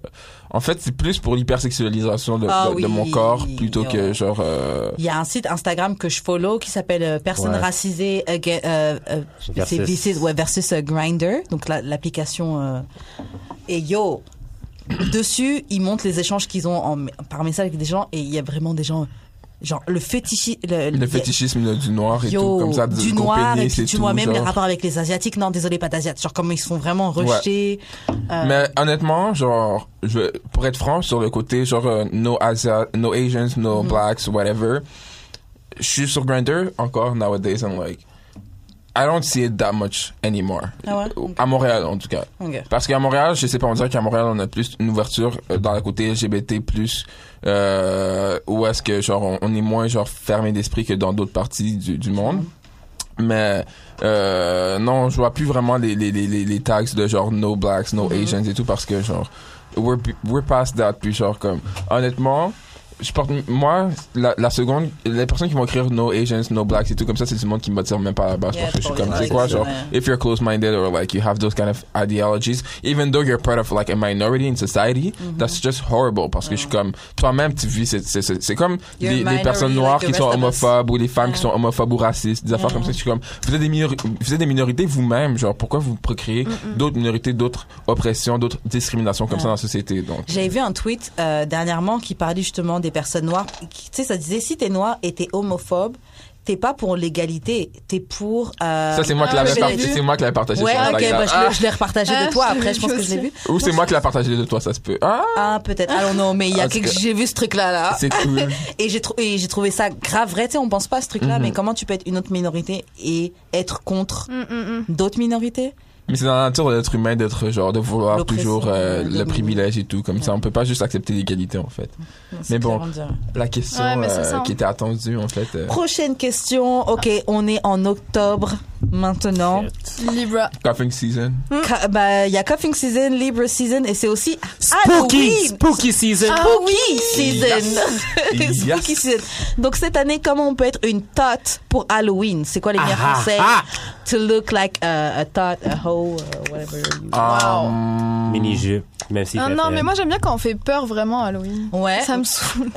en fait, c'est plus pour l'hypersexualisation de,
Ah
de, de
oui,
mon corps plutôt
ouais.
que genre. euh,
Il y a un site Instagram que je follow qui s'appelle euh, Personnes
Ouais.
racisées aga- euh, euh, c'est
Versus.
versus, ouais, versus euh, Grindr, donc la- l'application. euh, et yo, dessus, ils montrent les échanges qu'ils ont en- par message avec des gens et il y a vraiment des gens, genre le fétichi, le,
le
le-
fétichisme le- du noir et
yo,
tout, comme ça, de-
du
gros
noir et
pénis
puis tu
tout,
vois même les
genre.
rapports avec les asiatiques. Non, désolé, pas d'asiates. Genre comment ils se font vraiment rejeter. euh,
Mais honnêtement, genre, je, pour être franc, sur le côté, genre, euh, no, Asia, no Asians, no
Mhm.
Blacks, whatever, je suis sur Grindr encore nowadays, I'm like, I don't see it that much anymore.
Ah ouais? Ok.
À Montréal, en tout cas.
ok.
Parce qu'à Montréal, je sais pas, on dirait qu'à Montréal, on a plus une ouverture euh, dans la côté LGBT+, euh, où est-ce que, genre, on, on est moins, genre, fermé d'esprit que dans d'autres parties du, du monde. Mais, euh, non, je vois plus vraiment les, les, les, les, les tags de, genre, no blacks, no Asians et tout, parce que, genre, we're, p- we're past that, puis genre, comme, honnêtement... Je porte, moi, la, la seconde, les personnes qui vont écrire no Asians, no blacks et tout comme ça, c'est du monde qui m'attire même pas à la base.
Yeah,
parce que je suis comme,
probably.
c'est quoi,
Ouais, c'est
genre,
ça, ouais.
if you're close-minded or like you have those kind of ideologies, even though you're part of like a minority in society,
Mm-hmm.
that's just horrible parce que je suis comme toi-même tu vis c'est c'est c'est- c'est comme
Mm. You're
les,
a
les
minority
personnes
like
noires
the
qui sont
rest of us.
homophobes ou les femmes qui sont homophobes ou racistes, des affaires comme ça. Je suis comme vous êtes des minori- vous êtes des minorités vous-même, genre pourquoi vous procréez d'autres minorités, d'autres oppressions, d'autres discriminations comme ça dans la société donc.
J'avais vu un tweet euh, dernièrement qui parlait justement des personnes noires. qui- Tu sais, ça disait si t'es noir et t'es homophobe, t'es pas pour l'égalité, t'es pour. euh,
Ça c'est moi qui
Ah,
l'avais
je l'ai
partagé,
vu.
c'est moi qui l'avais partagé.
Ouais,
sur
ok,
Instagram.
bah, je
Ah,
l'ai- je
*laughs*
l'ai repartagé
Ah,
de toi.
je l'ai
Après, je
vu
pense que je
aussi.
l'ai vu.
ou c'est moi qui l'ai partagé de toi, ça se peut. Ah,
Ah, peut-être. I don't know, mais il y
Ah,
a
en tout
quelque...
cas.
j'ai vu ce truc-là, là.
c'est cool.
Et j'ai, trou- et j'ai trouvé ça grave vrai. Tu sais, on pense pas à ce
Mhm.
truc-là, mais comment tu peux être une autre minorité et être contre
Hum, hum, hum.
d'autres minorités?
Mais c'est dans la nature de l'être humain d'être genre de vouloir
L'oppression,
toujours euh,
ouais,
le
de-
privilège et tout comme ça. On peut pas juste accepter l'égalité en fait. Mais bon,
clairement dire.
la question
Ouais, mais c'est
euh,
ça, hein.
qui était attendue en fait. euh,
Prochaine question. Ok, on est en octobre. maintenant.
Libra.
Coughing season.
Ca- Bah, il y a Coughing Season, Libre Season, et c'est aussi
Ah,
Spooky,
Halloween. Ah
spooky season.
Spooky *laughs* Season.
Yes.
Spooky
Yes.
Season. Donc cette année, comment on peut être une tot pour Halloween C'est quoi les meilleurs
Ah, ah,
conseils
ah.
To look like a, a tot, a hoe, uh, whatever. you-
Ah.
Wow.
Mini jupe, même si.
Ah non, mais moi j'aime bien quand on fait peur vraiment à Halloween.
Ouais. *laughs*
Ça me saoule.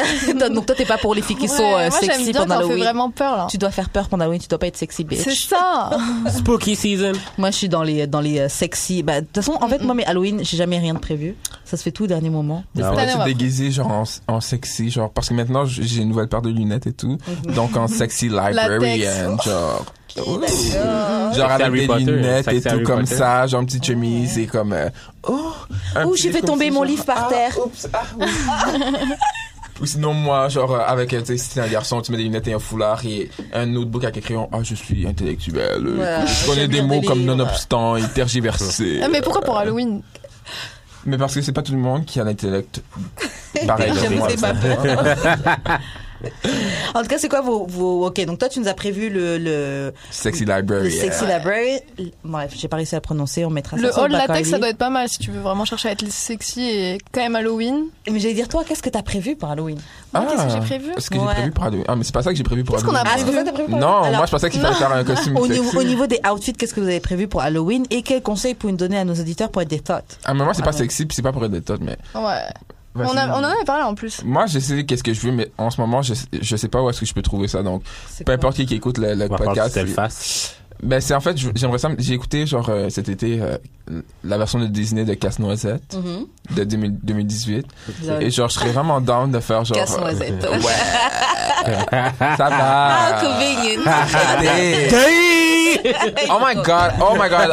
Donc toi, t'es pas pour les filles qui
Ouais,
sont euh,
moi j'aime
sexy
bien
pendant
quand on fait
Halloween.
vraiment peur là.
Tu dois faire peur pendant Halloween, tu dois pas être sexy, bitch.
C'est ça.
spooky season.
Moi, je suis dans les, dans les euh, sexy. Bah, de toute façon, en fait, moi, mes Halloween, j'ai jamais rien de prévu. Ça se fait tout au dernier moment.
Mais
Ah
faudrait
ouais.
te déguiser genre en, en sexy, genre parce que maintenant j- j'ai une nouvelle paire de lunettes et tout,
Mhm.
donc en sexy librarian,
Latex.
genre.
Oh,
Ouh. Genre
Sexy
avec
Harry
des
Potter,
lunettes et
sexy
tout
Harry
comme
Potter.
ça, genre une petite chemise et comme. euh, oh, un
Ouh,
petit
j'ai fait
truc comme
tomber
ça,
mon
genre,
livre par
ah,
terre.
oups, ah, oui. *laughs* Ou sinon moi, genre euh, avec, euh, tu sais, si t'es un garçon, tu mets des lunettes et un foulard et un notebook avec écrit Ah, je suis intellectuel. euh,
Voilà,
je connais
j'aime
des
bien
mots
des
comme
livres.
nonobstant et tergiversé.
Ah, mais pourquoi pour Halloween
Mais parce que c'est pas tout le monde qui a l'intellect
*laughs*
pareil.
J'avoue,
que moi,
c'est
ça.
En tout cas, c'est quoi vos, vos. Ok, donc toi, tu nous as prévu le, le,
*laughs* Sexy
le
library.
sexy
yeah.
library. Bref, j'ai pas réussi à le prononcer, on mettra
Le
Bah, ça.
hall latex, ça doit être pas mal si tu veux vraiment chercher à être sexy et quand même Halloween.
être. Mais j'allais dire, toi, qu'est-ce que t'as prévu pour Halloween
Moi, qu'est-ce que j'ai prévu
Ah, Ce que
Ouais.
j'ai prévu pour Halloween. Ah, mais c'est pas ça que j'ai prévu pour
Qu'est-ce qu'on a
Halloween.
prévu
t'as prévu Ah, pour
Non,
Halloween
moi
Alors,
je pensais qu'il fallait faire un costume
au
sexy.
niveau, au niveau des outfits, qu'est-ce que vous avez prévu pour Halloween et quels conseils pouvez nous donner à nos auditeurs pour être des tots
Ah, mais moi c'est pas
Ah,
sexy, puis c'est pas pour être des totes, mais.
Ouais.
vas-y.
On, a- on en avait parlé en plus.
Moi je sais qu'est-ce que je veux, mais en ce moment je, sais- je sais pas où est-ce que je peux trouver ça. Donc, peu importe qui, qui écoute le, le
On va parler de
podcast.
telle face.
Ben c'est en fait, je- j'aimerais ça. J'ai écouté genre euh, cet été euh, la version de Disney de Casse-Noisette
Mm-hmm.
de 2000 2018. Et genre je serais vraiment down de faire genre. euh,
Casse-noisette.
ça va. Arrêtez. Oh my god, oh my god.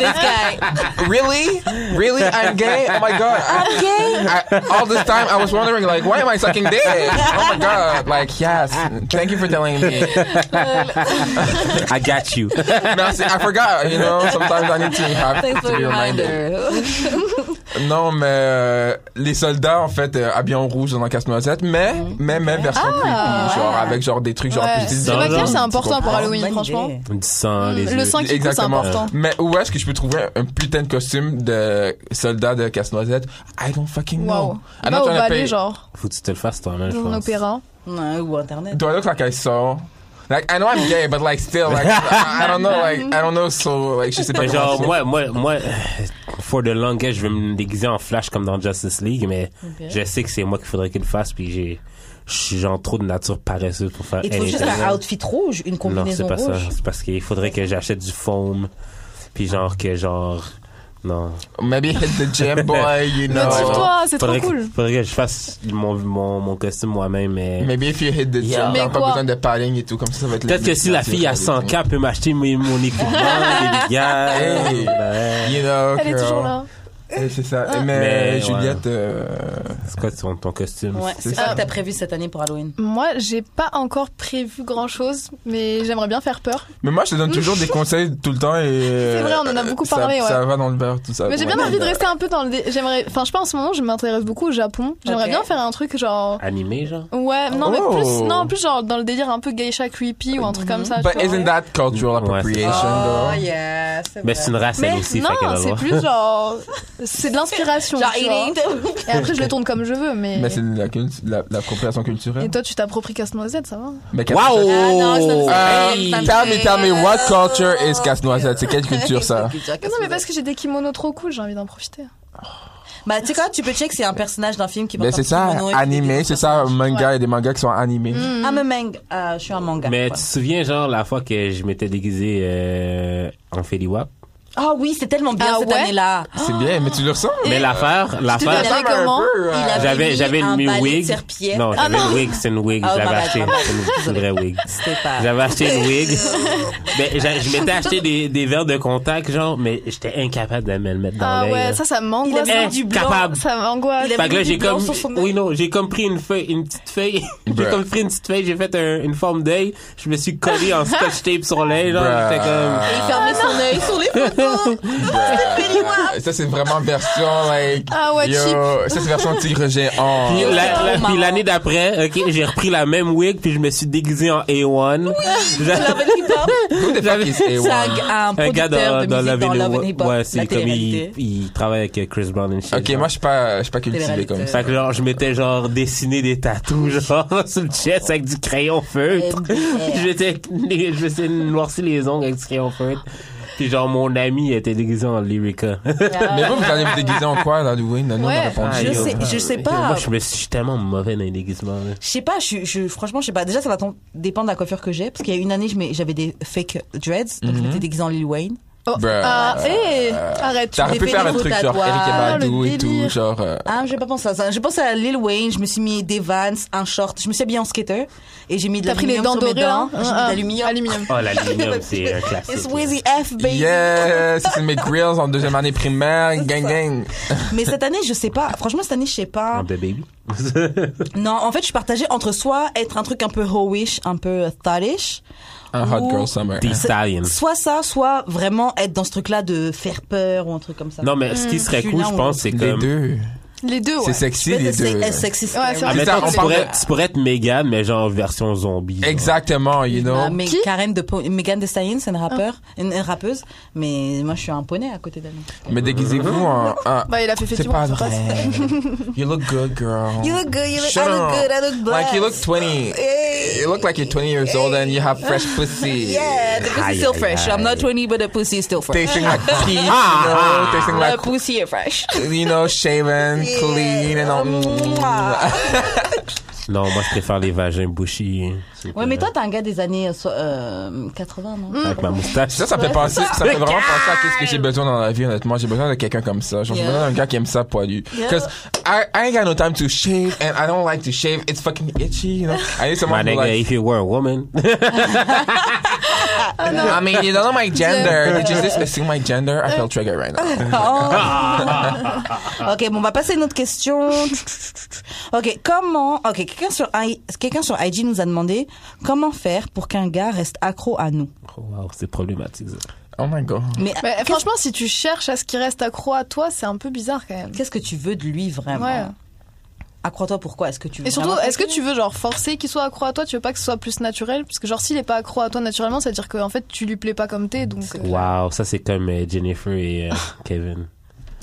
Really? Really? I'm gay? Oh my god. I'm gay? I, all this time I was wondering, like, why am I sucking dick? Oh my god. Like, yes. Thank you for telling me.
*laughs* I got you.
Merci. I forgot, you know? Sometimes I need to have to be reminded. Non, mais euh, les soldats, en fait, euh, habillés en rouge dans Casse-Noisette, mais, mais, mais version creepy. Genre, avec genre des trucs, genre
Ouais.
plus
Le
dans-
maquillage, c'est
Tu
important pour
Ah,
comprends?
Halloween, franchement.
Du sang, les
Le
yeux.
sang qui coule, c'est
Exactement.
important.
Mais où est-ce que je peux trouver un putain de costume de soldat de Casse-Noisette? I don't fucking
Wow.
know. I'm
Va
not
au
trying to pay.
ballet, genre,
Faut que tu te le fasses toi-même, je
dans un
pense.
opéra.
Ou Internet.
Do I look like I saw? Like, I know I'm gay, but like, still, like,
*laughs*
I I don't know, like, I don't know, so, like, je sais pas
Mais genre,
comment
moi, moi, moi, euh, for the longest, je vais me déguiser en Flash comme dans Justice League, mais je sais que c'est moi qu'il faudrait qu'il le fasse, puis j'ai, je suis genre trop de nature paresseuse pour faire
Il te faut juste
anything.
un outfit rouge, une
Non, c'est
combinaison
pas ça.
rouge.
C'est parce qu'il faudrait que j'achète du foam, puis genre que genre, non.
Maybe hit the gym, boy,
*laughs*
you know.
Motive-toi, c'est trop
faudrait que,
cool.
Faudrait que je fasse mon, mon, mon costume moi-même, mais.
Maybe if you hit the gym,
Yeah.
Mais
t'as pas
quoi?
besoin de padding et tout, comme ça, ça va être
Peut-être
le-
que si la fille à 100K peut m'acheter mes- mon équipement, les bières,
Hey.
ben,
You know,
Elle est
girl.
toujours là. Ah.
Eh, C'est ça. Eh,
Mais, ouais.
Mais, Juliette, euh,
c'est quoi ton, ton costume?
Ouais, c'est
C'est
ça
ça.
que t'as prévu cette année pour Halloween.
Moi, j'ai pas encore prévu grand chose, mais j'aimerais bien faire peur.
Mais moi, je te donne toujours des conseils tout le temps et. C'est
vrai, on en a beaucoup
ça,
parlé, ouais.
Ça va dans le beurre, tout ça.
Mais j'ai bien envie de rester un peu dans le. dé- J'aimerais. Enfin, je sais pas, en ce moment, je m'intéresse beaucoup au Japon. J'aimerais
Ok.
bien faire un truc genre.
Animé, genre?
Ouais, non, mais
Oh.
plus. Non, plus genre dans le délire un peu geisha creepy ou un truc comme ça.
But
tu vois.
isn't that cultural
Ouais, c'est-
appropriation,
Oh,
though?
yeah, c'est
Mais Ben, c'est une race,
Mais
elle aussi, fait qu'elle
non,
va
c'est
voir.
plus genre. C'est de l'inspiration.
Genre,
tu
il
vois.
est-
Et après, je le tourne comme je veux, mais.
Mais Bah, c'est de la, cul- de la, de l'appropriation
Et
culturelle.
toi, tu t'appropries Casse-Noisette, ça va
Mais
Wow!
Casse-Noisette-
Ah,
Euh,
Um,
Hey!
tell me, tell me, what culture
*laughs*
is casse-noisette? C'est quelle culture,
*laughs*
ça?
Non, mais parce que j'ai des kimonos trop cool, j'ai envie d'en profiter.
Bah, tu sais quoi, tu peux check s'il y a un personnage d'un film qui
Mais
porte un
Ben, c'est
petit
ça,
kimono et puis
animé, c'est ça, manga, il y a des mangas qui sont animés.
Mm.
des- I'm a manga. Euh, je suis un manga.
Mais
ouais.
tu te souviens, genre, la fois que je m'étais déguisé euh, en Feliwap?
Ah oui, c'est tellement bien
Ah
cette
ouais
année-là.
C'est bien, mais tu le ressens?
Eh,
Mais l'affaire,
l'as
l'affaire,
fait comment?
avait
j'avais,
mis
j'avais
un
mis
balai de
wig.
serpillère.
Non,
Ah
j'avais
non.
une wig, c'est une wig,
Ah,
je l'avais
ma bad,
acheté,
ma bad.
c'est une, c'est une vraie wig.
C'était pas.
J'avais acheté
*laughs*
une wig. mais j'a- je m'étais acheté des, des verres de contact, genre, mais j'étais incapable de me le mettre dans
Ah
l'œil.
ouais,
là.
ça, ça m'angoisse.
avait du blanc. Capable.
Ça m'angoisse.
Fait que là,
mis du
j'ai
blanc
comme,
sur son œil.
oui, non, j'ai comme pris une feuille, une petite feuille. *laughs* j'ai
Bruh.
comme pris une petite feuille, j'ai fait un-
*laughs*
une forme d'œil. Je me suis collé en scotch tape sur l'œil, genre,
Bruh.
j'étais comme,
Ah, Il fermait son œil sur les photos.
*laughs*
Bruh. ça, c'est vraiment version, like.
Ah ouais,
yo,
cheap.
ça, c'est version tigre géant.
Ah,
Puis la- la-
maman.
puis l'année d'après, ok, j'ai repris la même wig puis je me suis déguisé en A1. *laughs* J'a-
Who the fuck is A1?
un
Un gars
producteur
dans,
de
dans
musique
Love
dans
and
Love
Hip-Hop.
and Hip Hop,
Ouais,
la
c'est comme il,
télé-réalité.
il travaille avec Chris Brown and shit.
Ok,
genre.
moi, je suis pas, je suis pas cultivé
Télé-réalité.
comme ça.
Fait que genre, je m'étais genre dessiné des tatous, *laughs* genre, sur le chest avec du crayon feutre. *laughs* je m'étais, je m'étais noirci les ongles avec du crayon feutre. Puis genre, mon ami était déguisé en Lyrica. *laughs*
Mais vous, vous allez me déguiser en quoi, à l'Halloween? Nous, on a
Ouais.
répondu.
Je
Ah, yo.
sais, je sais
Yo,
pas.
Moi, je me suis, je suis tellement mauvais dans les déguisements, là.
Je sais pas, je, suis- je, franchement, je sais pas. Déjà, ça va ton- dépendre de la coiffure que j'ai. Parce qu'il y a une année, je mets- j'avais des fake dreads. Donc, je
Mm-hmm.
m'étais déguisée en Lil Wayne.
Oh,
Bruh.
ah, hé, arrête. tu
T'aurais
t'es
pu
fait
faire
des
un
des
truc
photos
genre
à
Eric
toi.
Abadou
Le
et tout,
délire.
genre. euh,
Ah, j'ai pas pensé à ça. J'ai pensé à Lil Wayne. Je me suis mis des Vans, un short. Je me suis habillée en skater. Et j'ai mis de
T'as pris les
l'aluminium
dents
sur mes
dorées, là
dents. J'ai mis de l'aluminium. Ah,
Aluminium.
*laughs*
Oh, l'aluminium, c'est un classique.
It's Wheezy F, baby.
Yeah, ça, c'est mes grills en deuxième année primaire, gang gang.
Mais cette année, je sais pas. Franchement, cette année, je sais pas.
Un baby. *laughs*
Non, en fait, je suis partagée entre soit être un truc un peu hoish, un peu thottish.
Un hot
Ou-
girl summer.
Des stallions.
Soit ça, soit vraiment être dans ce truc-là de faire peur ou un truc comme ça.
Non, mais ce qui serait
Je suis
cool,
là
je
où-
pense, c'est
Les
comme...
deux.
Les deux, ouais.
C'est sexy,
Mais
les
c'est
deux.
c'est sexy.
Ouais,
c'est
c'est
vrai.
Ah,
vrai.
mettons,
ça, on
tu
parle
pourrais,
de-
tu pourrais être Mégane, mais genre version zombie. genre.
Exactement, you know.
Ah, mais
Qui Ah.
Karen de Po- Megan Thee Stallion, c'est une rappeur, une, une rappeuse, mais moi je suis un poney à côté d'elle.
Mais déguisez-vous en. en-
Bah, il a fait
C'est
effectivement.
pas
ça
vrai.
passe.
*laughs* You look good, girl.
You look good, you look-
Shut
I look
up.
good, I look
Like you look
blessed.
20. You look like you're 20 years old and you have fresh
*laughs*
pussy.
Yeah, the
Aïe,
pussy's still
aïe,
fresh. I'm
aïe.
not 20, but the pussy is still fresh.
Tasting like peach, you know. Tasting
The
like,
pussy is fresh.
you know, shaven, *laughs* clean and
Mm-hmm.
Mm. all.
Non, moi, je préfère les vagins bouchis. hein.
Ouais, mais toi t'es un gars des années euh, so- euh, 80, non
Avec
*laughs*
ma moustache.
Ça, ça fait penser, ça fait vraiment penser à qu'est-ce que j'ai besoin dans la vie, honnêtement. J'ai besoin de quelqu'un comme ça. Genre, j'ai
Yeah.
besoin d'un gars qui aime ça poilu. Cause I, I ain't got no time to shave and I don't like to shave. It's fucking itchy, you know? I need
My
someone who
nigga,
like,
if you were a woman. *laughs*
I mean, you don't know my gender. Did you just assume my gender? I feel triggered
*laughs*
right now.
Oh. ok, bon, on va passer à une autre question. Ok, comment. Ok, quelqu'un sur, I- quelqu'un sur IG nous a demandé comment faire pour qu'un gars reste accro à nous.
Oh, wow, c'est problématique, ça.
Oh my god.
Mais
Mais franchement, si tu cherches à ce qui reste accro à toi, c'est un peu bizarre quand même.
qu'est-ce que tu veux de lui vraiment
Ouais.
Accro-toi pourquoi Est-ce que tu veux
Et surtout,
vraiment-
est-ce que tu veux genre forcer qu'il soit accro à toi Tu veux pas que ce soit plus naturel Parce que genre s'il est pas accro à toi naturellement, ça veut dire qu'en fait tu lui plais pas comme t'es. Donc euh,
Wow, ça, c'est comme euh, Jennifer et euh, Kevin.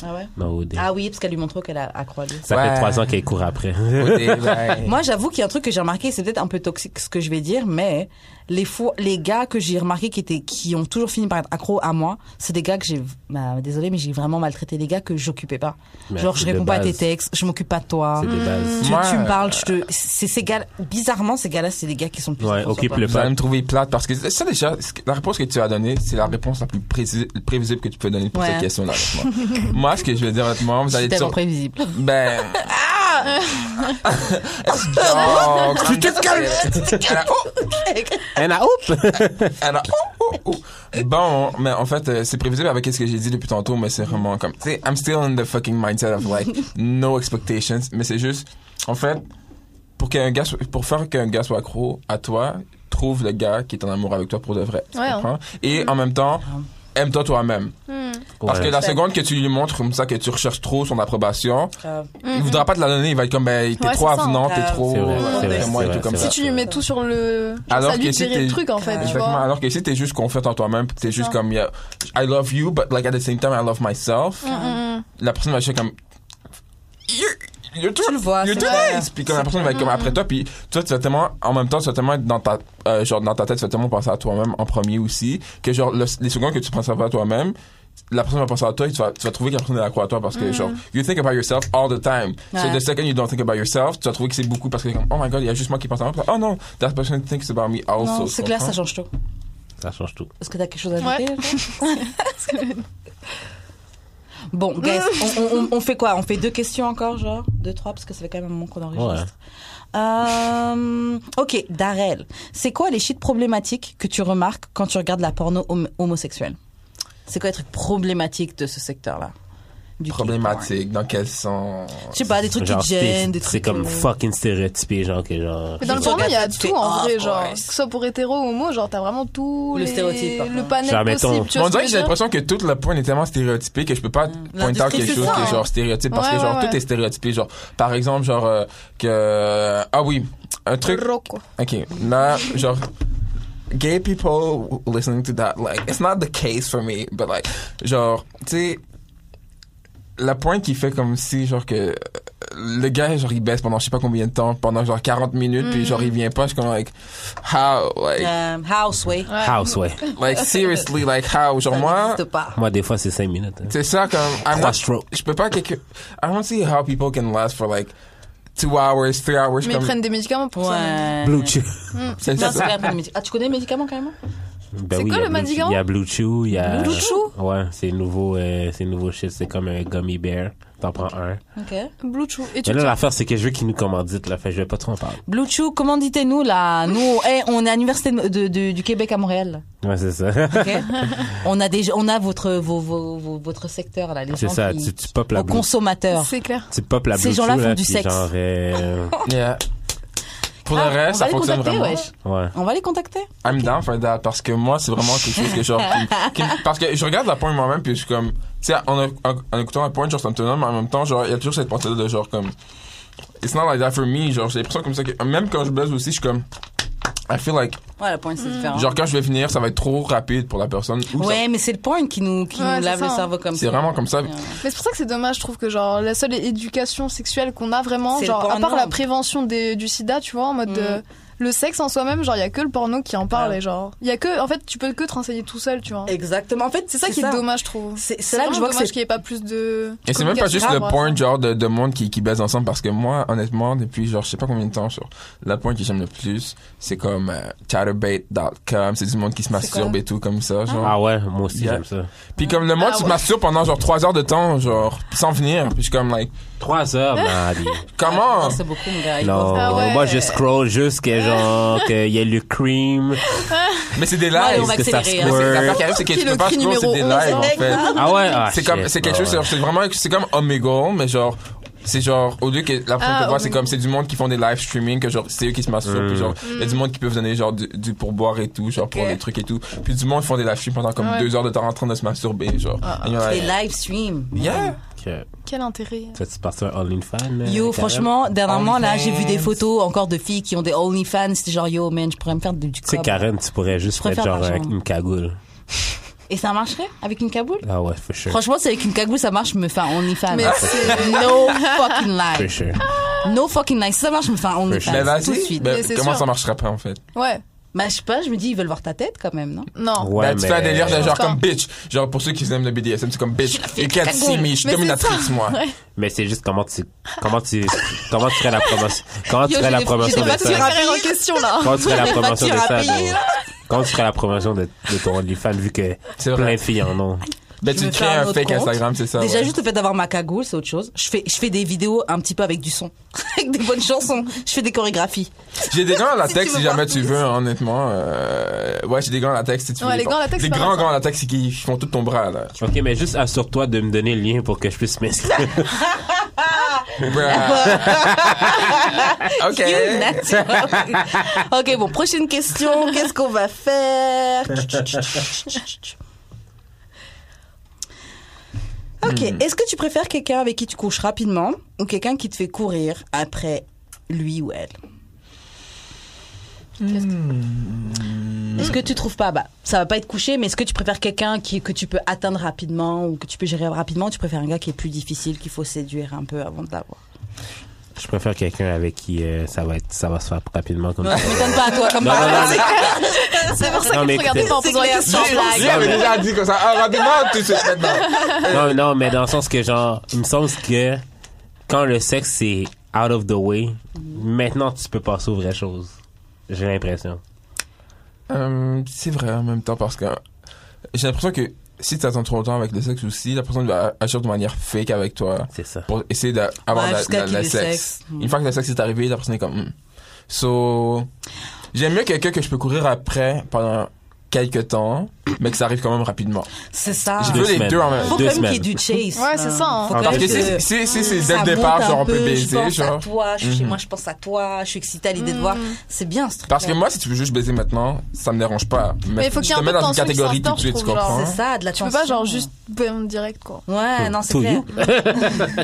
Ah, ouais
Non, OD.
ah oui, parce qu'elle lui montre qu'elle a accro à lui.
Ça
Ouais.
fait trois ans qu'elle court après.
Okay, bye.
Moi, j'avoue qu'il y a un truc que j'ai remarqué, c'est peut-être un peu toxique ce que je vais dire, mais les fois, les gars que j'ai remarqué qui étaient, qui ont toujours fini par être accro à moi, c'est des gars que j'ai, bah, désolé, mais j'ai vraiment maltraité des gars que j'occupais pas.
Mais
Genre, je
de
réponds pas à tes
base.
textes, je m'occupe pas de toi.
*laughs* C'est des bases.
Tu,
Moi,
tu me parles, je te, c'est ces gars, bizarrement, ces gars-là, c'est les gars qui sont le plus.
Ouais,
accro sur
occupe
toi.
le
Vous allez
pas.
me trouver plate parce que ça déjà, ce que- la réponse que tu as donnée, c'est la réponse la plus précis- prévisible que tu peux donner pour
Ouais.
cette question-là. honnêtement. *laughs* Moi, ce que je vais dire honnêtement, vous
C'est
allez
tellement
dire,
prévisible.
ben, *laughs* It's jokes. I'm just kidding. Alors, oh,
And I hope!
Alors, oh, oh, oh. Bon, mais en fait, euh, c'est prévisible avec ce que j'ai dit depuis tantôt, mais c'est vraiment comme, tu sais, I'm still in the fucking mindset of
*laughs*
like, no expectations, mais c'est juste, en fait, pour qu'un gars, soit- pour faire qu'un gars soit accro à toi, trouve le gars qui est en amour avec toi pour de vrai. Tu
Ouais, hein.
comprends? Et en même temps, aime-toi toi-même. Parce que
Ouais.
la seconde que tu lui montres comme ça que tu recherches trop son approbation,
*laughs* Grave.
il voudra pas te la donner, il va être comme, ben, t'es
Ouais,
trop
c'est ça,
avenant,
hein.
t'es trop,
Mm-hmm. C'est vrai,
euh,
c'est vrai,
vraiment
c'est
et
vrai,
tout comme
c'est
ça.
si tu lui mets tout sur le, genre,
Alors
ça lui
que si
tirait le
t'es-
truc en fait. Tu
Exactement.
vois
Alors que si t'es juste confiante en toi-même, puis t'es juste
ça.
comme, yeah, I love you, but like at the same time, I love myself.
Mm.
Mm,
La personne va juste comme, you're, you're too,
Tu le vois,
you're
c'est
too
vrai. Mm-hmm.
nice. Puis comme la personne va être comme après toi, puis toi, tu vas tellement, en même temps, tu vas tellement être dans ta, euh, genre, dans ta tête, tu vas tellement penser à toi-même en premier aussi, que genre, le- les secondes que tu penses à toi-même, la personne va penser à toi et tu vas, tu vas trouver que la personne est accro à toi parce que, genre, you think about yourself all the time. So
Mm-hmm. Ouais.
the second you don't think about yourself, tu vas trouver que c'est beaucoup parce que, comme, oh my god, il y a juste moi qui pense à moi. Oh non, that person thinks about me also.
Non,
tu
c'est clair,
comprends?
ça change tout.
Ça change tout.
Est-ce que t'as quelque chose à
Ouais.
ajouter Bon, guys, on, on- on fait quoi On fait deux questions encore, genre Deux, trois, parce que ça fait quand même un moment qu'on enregistre. Euh, ok, Darel, c'est quoi les shit problématiques que tu remarques quand tu regardes la porno hom- homosexuelle C'est quoi les trucs problématiques de ce secteur-là Du
Problématique, dans quel sens
Je sais pas, Ah, des trucs qui
Genre,
te gênent,
c'est
des trucs.
c'est comme
euh,
fucking stéréotypé, genre, que genre.
Mais dans le
Regarde,
porno, il y a
tu fais,
tout en
ah,
vrai, genre.
ouais.
Que ce soit pour hétéro ou homo, genre, t'as vraiment tout.
Le
les-
stéréotype, par
Le
contre.
panel
Genre, mettons-
possible. Tu
Bon, on
vois ce
dirait que
que je
j'ai
veux dire
l'impression que toute la porn est tellement stéréotypée que je peux pas pointer out
L'industrie,
quelque
c'est
chose
ça,
qui est
hein.
genre stéréotype parce
Mm. Ouais,
que genre
ouais,
tout est
ouais.
stéréotypé. Genre, par exemple, genre, euh, que. Ah oui, un truc.
Rocco.
Ok, là, genre. Gay people listening to that, like, it's not the case for me, but like, genre, tu sais, la pointe qui fait comme si, genre, que euh, le gars, genre, il baisse pendant je sais pas combien de temps, pendant genre 40 minutes,
Mm.
puis genre, il vient pas, je suis comme, like, how, like,
euh, house, ouais.
House, ouais.
like, seriously, like, how, genre,
Ça
moi,
n'existe pas.
Moi, des fois, c'est 5 minutes. hein.
C'est ça, comme, I'm
Trois
not,
strokes.
je peux pas quelque, I don't see how people can last for like two hours, three hours,
Mais ils
comme,
prennent des médicaments pour ça. mais-
Ouais.
Blue Chew.
c'est
Non,
ça.
c'est vrai, après les médicaments. Ah, tu connais les médicaments carrément
Ben
C'est
oui,
quoi
il y a
le
Blue-
médicament
Il y a Blue Chew, il y a.
Blue Chew?
Ouais, c'est nouveau, euh, c'est nouveau shit. C'est comme un gummy bear. T'en prends un.
Ok.
Blue Chew. Et tu
Mais là, l'affaire, c'est que je veux qu'ils nous commanditent, là. Fait que je vais pas trop en parler.
Blue Chew, comment dites-nous là *laughs* Nous, eh, on est à l'université de- de- de- du Québec à Montréal.
Ouais, c'est ça.
ok *laughs* on a des, on a votre, vos, vos, vos- votre secteur là, les
*laughs* C'est
gens
ça,
qui,
tu, tu popes la
vos
Blue
consommateurs.
C'est clair.
Tu popes la
Ces
Blue
gens-là
Chew,
font
là,
du
puis
sexe.
genre. euh,
Yeah. Pour
Ah,
le reste,
on
ça
va les
fonctionne
contacter,
vraiment.
wesh.
ouais.
On va les contacter.
I'm down for that parce que moi, c'est vraiment quelque chose que genre, qui- qui- parce que je regarde la pointe moi-même puis je suis comme, tu sais, en, en- en écoutant la pointe, genre, ça me tenait, mais en même temps, genre, il y a toujours cette pensée-là de genre comme, it's not like that for me, genre, j'ai l'impression comme ça que, même quand je blesse aussi, je suis comme, I feel like,
Ouais, le point c'est hein. différent.
genre, quand je vais finir, ça va être trop rapide pour la personne. ou ça-
Hmm. ouais, mais c'est le point qui nous, qui
Ouais,
nous
c'est
lave
ça.
le cerveau comme
C'est
ça.
vraiment comme ça.
Mais c'est pour ça que c'est dommage, je trouve que genre la seule éducation sexuelle qu'on a vraiment,
C'est le
genre à part
porno.
la prévention des- du sida, tu vois, en mode
Mm.
euh, le sexe en soi-même, genre il y a que le porno qui en parle et genre il y a que en fait tu peux que te renseigner tout seul, tu vois.
Exactement. En fait,
C'est ça qui est dommage, je trouve.
C'est c'est là que je vois
vraiment
que
dommage
c'est
qu'il n'y ait pas plus de.
Et c'est même pas juste le
communication. Ah,
point genre de, de monde qui, qui baise ensemble parce que moi honnêtement depuis genre je sais pas combien de temps sur la point que j'aime le plus c'est comme euh, chatterbait.com c'est du monde qui se masturbe et tout comme ça genre
Ah ouais, moi aussi,
Yeah.
j'aime ça.
puis comme le monde
Ah
qui se
ouais.
masturbe pendant genre trois heures de temps genre sans venir puis je suis comme like
Trois heures, Marie.
comment
Non, c'est beaucoup, mon gars. Il
Non,
pense-
Ah ouais.
moi je scroll juste que genre qu'il y a le cream,
mais c'est des lives
Allez, on va
que ça
accélérer, hein.
Mais c'est-
squirt.
l'affaire qui arrive c'est que
Qui
tu
le
peux pas
cri
scroll c'est
numéro
des
11,
lives en fait
Ah ouais, ah,
c'est
shit,
comme c'est quelque
ah
chose
ouais.
genre, c'est vraiment c'est comme Omegle mais genre c'est genre au lieu que la première
Ah,
fois c'est
Omegle.
comme c'est du monde qui font des live streaming que genre c'est eux qui se masturbent
Mm.
puis genre il y a du monde qui peut vous donner genre du, du pourboire et tout genre pour des trucs et tout puis du monde font des live streams pendant comme
Ouais.
deux heures de temps en train de se masturber genre Et you're
Les
like,
live streams.
yeah
Ok.
Quel intérêt.
Toi, tu passes sur OnlyFans. euh,
Yo,
Karen?
franchement, dernièrement, là, j'ai vu des
OnlyFans.
photos encore de filles qui ont des OnlyFans. C'était genre, yo, man, je pourrais me faire du du
Tu sais,
cob.
Karen, tu pourrais juste
Je
mettre
préfère
genre
l'argent.
un- une cagoule.
Et ça marcherait avec une caboule
Ah ouais, for sure.
Franchement, c'est avec une cagoule, ça marche, je me fais un OnlyFans.
Mais c'est-
*laughs* No fucking
For
lie.
sure.
No fucking lie. Si ça marche, je me fais un
Mais
mais
OnlyFans tout de
vas-y
suite.
ben,
Mais c'est
comment
sûr.
ça marcherait pas en fait
Ouais.
Bah, je sais pas, je me dis, ils veulent voir ta tête quand même, non
Non.
Ouais,
ben, tu fais un
mais-
délire de genre
Attends.
comme bitch genre pour ceux qui aiment le BDSM c'est comme bitch you can't see me je suis
Mais c'est
dominatrice
ça.
moi
Mais c'est juste comment tu comment tu comment tu ferais la promotion comment tu
Yo,
ferais
j'ai
la
des-
promotion
j'ai
de
des
ça.
factures.
Carré en question là.
Comment tu ferais la
J'ai des
promotion de
factures à
ça.
payer,
toi? Comment tu ferais la promotion de, de ton OnlyFans vu que
C'est
plein
vrai.
de filles en ont.
ben
Je
tu
me
crées
fais un
un
autre
fake
compte.
Instagram c'est ça
Déjà,
ouais.
juste le fait d'avoir ma cagoule, c'est autre chose. Je fais, je fais des vidéos un petit peu avec du son, *laughs* avec des bonnes chansons. Je fais des chorégraphies.
J'ai des gants à latex
tu
si,
veux
jamais
voir
tu
plus.
veux, hein, honnêtement. Euh, ouais, j'ai des gants à latex si tu veux.
Ouais, les gants à latex,
Les
c'est
grands
pas
gants à latex qui font tout ton bras, là.
Ok, mais juste assure-toi de me donner le lien pour que je puisse m'inscrire. *laughs*
Bruh. ok.
You naturel. ok, bon, prochaine question. Qu'est-ce qu'on va faire Ok,
Hmm.
est-ce que tu préfères quelqu'un avec qui tu couches rapidement ou quelqu'un qui te fait courir après lui ou elle
Hmm.
Qu'est-ce que- Est-ce que tu trouves pas bah ça va pas être couché mais est-ce que tu préfères quelqu'un qui que tu peux atteindre rapidement ou que tu peux gérer rapidement ou tu préfères un gars qui est plus difficile qu'il faut séduire un peu avant de
*laughs*
l'avoir
je préfère quelqu'un avec qui euh, ça va être ça va se faire rapidement comme ça.
Je m'étonne pas à toi comme
Non,
par
non,
hasard.
non.
C'est pour ça
Non,
que
mais
je regardais
écoutez-
pas en posant la
clair,
question.
sans blague.
J'avais déjà dit comme ça. Ah, rapidement, tout de suite maintenant.
non, non, mais dans le sens que genre, il me semble que quand le sexe c'est out of the way, maintenant tu peux passer aux vraies choses. J'ai l'impression.
Euh, c'est vrai en même temps parce que j'ai l'impression que si t'attends trop longtemps avec le sexe aussi, la personne va agir de manière fake avec toi
C'est ça.
pour essayer d'avoir
Ouais,
la,
jusqu'à
la-
qu'il
la
ait le
sexe.
sexe.
Une fois que le sexe est arrivé, la personne est comme. hmm. So, j'aime mieux quelqu'un que je peux courir après pendant quelques temps, mais que ça arrive quand même rapidement.
C'est ça.
Je
Deux
veux les
semaines.
deux en même
Faut
temps.
Deux
quand même qu'il y ait
semaines.
du chase.
Ouais, c'est ça, hein.
Faut
Parce
quand
Parce que
même
si,
que-
si, si c'est
ça
dès le
monte
départ,
un
genre on peut
peu, Je
baiser,
pense à
genre.
toi, je suis chez
Mhm.
moi, je pense à toi, je suis excitée à l'idée de voir.
Mhm.
C'est bien ce truc.
Parce que moi, si tu veux juste baiser maintenant, ça me dérange pas.
Mais il faut
je
qu'il y ait
te
un
mets
peu de
dans une
tension qui
catégorie tout de
s'instaure,
suite,
je
tu
trouve, genre.
c'est
comprends?
ça, de la
Tu peux
tension.
pas, genre, juste bam, direct, quoi.
Ouais, non, c'est
To
clair.
you.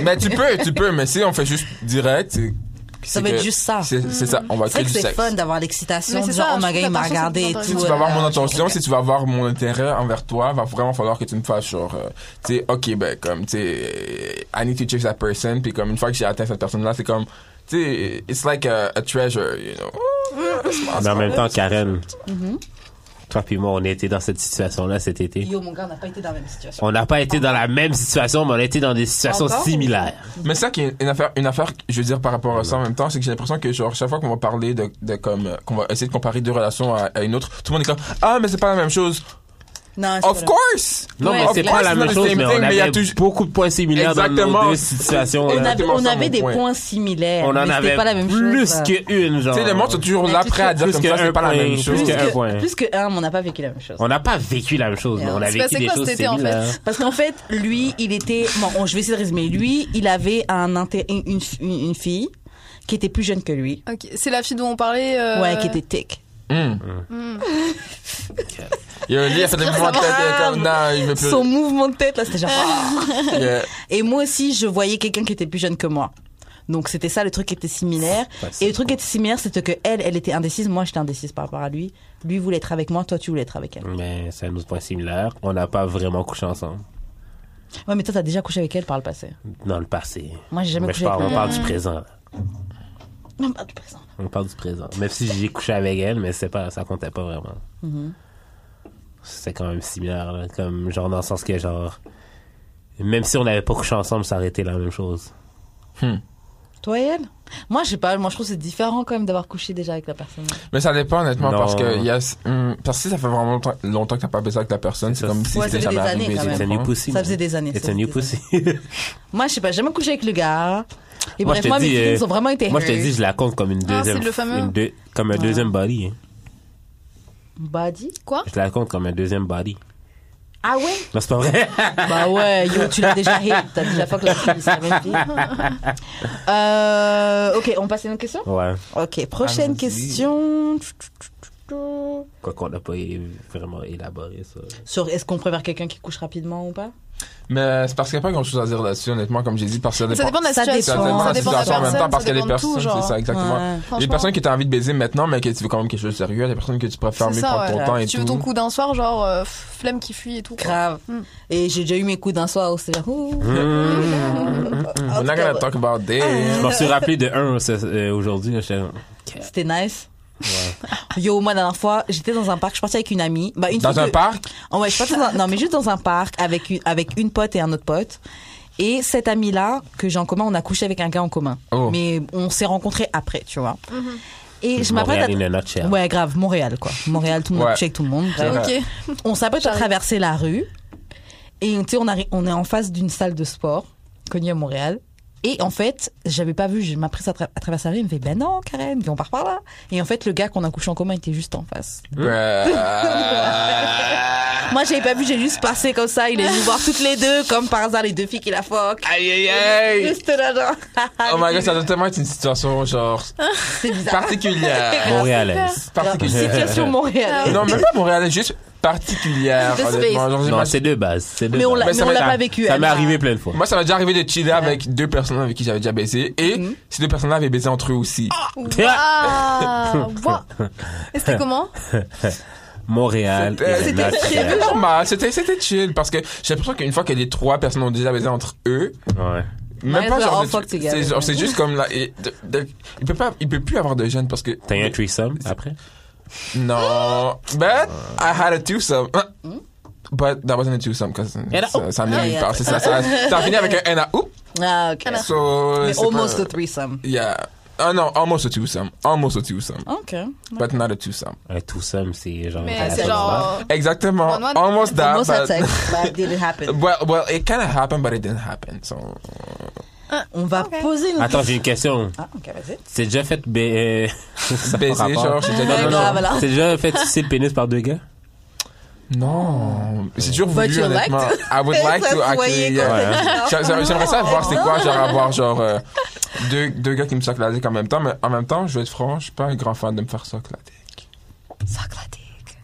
Mais tu peux, tu peux, mais si on fait juste direct, c'est-
Ça
c'est
va être
que-
juste ça.
C'est c'est ça, on va
C'est vrai
créer
que
du
c'est
sexe.
fun d'avoir l'excitation,
Mais c'est
genre,
ça,
oh
je
my
trouve
god,
que
il m'a
l'attention, c'est
regardé et
plus
tout.
Si tu
Ouais,
vas avoir
euh,
mon attention, si tu vas avoir mon intérêt envers toi, va vraiment falloir que tu me fasses genre, euh, tu sais, ok, ben comme, tu sais, I need to chase that person, puis comme une fois que j'ai atteint cette personne-là, c'est comme, tu sais, it's like a, a treasure, you know.
Mais en même temps, Karen,
Mm-hmm.
toi puis moi, on a été dans cette situation-là cet été.
Yo, mon gars, on n'a pas été dans la même situation.
On n'a pas été dans la même situation, mais on a été dans des situations
Encore?
similaires.
Mais ça qui est une affaire, une affaire, je veux dire par rapport à ça en même temps, c'est que j'ai l'impression que genre chaque fois qu'on va parler de, de comme, euh, qu'on va essayer de comparer deux relations à, à une autre, tout le monde est comme, ah mais c'est pas la même chose.
Non, c'est
Of
vrai.
course.
Non,
Ouais,
mais
of
c'est
course,
pas la
it's not
même
the
chose,
same
mais on
thing, mais il y a
avait
toujours-
beaucoup de points similaires dans nos
Exactement.
deux situations.
On avait,
Exactement
on
ça,
avait
mon
des
point.
points similaires.
On en
mais c'était
avait
pas la même
plus
chose. euh.
qu'une, genre.
Tu sais, les monde sont toujours là prêts à dire
Plus
comme
que
ça,
un
c'est pas la
point,
même chose.
plus que un
que-
point.
Plus que un, mais on n'a pas vécu la même chose.
On n'a pas vécu la même chose, mais on a
C'est
vécu
passé
des
quoi
choses
cet été, en fait?
similaires.
Parce qu'en fait, lui, il était. Bon, on- je vais essayer de résumer. Lui, il avait un inté- une, une, une fille qui était plus jeune que lui.
Ok, c'est la fille dont on parlait. euh,
Ouais, qui était tic.
Hmm. Yo, lui, *laughs* il a fait des mouvements de tête, il est comme, non, il veut plus.
Son mouvement de tête, là, c'était genre. ah.
Yeah.
Et moi aussi, je voyais quelqu'un qui était plus jeune que moi. Donc c'était ça le truc qui était similaire. Et le truc qui était similaire, c'était que elle, elle était indécise, moi j'étais indécise par rapport à lui. Lui voulait être avec moi, toi tu voulais être avec elle.
Mais c'est un autre point similaire. On n'a pas vraiment couché ensemble
Ouais, mais toi t'as déjà couché avec elle par le passé.
dans le passé.
Moi j'ai jamais
Mais je
couché
parle,
avec
on
elle.
parle du présent.
Non, pas du présent.
On parle du présent. Même si j'ai couché avec elle, mais c'est pas, ça comptait pas vraiment.
Mm-hmm.
C'était quand même similaire, là. comme genre dans le sens que genre, même si on n'avait pas couché ensemble, ça aurait été la même chose.
Toi et elle Moi je sais pas, moi je trouve que c'est différent quand même d'avoir couché déjà avec la personne.
Mais ça dépend, honnêtement,
Non.
parce que, il y a- hmm, parce que si ça fait vraiment longtemps, longtemps que t'as pas baisé avec la personne,
C'est
c'est
ça.
comme si
Ouais,
c'était
ça fait
jamais
des années,
arrivé.
quand
tu
même.
C'est un
comprends?
new pussy.
Ça faisait des années.
C'est
ça
un new
faisait des
pussy. *laughs*
années. Moi je sais pas, j'ai jamais couché avec le gars. Et
Moi, je
bref,
te
moi mes
dis,
feelings
euh,
ont vraiment été
Moi, je te
hurt.
dis, je la compte comme une
Ah,
deuxième,
c'est le fameux-
une deux- comme un deuxième body. hein.
Body
Quoi
Je la compte comme un deuxième body.
Ah ouais
Non, c'est pas vrai.
*laughs* Bah ouais, yo, tu l'as déjà hit, t'as déjà fuck la fille, c'est la même *laughs* fille. Euh, ok, on passe à une autre question
ouais.
Ok, prochaine
Allons-y.
question.
Quoi qu'on n'a pas é- vraiment élaboré ça.
Sur est-ce qu'on préfère quelqu'un qui couche rapidement ou pas
Mais c'est parce qu'il n'y a pas grand chose à dire là-dessus, honnêtement, comme j'ai dit, parce que ça
Ça
dépend.
dépend de la
Ça
situation.
dépend.
de
Ça
la
dépend de la
situation en même
personne,
temps, parce
ça
qu'il y a des
dépend de tout,
personnes,
genre.
c'est ça, exactement.
Ouais.
Il y a des
Franchement.
personnes qui t'ont envie de baiser maintenant, mais que tu veux quand même quelque chose de sérieux, il y a des personnes que tu préfères mieux
C'est ça,
prendre ton
ouais.
temps et
tu
tout.
veux ton coup d'un soir, genre euh, flemme qui fuit et tout. quoi.
Grave. Et j'ai déjà eu mes coups d'un soir où c'est genre. ouh.
Hmm.
We're not gonna talk about this.
Je m'en suis rappelé de un ce- euh, aujourd'hui. là, j'étais-
C'était nice. Yo, moi, la dernière fois, j'étais dans un parc, je suis partie avec une amie. Bah, une
Dans
fille
un
que-
parc,
Oh, ouais, je suis partie dans un- Non, mais juste dans un parc avec une, avec une pote et un autre pote. Et cette amie-là, que j'ai en commun, on a couché avec un gars en commun.
Oh.
Mais on s'est rencontrés après, tu vois.
Mhm.
Et je m'apprête à.
Montréal in a nutshell.
Ouais, grave, Montréal, quoi. Montréal, tout le monde
Ouais.
couche avec tout le monde. bref.
Ok.
On s'apprête à
J'arrive.
traverser la rue. Et tu sais, on, arri- on est en face d'une salle de sport connue à Montréal. Et en fait, j'avais pas vu, je m'apprête à, tra- à traverser la rue. Il me fait, ben non, Karen, viens, on part par là. Et en fait, le gars qu'on a couché en commun était juste en face.
Euh, bruh.
Moi, j'avais pas vu, j'ai juste passé comme ça. Il est venu voir toutes les deux, comme par hasard, les deux filles qui la foquent.
Aïe aïe aïe!
Juste là, genre.
Oh my god, ça doit tellement être une situation genre
C'est bizarre.
particulière.
Ah,
Montréalaise.
particulière.
Situation Montréal.
Non, même pas Montréal, juste particulière.
The space.
Honnêtement, genre,
Non,
j'imagine-
c'est deux bases. c'est deux
Mais on
bases.
l'a
Mais
mais
ça
on
m'est-
l'a pas
Ça-
vécu.
Ça
elle
m'est
m'a-
arrivé plein de fois.
Moi, ça m'est déjà arrivé de chiller avec deux personnes avec qui j'avais déjà baisé et ces deux personnes-là avaient baisé entre eux aussi.
Oh,
*laughs*
Waouh Waouh Et c'était comment
Montréal.
C'était-
in a nutshell.
C'était normal, c'était c'était chill parce que j'ai l'impression qu'une fois que les trois personnes ont déjà baisé entre eux,
Ouais.
même
as
pas
well
genre
all
de-
fuck together.
c'est genre- c'est juste comme là et de- de- il peut pas il peut plus avoir de gêne parce que
T'as eu un threesome après?
Non, but I had a twosome. *clears throat* Hein? But that wasn't a twosome uh, because
And a-
ça, ça venait
Ah,
nulle
yeah.
part. C'est ça, ça, ça a fini avec un N à oup.
Ah, ok.
So,
Mais
c'est
almost
pas-
a threesome.
Yeah. Ah non, almost a twosome. Almost a twosome.
Ok.
But not a twosome.
Un threesome, c'est genre...
Mais
une
c'est
relation normale.
genre. euh,
Exactement.
One, one.
Almost that.
Almost
but,
a sex, but didn't happen.
*laughs* Well, well, it kind of happened, but it didn't happen. So,
On va poser une
Attends, j'ai une question.
Ah, ok, vas-y.
C'est déjà fait... ba- euh, *laughs* ça a pas
baiser,
rapport.
genre, j'ai déjà
Non,
Ouais,
non,
grave,
non.
alors.
C'est déjà fait sucer le pénis par deux gars?
Non, j'ai toujours voulu,
But you like
honnêtement. I
*laughs*
would like to
Ça se voyait quand
actually, yeah.
t'as dit
J'a- j'a- J'aimerais ça voir c'est quoi, genre avoir genre euh, deux, deux gars qui me soclent la dick en même temps, mais en même temps, je vais être franc, je suis pas un grand fan de me faire socler la dick.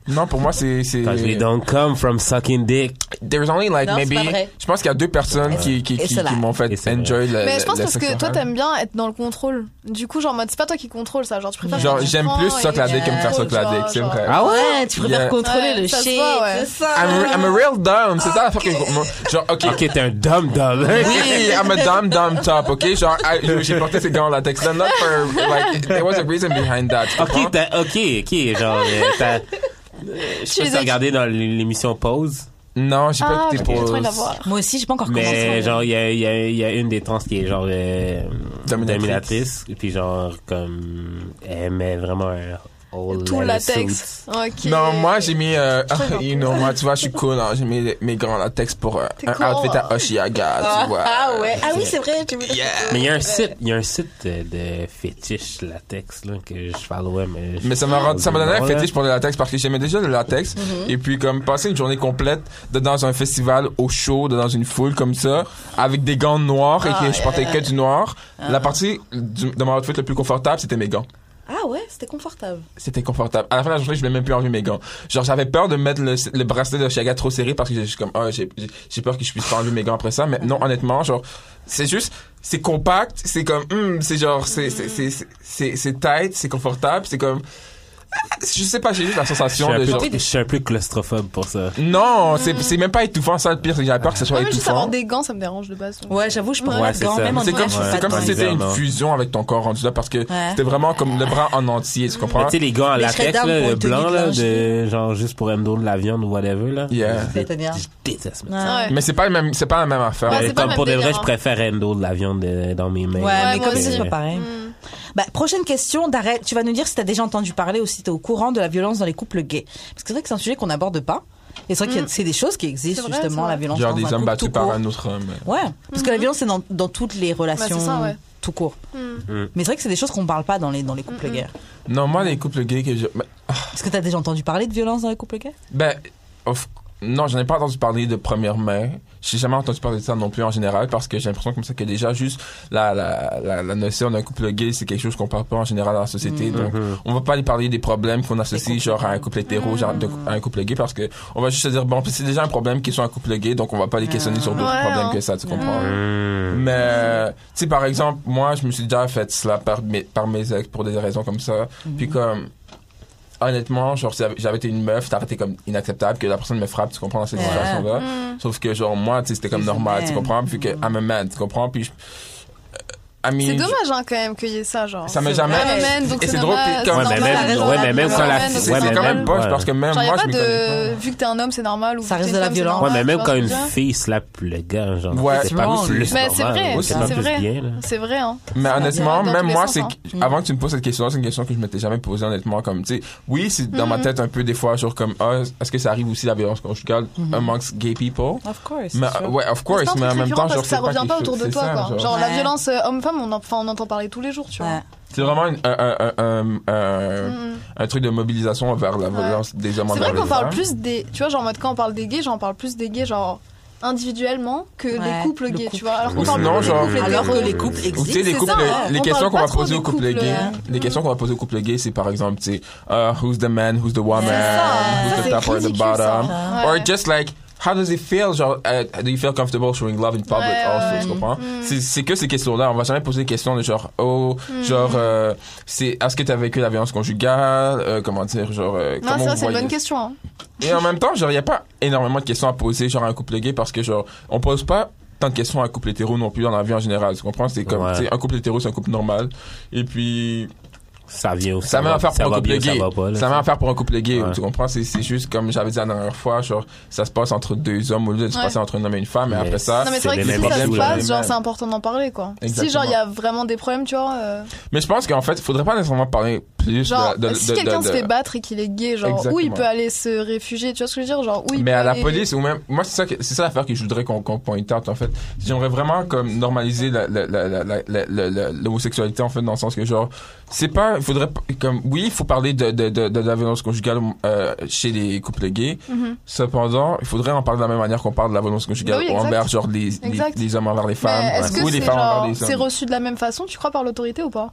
Non, pour moi, c'est... c'est-
Because we don't come from sucking dick.
There's only like
Non, c'est
maybe...
pas vrai.
Je pense qu'il y a deux personnes qui, qui,
Et
qui,
c'est
qui
là.
m'ont
Et
fait
c'est
enjoy le
Mais je
le-
pense
le
parce
sexe
que toi,
oral.
t'aimes bien être dans le contrôle. Du coup, genre, en mode, c'est pas toi qui contrôle ça. Genre, tu préfères.
Genre,
que tu
j'aime plus
prends et-
socler la dick que me faire
Genre,
socler la dick, c'est
genre-
vrai.
Ah
Ouais, tu préfères
Yeah.
contrôler
Ouais,
le
ça se
shit,
voit, ouais.
c'est ça.
I'm, re- I'm a real dumb, c'est ça l'affaire
Ah,
que... moi, Genre, OK,
Ok, t'es un dumb
*laughs*
dumb.
Oui, I'm a dumb dumb top, ok? Genre, I- j'ai porté ces gants en latex. Not for, like, there was a reason behind that. tu comprends?
Ok, t'as- ok, ok, genre,
*laughs*
euh, t'as. euh, Je sais pas si t'as regardé dans l'émission Pause,
Non, j'ai pas
Ah, ok,
écouté
j'ai trop
pour
envie de la voir.
Moi aussi, j'ai pas encore
mais
commencé.
genre, il y a, il y, a, il y a une des trans qui est genre euh,
Dominatrice.
dominatrice, puis genre, comme, elle met vraiment un old
Tout le
leather suit.
latex. Ok.
Non, moi, j'ai mis, euh,
Très
*laughs*
gentil.
you know, moi, tu vois, je suis cool, hein, j'ai mis les- mes gants en latex pour euh,
T'es
un
cool,
outfit
hein.
à Oshiaga, tu vois.
Ah ouais.
Ah oui, c'est vrai. tu-
Mais il y a un site, il y a un site de, de fétiche latex, là, que je followais, mais. je-
Mais ça m'a rendu- ça m'a donné un
Ouais.
fétiche pour le latex parce que j'aimais déjà le latex.
Mm-hmm.
Et puis, comme, passer une journée complète de- dans un festival au chaud, de- dans une foule comme ça, avec des gants noirs et
Ah,
que je portais que du noir. La partie du- de mon outfit le plus confortable, c'était mes gants.
Ah ouais, c'était confortable.
c'était confortable. À la fin de la journée, je voulais même plus enlever mes gants. Genre, j'avais peur de mettre le, le bracelet de Chaga trop serré parce que j'ai- je suis comme, ah, j'ai j'ai peur que je puisse pas enlever mes gants après ça. Mais non, honnêtement, genre, c'est juste, c'est compact, c'est comme, hum, c'est genre, c'est, c'est, c'est, c'est- c'est, c'est tight, c'est confortable, c'est comme, Ah, je sais pas, j'ai juste la
Je suis,
sensation
un
de
peu,
genre,
je suis un peu claustrophobe pour ça.
non, c'est, c'est même pas étouffant, ça, le pire, c'est que j'avais peur que ça soit
Ah, mais juste avoir
étouffant.
des gants, ça me dérange de base. donc.
Ouais, j'avoue, je peux
Ouais,
pas
c'est
gants,
ça.
même en
C'est
hiver,
comme,
je fais
c'est
pas
comme si
de
c'était
hiver,
une
non.
fusion avec ton corps rendu là parce que c'était vraiment comme le bras en entier, tu
Mais
comprends?
tu sais, les gants à
Mais je serais
latex,
down
là,
pour
le
une tenue
blanc, là,
de
de, genre, juste pour endo de la viande ou whatever, là.
Yeah.
Je
C'est-à-dire?
dé- je déteste, mais
Ouais.
Ouais.
Mais c'est pas le même, c'est pas la même affaire.
Ouais,
Mais
Ah, c'est pas
Euh, comme
le
pour de
même
vrai, je
délire,
préfère endo de la viande euh, dans mes mains.
Ouais, mais
moi
comme
aussi.
c'est pas pareil.
Hmm.
Bah, prochaine question, Darrell. Tu vas nous dire si tu as déjà entendu parler ou si tu es au courant de la violence dans les couples gays. Parce que c'est vrai que c'est un sujet qu'on n'aborde pas. Et c'est vrai qu'il y a- c'est des choses qui existent,
Mm. C'est vrai, c'est
justement,
vrai.
la violence
Genre
dans un
des hommes
couple
battus
tout
par
court.
un autre homme.
Ouais, parce que la violence, c'est dans, dans toutes les relations
ça, ouais.
tout court.
Hmm.
Mais c'est vrai que c'est des choses qu'on parle pas dans les, dans les couples gays.
Non, moi, les couples gays que je. ben,
Est-ce que tu as déjà entendu parler de violence dans les couples gays
Ben, of- non, j'en ai pas entendu parler de première main. J'ai jamais entendu parler de ça non plus en général parce que j'ai l'impression comme ça que déjà juste la, la, la, la notion d'un couple gay, c'est quelque chose qu'on parle pas en général dans la société.
Mm.
Donc, on va pas aller parler des problèmes qu'on associe genre à un couple hétéro, genre de- à un couple gay parce que on va juste se dire, bon, c'est déjà un problème qu'ils sont un couple gay, donc on va pas
Ah.
les questionner sur d'autres
Ouais,
problèmes
hein.
que
Mm.
ça, tu comprends?
Mmh.
Mais, euh, tu sais, par exemple, moi, je me suis déjà fait cela par mes, par mes ex pour des raisons comme ça.
Mhm.
Puis comme, honnêtement, genre, si j'avais été une meuf, ça aurait été comme inacceptable que la personne me frappe, tu comprends, dans cette
Ouais.
situation-là.
Mhm.
Sauf que, genre, moi, tu sais, c'était comme
He's a
normal, tu
man.
comprends, puis que I'm a man, tu comprends, puis je... euh, I mean,
C'est dommage, hein, quand même, qu'il y ait ça, genre.
Ça m'a jamais...
Ah, man, donc
Et
c'est
c'est drôle,
normal,
puis comme-
Ouais, mais
normal,
même-
raison,
ouais, mais même
raison,
quand la-
raison,
C'est
c'est
ouais,
c'est
mais
quand
même-
même poche
ouais.
parce que même
Genre, y a
moi,
pas
je me connais
de. Vu que t'es un homme, c'est normal. Ou
Ça
que t'es
reste de
une
la
femme, c'est
violence.
Mmh. Ouais,
normal,
mais même
tu
quand
vois
une
ce que je veux dire
fille slappe le gars, genre,
Ouais,
c'est pas
wrong.
plus
Mais c'est
normal,
vrai,
ouais,
c'est
pas plus
vrai.
bien, là.
C'est vrai, hein.
Mais honnêtement,
dans
même
tous les
moi,
sens,
c'est
hein.
que- avant que tu me poses cette question, c'est une question que je m'étais jamais posée honnêtement. Comme tu sais, oui, c'est dans
Mm.
ma tête un peu des fois, genre comme ah, est-ce que ça arrive aussi la violence conjugale amongst gay people
Of course.
Mais euh, ouais, of
Mm-hmm. C'est un
course,
truc
mais en même
récurrent
temps,
parce
genre
que ça
c'est pas
revient pas
quelque
autour de
chose-
toi,
c'est ça,
quoi.
genre.
Genre, la
Ouais.
violence euh, homme-femme, on en enfin, on entend parler tous les jours, tu vois.
C'est vraiment une- un, un, un, un- un truc de mobilisation vers la violence des hommes
Mm. C'est vrai
envers
qu'on
les
parle
femmes.
plus des. Tu vois, genre, en mode quand on parle des gays, j'en parle plus des gays, genre, individuellement, que
Ouais,
les couples
le
gays,
couple.
tu vois. Alors qu'on
Ou
parle
sinon,
plus des
genre-
couples
Alors que
hétéros.
les couples
Ou tu sais, les,
C'est
existent.
couples,
ça, hein. ouais.
les
On
questions
parle
qu'on
pas
va
trop
poser
des
aux couples
couples,
gays,
hein.
les questions qu'on va poser aux couples gays, c'est par exemple, tu sais, uh, who's the man, who's the woman,
ça,
who's
ça,
the
c'est
top or the
ridicule,
bottom,
ça.
or
Ouais.
just like, how does it feel, genre, uh, do you feel comfortable showing love in public
Ouais,
also,
ouais. Mm.
tu comprends? C'est- C'est que ces questions-là, on va jamais poser des questions de genre, oh,
Mm.
genre, euh, c'est, est-ce que t'as vécu la violence conjugale, Euh, comment dire, genre, euh,
Non, c'est
comment vous
vrai, c'est une bonne
voyez
question. hein.
et en même temps, genre, il a pas énormément de questions à poser, genre, à un couple gay, parce que, genre, on pose pas tant de questions à un couple hétéro non plus dans la vie en général. Tu comprends? C'est comme,
Ouais.
tu sais, un couple hétéro, c'est un couple normal. Et puis,
Ça vient aussi.
ça m'a affaire pour un
va
couple
bien,
gay.
Ça va pas, là,
Ça m'a affaire pour un couple gay.
Ouais.
Tu comprends? C'est, c'est juste, comme j'avais dit la dernière fois, genre, ça se passe entre deux hommes au lieu de se
Ouais.
passer entre un homme et une femme. Et
Mais
après ça,
Non, mais
c'est
c'est vrai
les
que si
mêmes
ça se
problèmes.
passe, genre, c'est important d'en parler, quoi. Si, genre, il y a vraiment des problèmes, tu vois. euh,
Mais je pense qu'en fait, il faudrait pas nécessairement parler plus.
Genre,
de- de-
si
de- de-
quelqu'un se
de-
fait battre et qu'il est gay, genre, où il
Exactement.
peut aller se réfugier, tu vois ce que je veux dire? Genre, où il
mais
peut
à la
aller-
police ou même moi c'est ça que- c'est ça l'affaire que je voudrais qu'on qu'on pointe out en fait j'aimerais vraiment comme normaliser la- la- la- la- la- la- la- la- l'homosexualité en fait dans le sens que genre c'est pas il faudrait pas- comme oui il faut parler de de, de, de la violence conjugale euh, chez les couples gays
Mhm.
cependant il faudrait en parler de la même manière qu'on parle de la violence conjugale
Oui, exact.
envers genre les, les,
Exact.
les hommes envers les
Mais
femmes
est-ce
ou
que
les
c'est
femmes
genre,
envers les
c'est
hommes
reçu de la même façon, tu crois, par l'autorité ou pas?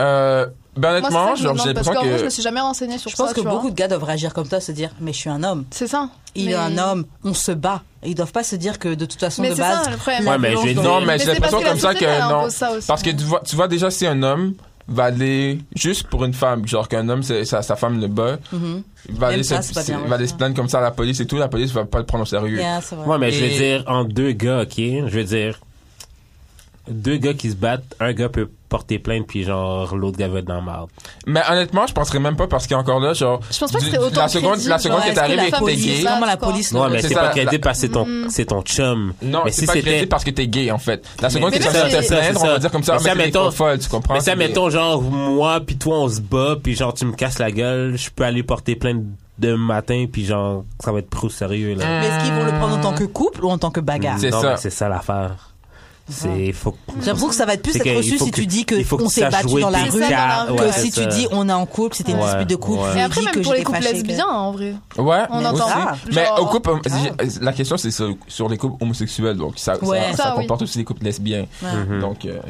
euh, ben
Moi, c'est ça
honnêtement
que je me
genre j'ai
demande, parce
l'impression
qu'en vrai, je
que
me suis jamais renseignée sur
Je
ça.
pense que
tu vois.
beaucoup de gars doivent réagir comme toi, se dire mais je suis un homme,
C'est ça.
il
Mais-
est un homme, on se bat. Ils doivent pas se dire que de toute façon
Mais
de
c'est ça
base.
le problème.
Ouais, mais je vais
non
dire-
mais j'ai
c'est parce
l'impression
la
comme ça
société,
que
elle
non
impose ça aussi.
Parce que tu vois, tu vois déjà si un homme va aller juste pour une femme, genre qu'un homme c'est sa, sa femme le bat,
Mhm.
il va
Même
aller,
ça,
se,
c'est pas bien,
il
ouais,
va aller
ça.
se plaindre comme ça à la police et tout, la police va pas le prendre au sérieux.
Yeah, c'est vrai.
Ouais, mais je veux
Et-
dire, en deux gars, OK? Je veux dire, deux gars qui se battent, un gars peut porter plainte, puis genre, l'autre gars va être dans le marde.
Mais honnêtement, je penserais même pas parce qu'encore là, genre
Je pense pas que
du-
c'est autant
la seconde la
crédible,
seconde
genre,
qui est
est-ce que
arrivée
la
et que t'es
police-
gay.
ça,
Comment la
tu crois.
police
Non,
le-
mais
C'est
c'est
ça,
pas
la-
crédible parce que c'est ton,
Mm.
c'est ton chum.
Non,
mais
c'est pas crédible parce que t'es gay en fait. La seconde
Mais
qui est
même
arrivée
si-
et plaindre, on va dire comme ça,
Mais
mais
ça,
t'es
mettons-
pas folle, tu comprends
Mais ça,
c'est-
mettons, genre, moi, puis toi, on se bat, puis genre, tu me casses la gueule, je peux aller porter plainte demain matin, puis genre, ça va être trop sérieux, là. Mm.
Mais est-ce qu'ils vont le prendre en tant que couple ou en tant que bagarre
C'est
Non,
ça.
mais C'est ça l'affaire. C'est, faut que-
Ah. J'ai l'impression que ça va être plus
C'est
être
que- il
reçu
faut
si
que-
tu dis que
il faut que
on
tu
s'est
saches
battu
jouer
dans la
tes
rue.
cartes.
cartes.
Que
Ouais,
Que
c'est
si tu
ça.
dis on est en couple, c'était une
Ouais,
dispute de couple.
ouais.
je
Mais
lui
après,
dis
même
que
pour les
j'étais
couples
fâchée,
lesbiens, en vrai.
Ouais,
On
aussi.
entend.
Mais
Genre- ah.
au couple, hom- j'ai- la question c'est sur, sur les couples homosexuels, donc ça, ça-
Ouais.
ça,
Ça, oui.
comporte aussi les couples lesbiens. Donc, euh,
que-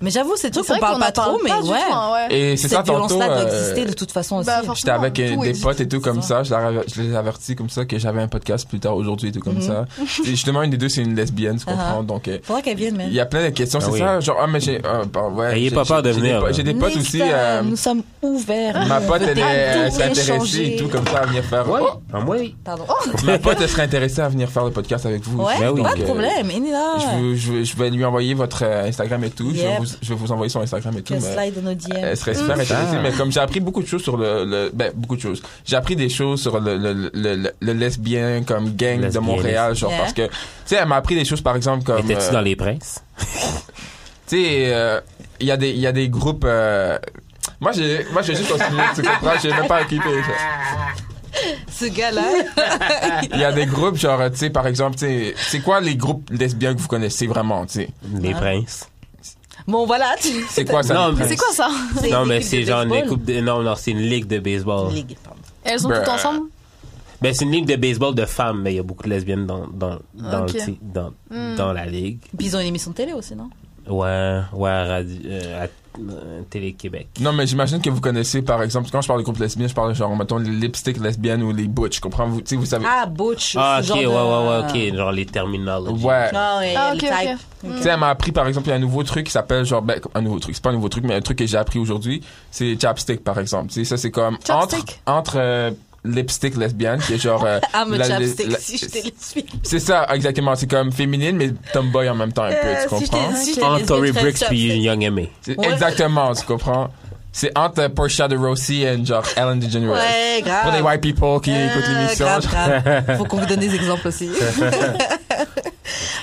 Mais j'avoue, c'est le truc
C'est
qu'on
vrai
parle
qu'on
pas
en parle
trop, mais
pas du
ouais.
tout, hein, ouais.
et c'est ça
Cette
tantôt.
violence-là doit
euh,
exister de toute façon aussi.
Bah,
J'étais avec euh,
Tout
des
existe,
potes et tout comme
ça.
ça. Je, leur av- je les avertis comme ça que j'avais un podcast plus tard aujourd'hui et tout comme ça.
Mhm.
*laughs* Et justement, une des deux, c'est une lesbienne, tu
Uh-huh.
comprends. Donc, euh,
Faudrait qu'elle vienne,
il
même.
y a plein de questions,
Ah
c'est
oui.
ça. Genre, ah, mais j'ai. ah, bah, ouais,
Ayez
j'ai-
pas peur
j'ai-
de
j'ai des
venir,
po-
là.
J'ai des potes
Next
aussi.
time,
euh,
nous sommes ouverts.
Ma pote, elle, est- elle
tout
serait intéressée
échanger.
et tout comme ça à venir faire.
Ouais.
Oh,
Ah, ouais.
Pardon.
ma pote, elle serait intéressée à venir faire le podcast avec vous.
Ouais,
aussi.
Ben oui.
pas
Donc,
de
euh,
problème. Il est là.
Je, vous- je, vais- je vais lui envoyer votre euh, Instagram et tout. Je, vais
Yep.
vous, je vais vous envoyer son Instagram et tout.
Que
mais-
slide dans nos DM.
Elle serait super intéressée,
Ah.
mais comme j'ai appris beaucoup de choses sur le, le- ben, beaucoup de choses. J'ai appris des choses sur le, le, le, le- le lesbien comme gang de
Lesbien,
Montréal, genre,
Yeah.
parce que, tu sais, elle m'a appris des choses, par exemple, comme,
Étais-tu
euh,
dans les princes?
tu sais, euh, il y a des, il y a des groupes, euh, moi, j'ai, moi, j'ai juste continué, tu comprends, j'ai même pas équipé.
Ce gars-là.
*laughs*
Il y a des groupes, genre, tu sais, par exemple, tu sais, c'est quoi les groupes lesbiens que vous connaissez vraiment, tu sais?
Ah.
Les princes.
Bon, voilà. tu-
C'est quoi ça?
Non,
les
mais-
princes?
C'est
*laughs*
quoi ça
c'est
Non,
une
mais
équipe
c'est
de
genre une
baseball.
coupe de, non, non, c'est une ligue de baseball.
Ligue, pardon.
Elles sont
Bah.
toutes ensemble
Ben, c'est une ligue de baseball de femmes, mais il y a beaucoup de lesbiennes dans, dans, dans,
Ok.
le ti- dans,
Hmm.
dans la ligue.
Puis ils ont une émission de télé aussi, non
Ouais, ouais, à radio- euh, à euh, Télé-Québec.
Non, mais j'imagine que vous connaissez, par exemple, quand je parle de groupe lesbien, je parle genre, mettons, les lipsticks lesbiennes ou les butch, comprends? Vous, tu sais, vous savez.
Ah, Butch.
Ah,
ce
ok, ouais,
genre de-
ouais, ouais, ok. Genre les terminologies.
Ouais.
Ah, ouais,
Ah,
le
ok,
type.
ok.
Tu sais, elle m'a appris, par exemple, il y a un nouveau truc qui s'appelle genre, ben, un nouveau truc, c'est pas un nouveau truc, mais un truc que j'ai appris aujourd'hui, c'est chapstick, par exemple. Tu sais, ça, c'est comme entre,
Chapstick?
entre euh, lipstick lesbienne, qui est
*laughs*
genre. euh,
I'm a
la-
Ah, chapstick
la-
si je t'ai lesbienne.
C'est ça, exactement. C'est comme féminine, mais tomboy en même temps, un peu, tu
Euh, si je t'ai-
comprends?
si je t'ai
Entre
lesbienne,
Tory
je serais
Bricks puis
chapstick.
Young M.A.
C'est-
Ouais.
Exactement, tu comprends? C'est entre euh, Portia de Rossi et genre Ellen DeGeneres.
Ouais, grave.
Pour les white people qui
Euh,
écoutent l'émission.
grave,
genre- *laughs*
grave. Faut qu'on vous donne des exemples aussi. *laughs*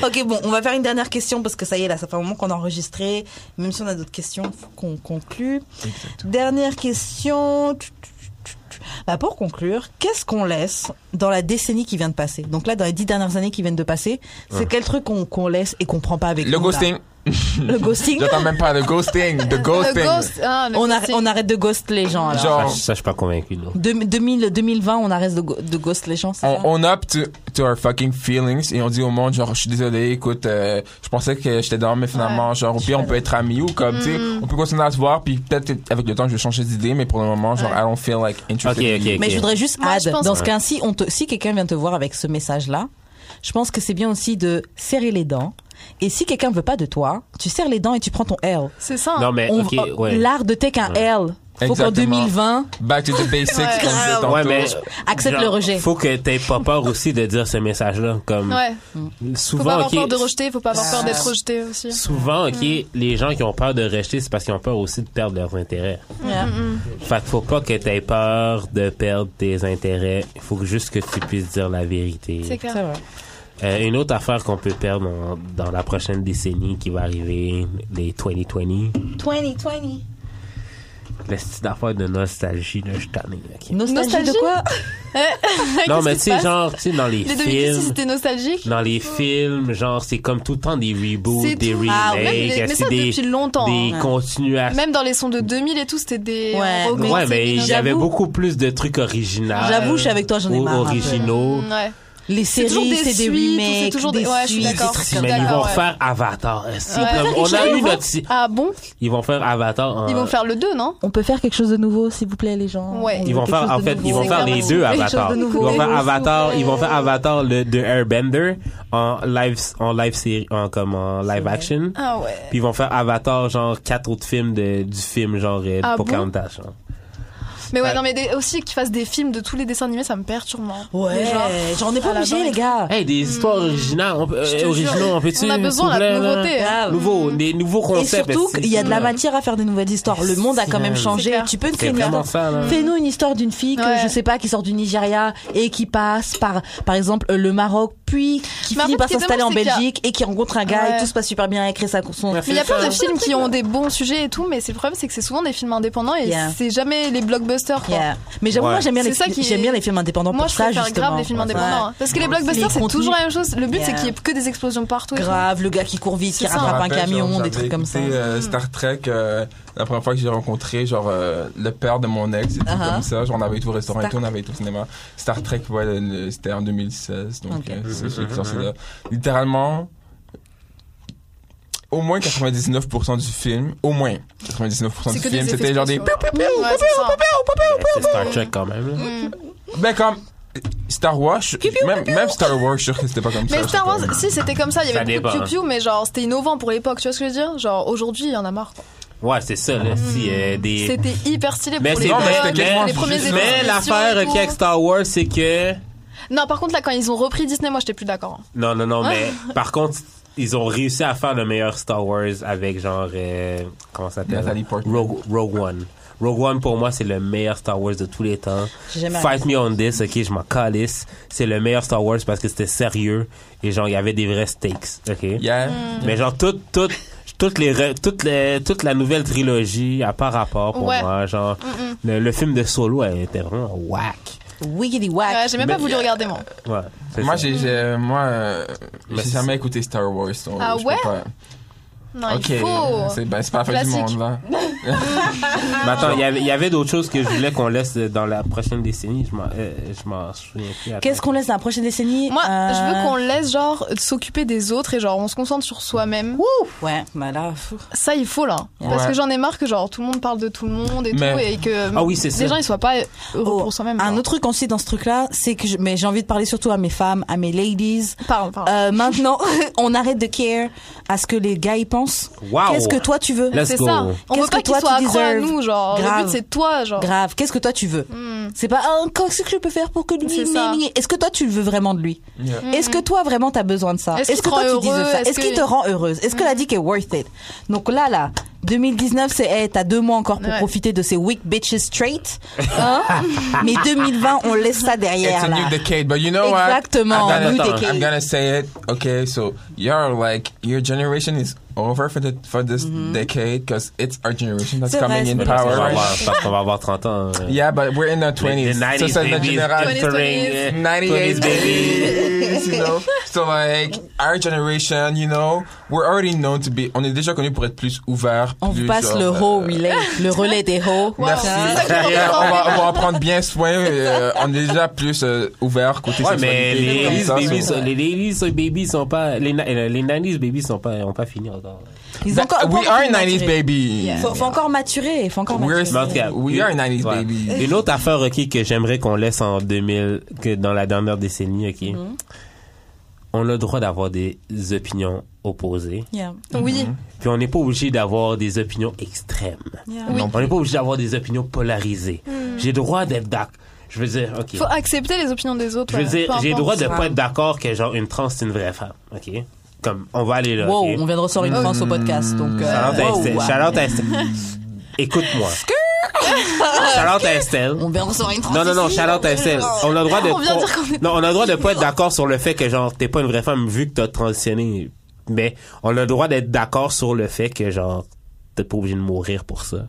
ok, bon, on va faire une dernière question parce que ça y est, là, ça fait un moment qu'on a enregistré. Même si on a d'autres questions, faut qu'on conclue. Dernière question. Bah, pour conclure, qu'est-ce qu'on laisse dans la décennie qui vient de passer Donc là, dans les dix dernières années qui viennent de passer, c'est quel truc qu'on qu'on laisse et qu'on prend pas avec nous,
Le
là *laughs*
ghosting.
Le ghosting.
J'entends même pas le ghosting. The
Le
ghosting.
ghost. ah, le
on, arrête,
ghosting.
on arrête de ghost les gens. Alors.
Ça,
Genre.
je- ça, je suis pas convaincu, là.
Deux- 2000, 2020, on arrête de, go- de ghost les gens, c'est
on,
ça
on up to, to our fucking feelings et on dit au monde genre je suis désolé écoute euh, je pensais que j'étais dans mais finalement genre au pire on peut être amis ou comme tu sais
Mm.
on peut continuer à se voir puis peut-être avec le temps je vais changer d'idée mais pour le moment genre I don't feel like interested
Ok,
in
ok,
you.
ok.
Mais je voudrais juste
Moi, je
add,
pense-
dans ce cas, si, on te- si quelqu'un vient te voir avec ce message-là, je pense que c'est bien aussi de serrer les dents. Et si quelqu'un veut pas de toi, tu serres les dents et tu prends ton L.
C'est ça.
Non, mais,
On-
Eh, ok,
euh,
ouais.
L'art de take un
Ouais.
L. Faut qu'en
Exactement.
2020,
back to the basics comme je disais tantôt.
Ouais, mais.
accepte le rejet.
Faut que t'aies pas peur aussi de dire ce message-là. Comme,
Ouais. Faut pas
souvent,
avoir
ok. Ah.
peur de rejeter, faut pas avoir peur d'être rejeté aussi.
Souvent, ok, les gens qui ont peur de rejeter, c'est parce qu'ils ont peur aussi de perdre leurs intérêts.
Yeah.
Fait que faut pas que t'aies peur de perdre tes intérêts. Il faut juste que tu puisses dire la vérité.
C'est *laughs* clair.
Euh, une autre affaire qu'on peut perdre en- dans, la prochaine décennie qui va arriver, les 2020.
2020.
La petite affaire de nostalgie, là, je suis tanné. ok.
Nostalgie de quoi
Non, mais
Qu'est-ce qui
tu
se
sais,
passe
genre, tu sais, dans les
Les 2010,
films.
c'était nostalgique.
Dans les films, genre, c'est comme tout le temps des
C'est
reboots, des
tout. Ah, même les- mais
remakes,
ça,
c'est des,
depuis longtemps,
des
hein.
continuations.
Même dans les sons de 2000 et tout, c'était des.
Ouais,
on
ouais,
recommençait
mais
des-
il y avait
j'avoue.
beaucoup plus de trucs originaux.
J'avoue, je suis avec toi, j'en ai
ou
marre un peu.
originaux.
Mm, Ouais.
Les
C'est toujours
séries,
des
c'est des
suites ou c'est
remakes,
toujours des-
des
ouais, je suis
suites, des
d'accord.
trucs
Je suis
Mais
D'accord,
ils vont
ouais.
faire Avatar. esti,
Ouais.
comme- on a eu notre. si-
Ah bon
Ils vont faire Avatar. en-
Ils vont faire le 2, non
On peut faire quelque chose de nouveau, s'il vous plaît, les gens.
Ouais.
On
Ils
veut
vont
quelque
faire,
chose
en
de
fait, ils
nouveau.
vont
C'est
faire
comme
les
un-
deux
quelque chose
Avatar.
de
Ils
nouveau.
vont faire
Écoutez-vous,
Avatar,
s'il vous
ils vont faire
plaît.
Avatar le, de Airbender en live, en live série, en, comme en live action.
Ah ouais.
Puis ils vont faire Avatar, genre, quatre autres films de, du film, genre, euh,
Ah bon
Pocahontas. genre.
Mais ouais,
Ouais.
non, mais des- aussi qu'ils fassent des films de tous les dessins animés, ça me perturbe. moi.
Ouais,
Mais genre,
j'en ai pas
à la
obligé,
base.
les gars.
Hey, des histoires originales, on peut,
Hmm. Je te
euh,
jure,
originaux, on peut-tu?
on a
s'il
besoin,
vous
la
plaît, là? Ah,
nouveauté.
Grave.
Nouveau,
Hmm.
des nouveaux
Et
concepts.
surtout
esti,
qu'il y a de la
là.
matière à faire des nouvelles histoires. Le monde a quand même
C'est
changé.
clair.
Tu peux nous
C'est
créer une
vraiment ça, là.
Fais-nous une histoire d'une fille que
Ouais.
je sais pas qui sort du Nigeria et qui passe par par exemple euh, le Maroc puis qui
Mais en
finit
fait,
par
ce qui est
s'installer en
dommage, c'est qu'il y a-
Belgique et qui rencontre un gars
Ouais.
et tout se passe super bien elle crée sa son
Mais il y a
C'est
plein de
ça.
films qui ont des bons sujets et tout, mais c'est le problème, c'est que c'est souvent des films indépendants et
Yeah.
c'est jamais les blockbusters. Quoi.
Yeah. Mais j'avoue
Ouais.
moi j'aime bien
C'est
les
ça qui est-
j'aime bien les films indépendants
Moi,
pour
je
ça
préfère
justement.
grave les films
Ouais.
indépendants. hein. Parce que les blockbusters, c'est
contenus.
toujours la même chose. Le but, c'est
Yeah.
qu'il y ait que des explosions partout. et tout.
Grave le gars qui court vite qui
C'est ça.
rattrape un
Ah, rappelle, genre,
camion
j'avais
des trucs comme ça.
écouté, euh, Star Trek, euh, la première fois que j'ai rencontré, genre, euh, le père de mon ex, et tout
Uh-huh.
comme ça. Genre, on avait été au restaurant et tout, on avait été au cinéma. Star Trek, ouais, le- le- c'était en 2016, donc,
Ok.
euh,
Mm-hmm,
c'est- j'ai sorti là. Littéralement, au moins 99% du film, au moins 99%
C'est
du
que des
film,
effets
c'était genre des
spéciaux. Ouais, c'est ça.
C'est Star Trek quand même. là.
Hmm.
Ben comme Star Wars, je- même, même Star Wars, je suis sûr que c'était hein. pas comme ça.
Mais Star Wars, si c'était comme ça, il y
Ça
avait beaucoup de
dépend.
piou mais genre c'était innovant pour l'époque, tu vois ce que je veux dire Genre aujourd'hui, il y en a marre. quoi.
Ouais, c'est ça, là. Si, euh, des...
C'était hyper stylé
Mais
Hmm. pour
c'est
l'époque,
vrai, mais-
les
mais-
premiers épisodes.
Mais l'affaire
et
qu'il y a avec
tout.
Star Wars, c'est que.
Non, par contre là quand ils ont repris Disney, moi j'étais plus d'accord. hein.
Non, non, non, mais
Ah.
par contre, ils ont réussi à faire le meilleur Star Wars avec genre. euh, comment ça
Nathalie
s'appelle
Portman.
Rogue, Rogue One. Rogue One, pour moi, c'est le meilleur Star Wars de tous les temps.
J'ai jamais
Fight me on this, ok, je m'en calisse. C'est le meilleur Star Wars parce que c'était sérieux et genre, il y avait des vrais stakes, ok?
Yeah.
Mm.
Mais genre, tout, tout, toutes les, re- toutes les, toute la nouvelle trilogie, à part rapport pour
Ouais.
moi, genre, le, le film de Solo, elle était vraiment whack.
euh,
Wiggly
Ah,
wack.
Ouais, j'ai même
Mais-
pas
euh,
voulu regarder moi.
Ouais, c'est
Moi,
ça.
j'ai, j'ai- moi, euh,
Mais
j'ai
c'est-
jamais écouté Star Wars. donc
Ah
je
ouais?
peux pas-
Non,
Ok. euh,
il faut.
C'est, ben, c'est pas la fin du monde
Classique.
là.
Mais attends, il y avait, il y avait d'autres choses que je voulais qu'on laisse dans la prochaine décennie. Je m'en, euh, je m'en souviens plus. Attends.
Qu'est-ce qu'on laisse dans la prochaine décennie
Moi,
Euh,
je veux qu'on laisse genre s'occuper des autres et genre on se concentre sur soi-même.
Ouais, bah là, fou.
Ça il faut là, parce
Ouais.
que j'en ai marre que genre tout le monde parle de tout le monde et
Mais-
tout et que
Ah oui, c'est ça.
les gens ils soient pas heureux
Oh,
pour soi-même.
Un
genre.
autre truc aussi dans ce truc-là, c'est que je- mais j'ai envie de parler surtout à mes femmes, à mes ladies.
Parle, parle. *laughs*
Euh, maintenant, *laughs* on arrête de care à ce que les gars y pensent.
Wow.
Qu'est-ce que toi tu veux
Let's
C'est
go.
ça. On veut
Qu'est-ce
pas
que
qu'ils
toi,
soient
tu
accro à
deserves
nous, genre. Le
Grave.
but c'est toi, genre.
Grave. Qu'est-ce que toi tu veux
Hmm.
C'est pas Ah, qu'est-ce que je peux faire pour que lui.
C'est ça. Hmm.
Est-ce que toi tu le veux vraiment de lui
Yeah.
Est-ce que toi vraiment t'as besoin de ça
Est-ce qu'il te
que toi
rend
tu
heureux
ça
Est-ce
Est-ce qu'il
que- Hmm.
te rend heureuse Est-ce que la dick est worth it Donc là là, 2019 c'est hey, t'as deux mois encore pour
Ouais.
profiter de ces weak bitches
*laughs*
straight. Hein Mais 2020 on laisse ça
It's
derrière
a
là.
new decade, but you know what?
Exactement,
I'm
new
gonna,
decade.
I'm gonna say it. Okay, so you're like your generation is over for the for this decade because it's our generation that's
Mm-hmm. C'est vrai,
coming in
Mais parce qu'on
power.
va
right
avoir,
now.
parce qu'on va avoir 30 ans. euh,
Yeah, but we're in the
les- les
20s. so, so
90s,
the
80s,
generation,
20s,
98
20s, baby.
babies, *laughs* you know. So like our generation, you know, we're already known to be. On est déjà connu pour être plus ouvert.
On vous
plus
passe
genre,
le
euh,
haut relay, le relais des
*laughs*
hauts.
Merci.
C'est ça que je
Yeah, on,
comprends.
va, on va en prendre bien soin. euh, on est déjà plus euh, ouvert côté
Ouais, mais
sexualité,
les
comme
90s
ça,
babies,
so-
sont- les 90s babies sont pas, les, na- euh, les 90s babies sont pas, ont pas fini encore.
Ils ont
That-
encore,
we
encore
are
envie de
90s
maturer.
baby.
Faut, faut encore maturer, faut encore
We're,
maturer.
Mais en tout cas,
we are 90s
Ouais.
baby.
Une autre affaire, ok, que j'aimerais qu'on laisse en 2000, que dans la dernière décennie, ok.
Mm-hmm.
On a le droit d'avoir des opinions opposées.
Yeah.
Oui,
Puis on n'est pas obligé d'avoir des opinions extrêmes.
Yeah.
Oui. Hmm.
On n'est pas obligé d'avoir des opinions polarisées. J'ai le droit d'être d'accord. Je veux dire, ok.
faut accepter les opinions des autres.
Je veux
ouais.
dire,
Peu
j'ai le droit
importe.
de pas être d'accord que genre une trans c'est une vraie femme, ok. Comme on va aller là.
Wow,
ok?
on vient de recevoir une France au podcast, donc. euh,
Shout out à
wow.
Estelle. Shout out à Estelle. Écoute-moi. Shout out à Estelle.
On vient de recevoir une France.
Non, non, non,
ici.
Charlotte Estelle. On a le droit de.
On vient de dire qu'on est-
Non, on a le droit de pas être d'accord sur le fait que, genre, t'es pas une vraie femme vu que t'as transitionné. Mais on a le droit d'être d'accord sur le fait que, genre, t'es pas obligé de mourir pour ça.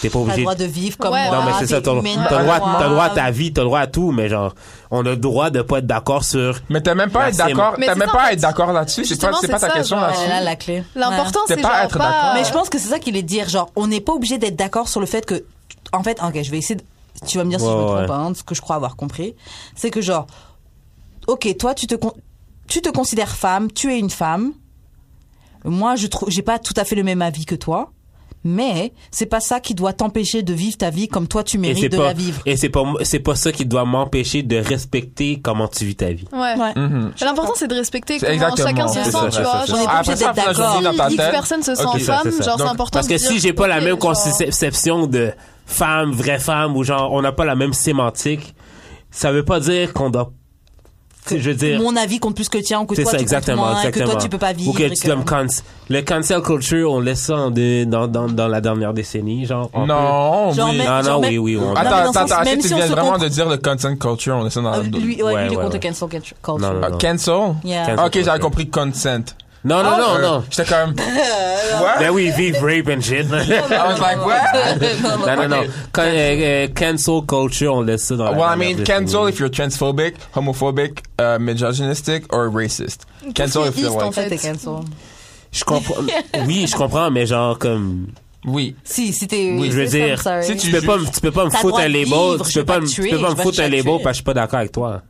T'es pas
T'as le
obligé.
droit de vivre comme
Ouais,
moi.
Non, mais c'est ça,
t'es
t'as
humaine
t'as le
comme
droit,
moi.
t'as le droit à ta vie, t'as le droit à tout, mais genre, on a le droit de pas être d'accord sur.
Mais t'as même pas à
La
être
sim.
d'accord,
Mais
t'as
c'est
même
ça,
pas
en
à
fait.
être d'accord là-dessus. C'est pas,
Justement,
c'est pas
c'est
ta
ça,
question
genre,
Ouais,
là-dessus.
là, la clé.
L'important,
C'est
c'est
pas
genre
être
Ah.
d'accord.
Mais je pense que c'est ça qu'il est dire, genre, on n'est pas obligé d'être d'accord sur le fait que, en fait, ok, je vais essayer. de- tu vas me dire si je me
Ouais,
trompe,
ouais.
hein, de ce que je crois avoir compris, c'est que genre, ok, toi, tu te con- tu te considères femme, tu es une femme. Moi, je trouve, j'ai pas tout à fait le même avis que toi, mais c'est pas ça qui doit t'empêcher de vivre ta vie comme toi tu
Et c'est
mérites de
pas,
la vivre.
et c'est pas, c'est pas ça qui doit m'empêcher de respecter comment tu vis ta vie.
Ouais.
Ouais.
Mhm.
L'important, c'est de respecter
C'est
comment
exactement.
chacun se
C'est
sent,
ça,
tu
c'est
vois.
ça, c'est
genre,
On
Ah,
est pas obligé d'être
faudra se
d'accord.
dire dans ta
si X
tête.
personne se sent
Ok, ça,
femme,
c'est ça.
genre, c'est
Donc,
important
Parce que
de
si
dire,
j'ai pas la
ok,
même
genre,
conception de femme, vraie femme, ou genre, on n'a pas la même sémantique, ça veut pas dire qu'on doit. Je veux dire.
Mon avis compte plus que le tien, ou que
C'est
toi
ça,
tu comptes
exactement,
moins, et
exactement.
que toi tu peux pas vivre.
Ou que
et
tu
que-
dois me cance- Le cancel culture, on laisse ça en des- dans, dans, dans la dernière décennie, genre. on
Non,
Genre,
oui.
peut-
mais-
Non, non, oui, oui. on-
mais dans
Attends,
le sens,
attends, attends,
même
tu
si on
viens
se
vraiment
comprend-
de dire le content culture, on est ça dans
Euh,
le-
lui, ouais,
Ouais,
lui, il est
ouais,
contre
ouais.
cancel culture.
Non, non,
Ah,
non.
Cancel?
Yeah.
Ok,
Cancel
j'avais
culture.
compris consent.
Non, non, non,
Euh,
non.
J'étais comme. What?
Ben oui, vive rape
*laughs*
and shit. non,
I was like, what?
non, non. Quand, euh, euh, cancel culture, on laisse ça dans la
Uh, Well, I
dernière
mean,
décennie.
cancel if you're transphobic, homophobic, uh, misogynistic, or racist. Cancel if
Tout ce qui est
you're
east, en
white.
fait.
T'es cancel.
Je comprends. Oui, je comprends, mais genre, comme.
Oui.
Si, si t'es.
je veux dire,
Si
tu
tu
peux pas,
juges-
me- tu peux pas me
T'as
foutre
droit
un
de
label,
vivre,
tu
je
peux
vais pas
pas me,
te
tu
tuer,
peux pas
je
me
vais
foutre
te
un label
tuer.
parce que je suis pas d'accord avec toi.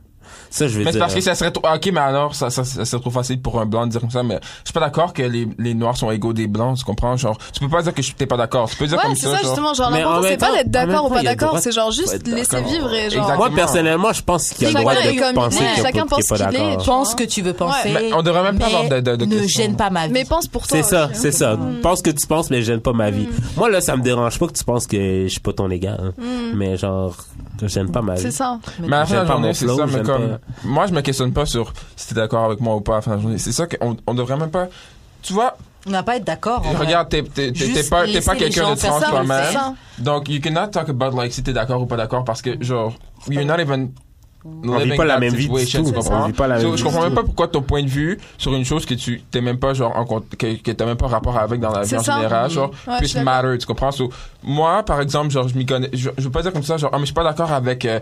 Ça, je veux
Mais c'est
dire.
parce que ça serait trop. ah, Ok, mais alors, ça, ça, ça serait trop facile pour un blanc de dire comme ça, mais je suis pas d'accord que les, les noirs sont égaux des blancs, tu comprends? Genre, tu peux pas dire que je t'es pas d'accord. Tu peux dire
Ouais,
comme
c'est
ça.
ça,
genre.
justement. Genre,
Mais en
l'important,
même
c'est
temps-
pas
en
d'être
même
d'accord ou
temps,
pas
il y a le droit
d'accord,
de
c'est genre
pas
juste
être
laisser
d'accord.
vivre et genre.
Exactement.
Moi, personnellement, je pense qu'il y a le
Chacun
droit
est
de
comme-
penser
ouais,
qu'il
chacun pense
n'est pas
qu'il est,
d'accord.
tu
Pense ce que tu veux penser.
Mais on devrait même pas avoir de- de- de
ne
questions.
gêne pas ma vie.
Mais pense pour toi.
C'est ça,
aussi, hein.
c'est ça. Pense que tu penses, mais je gêne pas ma
Mm.
vie. Moi, là, ça me dérange pas que tu penses que je suis pas ton égal. hein. Mais genre, je gêne pas ma vie.
Mm. C'est ça.
Mais à la fin de la
J'aime pas
journée,
mon
c'est
flow,
ça, mais
j'aime
comme.
pas-
Moi, je me questionne pas sur si t'es d'accord avec moi ou pas à la fin de la journée. C'est ça qu'on on devrait même pas. Tu vois,
On va pas être d'accord. en vrai.
regarde, t'es t'es- t'es-
Juste
t'es pas, t'es
laisser
pas
les
quelqu'un
gens
de
faire
trans
ça, on le
toi-même.
sait.
ça.
Donc, you cannot talk about like si t'es d'accord ou pas d'accord parce que genre, you're not even.
On vit pas la même vie du tout.
tu comprends?
On vit pas la
So,
même
je
vie
comprends
du
même
tout.
pas pourquoi ton point de vue sur une chose que tu t'es même pas genre en compte- que, que t'as même pas rapport avec dans la vie
C'est
en
ça.
général genre
Ouais, je
plus
suis d'accord.
matter tu comprends So, moi par exemple genre je m'y connais je, je veux pas dire comme ça genre ah mais je suis pas d'accord avec euh,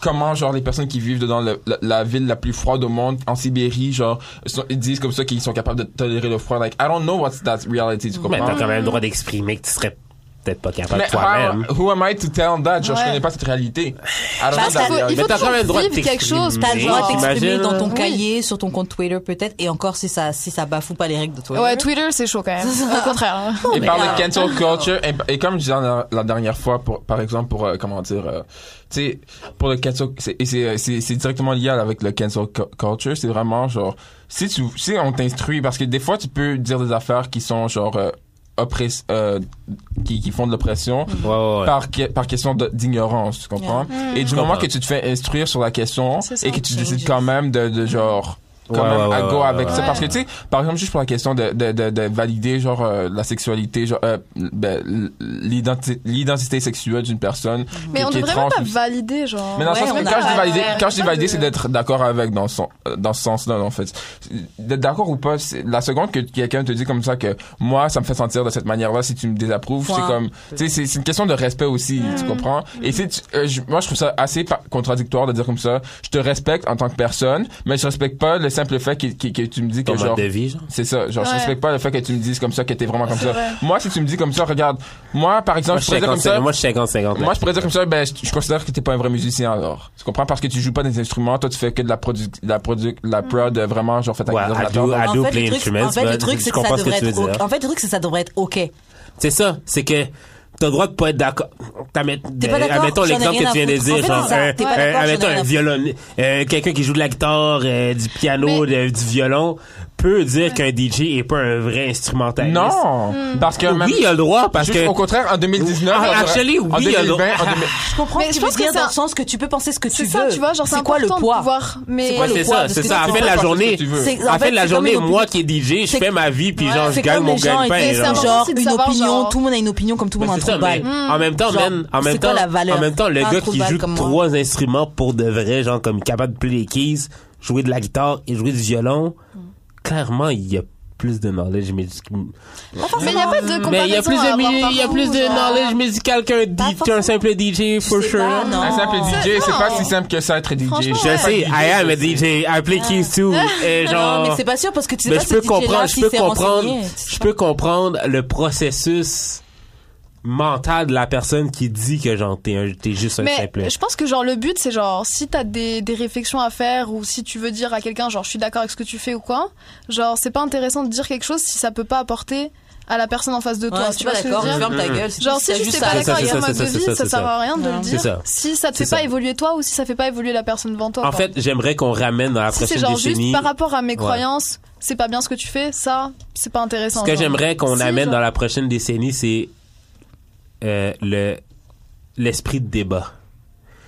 comment genre les personnes qui vivent dans la, la ville la plus froide au monde en Sibérie genre sont- ils disent comme ça qu'ils sont capables de tolérer le froid like I don't know what's that reality tu
Mais
comprends
t'as quand même le droit d'exprimer que tu serais peut-être pas capable
mais
toi-même.
how- who am I to tell that? Genre, je
Ouais.
connais pas cette réalité. I don't
Parce
know that
qu'il
faut- il
Mais
reality.
t'as
toujours
quand même le droit de
vivre quelque chose,
t'exprimer,
T'as le droit
t'imagines,
d'exprimer dans ton
là.
cahier, sur ton compte Twitter peut-être, et encore si ça, si ça bafoue pas les règles de Twitter.
Ouais, Twitter, c'est chaud quand même. Au contraire. hein.
Il parle de cancel culture. Et, et comme je disais la, la dernière fois, pour, par exemple, pour, euh, comment dire, euh, tu sais, pour le cancel, c'est- et c'est, euh, c'est, c'est directement lié avec le cancel cu- culture. C'est vraiment genre, si tu, si on t'instruit, parce que des fois, tu peux dire des affaires qui sont genre, euh, oppress- euh, qui, qui font de l'oppression.
Ouais, ouais, ouais.
Par, que- par question de- d'ignorance, tu comprends? Et du moment
comprends.
que tu te fais instruire sur la question
Mm. C'est ça,
et que tu
c'est
décides
juste.
quand même de, de genre, quand
Ouais,
même
ouais,
à
ouais,
go
ouais,
avec
ouais,
ça.
ouais.
Parce que, tu sais, par exemple, juste pour la question de, de, de, de valider, genre, euh, la sexualité, genre, euh, ben, l- l'identi- l'identité sexuelle d'une personne.
Mais
qui-
on
qui est
devrait
trans
même pas
ou-
valider, genre.
mais dans le
Ouais,
sens que
on a
quand je dis
pas-
valider,
ouais,
quand je dis
pas
valider,
de-
c'est d'être d'accord avec dans son, euh, dans ce sens-là, en fait. D'être d'accord ou pas, c'est- la seconde que quelqu'un te dit comme ça que moi, ça me fait sentir de cette manière-là, si tu me désapprouves, c'est
Point. Mm.
comme, tu sais, c'est- c'est une question de respect aussi, tu comprends? Et si tu- euh, je- moi, je trouve ça assez par- contradictoire de dire comme ça, je te respecte en tant que personne, mais je respecte pas le simple fait que, que- que tu me dis
Ton
que genre,
mode de vie, genre.
c'est ça, genre, je
Ouais.
respecte pas le fait que tu me dises comme ça, que t'es vraiment comme
C'est
ça.
vrai.
Moi, si tu me dis comme ça, regarde, moi, par exemple,
Moi,
je
je
pourrais
suis
dire comme ça,
50-50. Moi, je suis 50-50.
moi, je pourrais dire comme ça, ben, je, je considère que t'es pas un vrai musicien, alors. Tu comprends? Parce que tu joues pas des instruments, toi, tu fais que de la produ, de la produ, de la prod, euh, vraiment, genre, fait ta
Ouais,
guitare,
I
la tarte.
do- I
En
do
fait,
play
le truc,
instruments,
en fait, le
but
truc,
je
c'est que
comprends
ça
ce que
devrait
tu veux
être ok.
dire.
En fait, le truc, c'est que ça devrait être ok.
C'est ça, c'est que t'as le droit de pas être d'accord. T'as met-
T'es pas
euh,
d'accord,
admettons
j'en ai
l'exemple que
rien
tu
à
viens de
foutre. En
dire,
fait,
genre,
c'est ça.
euh,
T'es pas
euh,
d'accord, j'en ai
admettons
rien
un
à
violon, euh, quelqu'un qui joue de la guitare, euh, du piano, de- du violon, peut dire qu'un DJ est pas un vrai instrumentaliste.
Non! Hmm. Parce que même.
Oui, il a le droit parce
juste
que
au contraire, en 2019.
Ah,
on dirait-
actually,
en
oui,
2020,
alors-
en 2000
Je comprends
Mais
ce
je
que tu veux
pense que
dire
c'est
dans le
un-
sens que tu peux penser ce que tu
C'est
veux.
ça, tu vois, genre, c'est
c'est quoi le
important de
poids
pouvoir. Mais.
quoi
Ouais,
le
c'est
poids
ça,
de ce
c'est
que
ça.
tu
En fait,
fais,
la
parce que
journée,
tu veux.
C'est- en fait,
en fait, la
c'est comme
journée,
une
moi qui est DJ, je
C'est-
fais ma vie, puis
Ouais,
genre, je
c'est
gagne
comme
mon
les gens,
gagne-pain.
ils disent,
genre.
genre,
genre
c'est de
une
savoir,
opinion,
genre-
tout le monde a une opinion comme tout le
Mais
monde a un
c'est ça,
trou de balle.
mais en même temps,
Genre,
man, en même
c'est
temps,
quoi la valeur
en même temps, le
d'un
gars
trou de
qui
balle
joue
comme moi?
trois instruments pour de vrai, genre comme capable de play les keys, jouer de la guitare et jouer du violon, clairement, il a plus de knowledge médical.
Mais il n'y a pas de comparaison.
Mais il y a plus de,
à avoir
mi- il y a
partout,
plus de
genre.
knowledge musical qu'un D- qu'un simple DJ, for
sais
sure.
pas,
Ah,
non.
Un simple DJ, c'est
non.
pas si simple que ça être DJ.
Franchement,
Je sais, I
Ah,
am a DJ. I play keys too. Et genre.
mais c'est pas sûr parce que tu sais
Mais
pas
je peux
si DJ là,
comprendre, je
s'il
peux
s'est
comprendre,
renseigné, tu sais
je
pas.
peux comprendre le processus mental de la personne qui dit que genre t'es un- t'es juste un
Mais
simple.
je pense que genre le but c'est genre si t'as des, des réflexions à faire ou si tu veux dire à quelqu'un genre je suis d'accord avec ce que tu fais ou quoi, genre c'est pas intéressant de dire quelque chose si ça peut pas apporter à la personne en face de
Ouais,
toi.
je
tu
suis
vois
pas
ce que je
d'accord,
veux dire
ferme ta gueule. si
Genre
tu
si
sais
je
juste
suis
ça,
pas
c'est
d'accord
ça,
avec
c'est
ma
ça, c'est ça,
devise,
c'est
ça sert
ça.
à rien de le
C'est
dire.
ça.
Si ça te
C'est
fait
ça.
pas évoluer toi ou si ça fait pas évoluer la personne devant toi.
En
quoi.
fait, j'aimerais qu'on ramène dans la
si c'est
prochaine
genre
décennie.
juste par rapport à mes
Ouais.
croyances, c'est pas bien ce que tu fais, ça c'est pas intéressant.
Ce que
genre.
j'aimerais qu'on
Si,
amène
genre-
dans la prochaine décennie, c'est euh, le l'esprit de débat.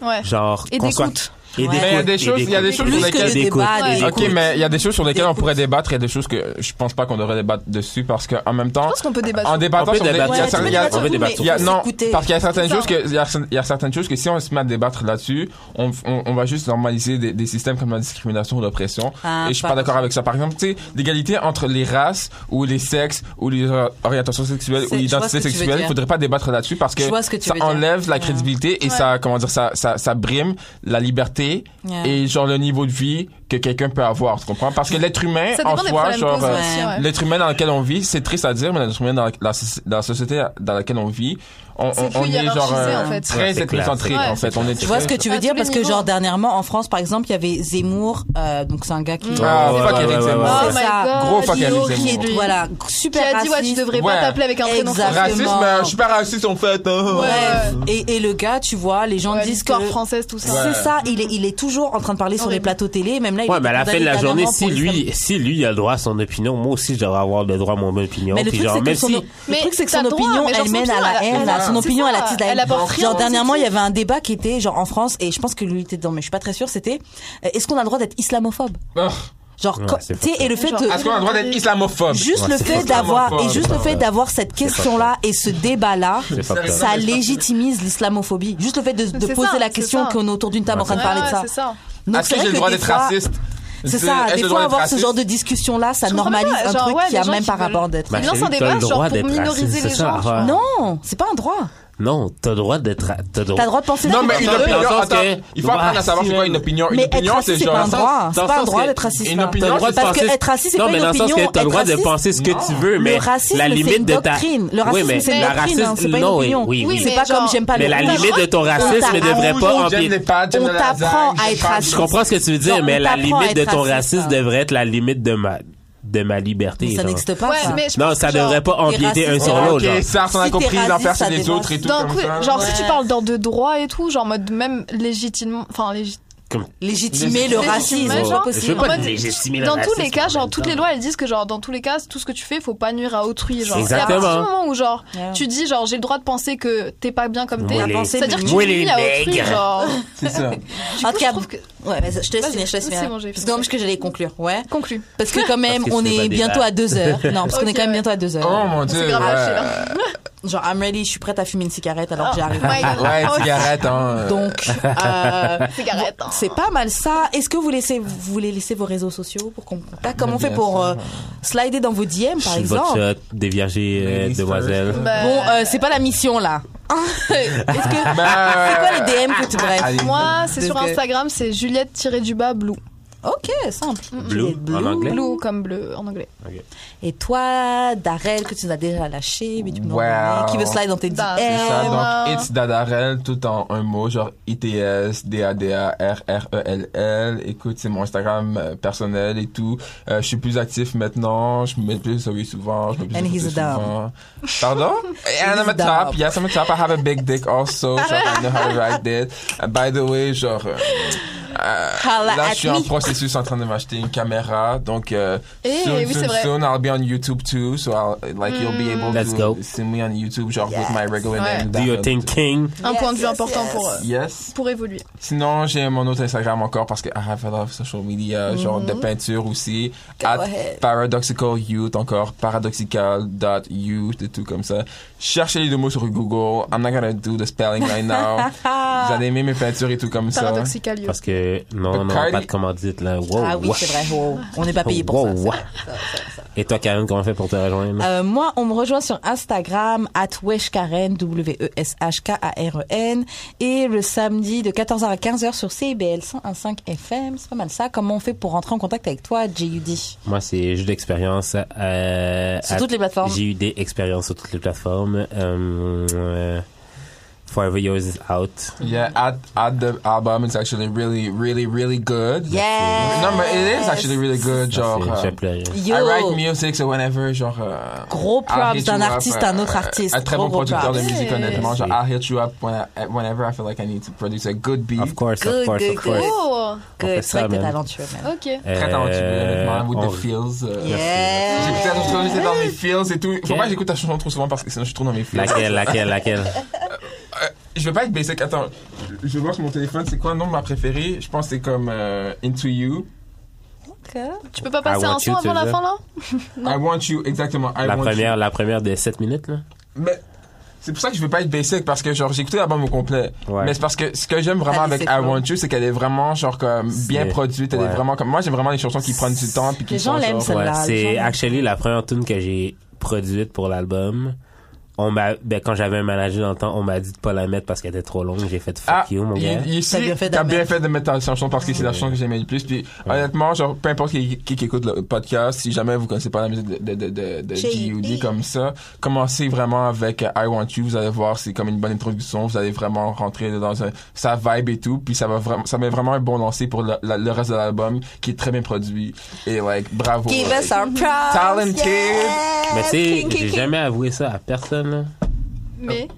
Ouais.
Genre
Et
qu'on soit-
d'écoute.
et
Mais il y a
d'écoute,
des
et
choses- il y a des choses
d'écoute.
sur Plus que
le
lesquelles-
D'écoute,
débat,
et
des-
Ok,
d'écoute.
mais il y a des choses sur lesquelles on pourrait débattre, il y a des choses que je pense pas qu'on devrait débattre dessus parce que en même
Je
temps,
pense qu'on peut débattre.
en débattant
On peut
sur des,
débattre.
il y a
Ouais,
cer-
tu peux
il y a-
débattre sur tout, mais
il y a-
faut
non,
s'écouter.
parce qu'il y a certaines
C'est
choses
ça.
que, il y a cer- il y a certaines choses que si on se met à débattre là-dessus, on, on, on va juste normaliser des, des systèmes comme la discrimination ou l'oppression.
Ah,
et je suis
pas-
pas d'accord avec ça. Par exemple, tu sais, l'égalité entre les races ou les sexes ou les or- orientations sexuelles ou
C'est- je vois ce
l'identité
que tu veux
sexuelle, il
dire.
faudrait pas débattre là-dessus parce que,
Je vois ce que tu
ça
veux dire.
enlève la
Ouais.
crédibilité et ça, comment dire, ça, ça, ça brime la liberté
Yeah.
et genre le niveau de vie que quelqu'un peut avoir, tu comprends? Parce que l'être humain
Ça
en
dépend des
soi,
problèmes
genre,
posés
euh,
aussi, ouais.
l'être humain dans lequel on vit, c'est triste à dire, mais l'être humain dans la, la soci- dans la société dans laquelle on vit, on,
C'est
on,
plus
on est genre
hiérarchisé,
euh,
en fait.
Ouais,
très
c'est clair,
ethnocentrique
c'est
en fait. On est
Je vois ce que tu veux
À
dire
tous
parce
les
que
niveaux.
genre dernièrement en France par exemple il y avait Zemmour euh, donc c'est un gars qui
Ah,
Ouais,
fuck
ouais,
Eric
ouais,
Zemmour.
ouais,
Oh
ouais.
my
ça.
god.
Gros fuck Eric
Yo,
Zemmour.
qui est
lui.
voilà
Qui
super
a dit ouais tu
raciste.
devrais
Ouais.
pas t'appeler avec un prénom
Exact.
français.
Raciste, mais euh, je suis pas raciste en fait. hein.
Bref.
Ouais.
et, et le gars tu vois les gens
Ouais,
disent
l'histoire
que
française tout
c'est
ça.
Ouais.
ça il est il est toujours en train de parler sur les
Horrible.
plateaux télé même là il
Ouais,
était
mais à la fin de la
condamné
journée,
dernièrement
si
pour
lui, si lui a le droit à son opinion, moi aussi, je devrais avoir le droit à mon opinion.
Mais le
Puis
truc,
genre,
c'est que
même
son,
si-
le
Mais
truc, c'est que son
t'as droit,
opinion,
mais genre,
elle
son
mène à la
opinion,
haine.
elle-
là. Son
c'est
opinion,
ça,
elle attise la
elle
haine.
apporte rien
Genre,
au
dernièrement, il y
discours.
avait un débat qui était, genre, en France, et je pense que lui était dedans, mais je suis pas très sûre, c'était, euh, est-ce qu'on a le droit d'être islamophobe?
Ah,
Genre,
Ouais,
quand-
c'est
tu sais, et le fait
Genre,
de,
Est-ce qu'on a le droit d'être islamophobe
juste
Ouais,
le
c'est
fait
fucked
d'avoir,
up.
et juste le fait d'avoir cette question-là et ce débat-là,
C'est fucked up.
ça légitimise l'islamophobie. Juste le fait de, de
C'est
poser
ça,
la
c'est
question
ça.
qu'on est autour d'une table en train de
Ouais,
parler de
ouais,
ça.
c'est ça.
Donc,
Est-ce
c'est
que
vrai
j'ai le
que
droit
des
d'être
fois-
raciste
C'est ça,
Est-ce que j'ai
des
le droit
fois
d'être
avoir ce
raciste
genre de discussion-là, ça
Je comprends
normalise
pas,
un
genre,
truc
ouais,
qui a
les gens
même
qui
pas
veulent-
rapport d'être.
Ma
Mais non,
chérie,
c'est un
t'as
débat,
le
genre,
droit
pour
d'être
minoriser
raciste,
les
c'est ça, hein.
gens, genre.
ouais.
Non, c'est pas un droit.
Non, t'as le droit d'être. T'as le droit.
T'as le droit de penser
Non,
la
mais
question.
une
Dans le
opinion,
sens
attends,
que-
il faut apprendre à savoir c'est quoi une opinion. Une
Mais être
opinion,
raciste, c'est
genre-
pas un droit.
dans
C'est
le
pas un
sens
droit
que-
d'être raciste.
une
là.
opinion,
T'as le droit de
Parce
penser-
que être raciste, c'est
non,
pas
mais
une
dans le sens
opinion.
que t'as le
Être
droit de
raciste,
penser ce que tu veux, mais
le racisme,
la
c'est
limite
une
de ta.
doctrine. Le
Oui,
racisme,
mais
c'est une
la
doctrine,
raciste-
hein, c'est pas une
non, oui,
opinion.
oui, oui.
C'est
mais
pas comme
genre-
j'aime pas
Mais
le
la
rouge.
limite de ton racisme ne
t'apprend-
devrait pas
J'aime les
empiéter.
pâtes, j'aime
On
la lasagne,
t'apprend
j'aime
à être
pas-
raciste.
Je comprends ce que tu veux
Genre,
dire,
on
mais la
t'apprend à
limite de
être
ton
raciste,
racisme
hein.
devrait être la limite de ma, de ma
Mais
liberté.
ça
genre.
n'existe pas.
Ouais,
ça.
mais je
Non,
pense
ça
que, genre,
devrait pas empiéter
les
un
racistes,
sur
ouais.
l'autre.
Ok,
genre.
ça, on a
Si t'es
compris
raciste,
l'enfer
ça
sur les
dépasse.
autres et tout
D'un
comme
coup,
ça.
genre si tu
Ouais.
parles d'ordre de droit et tout, genre en mode même légitimement, enfin légit-
Légitimer le
Légitimer,
racisme, c'est
genre,
pas
je veux
possible.
pas
En mode,
légitimer le
dans tous
racisme
les cas,
en
genre
même
toutes
temps.
les lois elles disent que genre dans tous les cas tout ce que tu fais faut pas nuire à autrui genre.
Exactement.
Et à partir du moment où genre
Ouais.
tu dis genre j'ai le droit de penser que t'es pas bien comme t'es,
Moi, les-
c'est-à-dire que tu
moi, les
nuis à autrui
nègres.
genre.
C'est
*laughs*
ça.
Du
En
coup,
tout
je
cas,
trouve que
Ouais, vas-y, je te laisse
Vas-y,
finir, je te laisse
c'est
finir.
bon, j'ai fini.
C'est dommage que j'allais conclure, ouais.
conclu.
Parce que quand même,
que
on
tu veux pas
est bientôt
débattre.
à deux heures. Non, parce qu'on est
Ok,
quand même
ouais.
bientôt à deux
Oh
heures.
mon dieu.
C'est grave
ouais.
lâché, là.
Genre, I'm ready, je suis prête à fumer une cigarette alors que j'arrive.
Ouais,
Ouais,
oh,
cigarette, hein.
Ah, Donc, euh,
cigarette. hein.
C'est pas mal ça. Est-ce que vous, laissez, vous voulez laisser vos réseaux sociaux pour qu'on vous contacte Comment on fait
Bien
pour
sûr.
euh, slider dans vos DM, par
Shoot votre
exemple
shot, des vierges, euh,
Ladies
demoiselles.
first.
Bah,
Bon, euh, c'est pas la mission là. *laughs* Est-ce que
Bah, Ah,
c'est quoi les DM que tu bref
Allez.
moi c'est
Parce
sur
que-
Instagram c'est Juliette-du-bas blue.
ah.
Ok, simple.
Blue, en anglais.
Blue comme bleu en anglais.
Et toi, Darel, que tu nous as déjà lâché, mais tu me l'as
Wow.
envoyé, qui veut slide dans tes
Bah,
C'est
DM
ça,
Euh,
donc It's Dadarel tout en un mot, genre ITS, D-A-D-A-R-R-E-L-L. E Écoute, c'est mon Instagram euh, personnel et tout. Euh, je suis plus actif maintenant, je me mets plus sur lui souvent, je me mets plus
And
sur
he's
lui
a dumb.
souvent.
*laughs*
Pardon? And I'm a
dumb.
top, yes I'm a top, I have a big dick also, so
*laughs*
I know how to ride it. Uh, by the way, genre... euh, euh,
Holla
là,
at
je suis en
me.
processus en train de m'acheter une caméra, donc euh,
Eh,
soon,
oui, c'est
soon,
vrai.
soon I'll be on YouTube too, so I'll, like you'll be
Hmm.
able
Let's
to
go.
see me on YouTube, genre with my regular
Ouais.
name.
Do your thing, King.
Un
Yes,
point de vue
yes,
important
yes.
pour euh,
Yes.
pour évoluer.
Sinon, j'ai mon autre Instagram encore parce que I have a lot of social media, genre de peinture
Mm-hmm.
aussi.
Go
at
ahead.
paradoxical youth encore, paradoxical.youth et tout comme ça. Cherchez les deux mots sur Google. I'm not gonna do the spelling right
*laughs*
now. Vous allez aimer mes peintures et tout comme ça.
Paradoxical you.
Parce que, non, non,
Cardi-
pas de commandite, là. Wow.
Ah oui, c'est vrai. wow. On n'est pas payé pour
Wow,
ça.
wow.
ça, ça, ça, ça.
Et toi, Karen, comment on fait pour te rejoindre?
Euh, moi, on me rejoint sur Instagram, at Weshkaren, E W-E-S-H-K-A-R-E-N, E et le samedi de 14h à 15h sur CIBL 101.5 FM. C'est pas mal ça. Comment on fait pour rentrer en contact avec toi, JUD
Moi, c'est Jus d'expérience. Euh,
Sur
à-
toutes les plateformes.
J'ai eu des expériences sur toutes les plateformes. Euh, euh, Forever Yours is out.
Yeah, at, at the album, it's actually really, really, really good.
Yes!
No, but it is actually really good,
Ça,
genre.
c'est-
euh,
J'ai pleuré.
Yo!
I write music, so whenever, genre. euh,
Gros props
I'll hit
d'un
you up,
artiste
euh,
à un autre artiste.
Un très
Gros,
bon
gros
producteur de
props.
musique,
Yeah.
honnêtement. Genre,
Merci.
I'll hit you up when I- whenever I feel like I need to produce a good beat.
Of course,
Good,
of course,
good,
of
good.
course.
Oh,
On fait
Good, c'est vrai
ça,
que t'es
man.
talentueux, man.
ok.
Très talentueux,
Euh,
honnêtement, with
on-
the feels. euh,
Yeah!
J'ai peut-être trouvé que c'est dans mes feels et tout. Faut
Yeah.
pas que j'écoute ta chanson trop souvent parce que sinon je suis trop dans mes feels.
Laquelle,
*laughs*
laquelle, laquelle?
Je veux pas être basic. Attends, je- je vois sur mon téléphone, c'est quoi le nom de ma préférée Je pense que c'est comme euh, Into You.
Tu peux pas
I
passer
want
un son
you to
avant la
the-
fin là
I want you, exactement. I
La
want
première, la première de 7 minutes, là?
You. Mais c'est pour ça que je veux pas être basic parce que genre j'ai écouté l'album au complet.
Ouais.
Mais c'est parce que ce que j'aime vraiment
Alice
avec
et
I
Flo.
Want You, c'est qu'elle est vraiment genre comme bien
C'est-
produite. Elle est
ouais.
vraiment comme moi. J'aime vraiment les chansons qui prennent du temps puis qui
Les gens
sont
l'aiment,
genre-
Oh, celle-là.
Ouais,
la-
c'est
genre-
actually la première tune que j'ai produite pour l'album. On m'a, ben, quand j'avais un manager dans le temps, on m'a dit de pas la mettre parce qu'elle était trop longue. J'ai fait fuck
Ah,
you, mon
il-
gars.
il- ici,
T'as bien fait de
t'as
la
bien
mettre.
fait de mettre ta chanson parce que c'est la chanson que j'aimais le plus. Puis honnêtement, genre, peu importe qui, qui- qui écoute le podcast, si jamais vous connaissez pas la musique de, de, de, de, de G.U.D. comme ça, commencez vraiment avec euh, I Want You. Vous allez voir, c'est comme une bonne introduction. Vous allez vraiment rentrer dans un, sa vibe et tout. Puis ça va vraiment, ça met vraiment un bon lancer pour le, la- le reste de l'album qui est très bien produit. Et like, bravo. euh,
Give
like,
us our props!
Talented.
yes.
Mais tu sais,
King, king,
j'ai
king.
jamais avoué ça à personne. là.
Mais.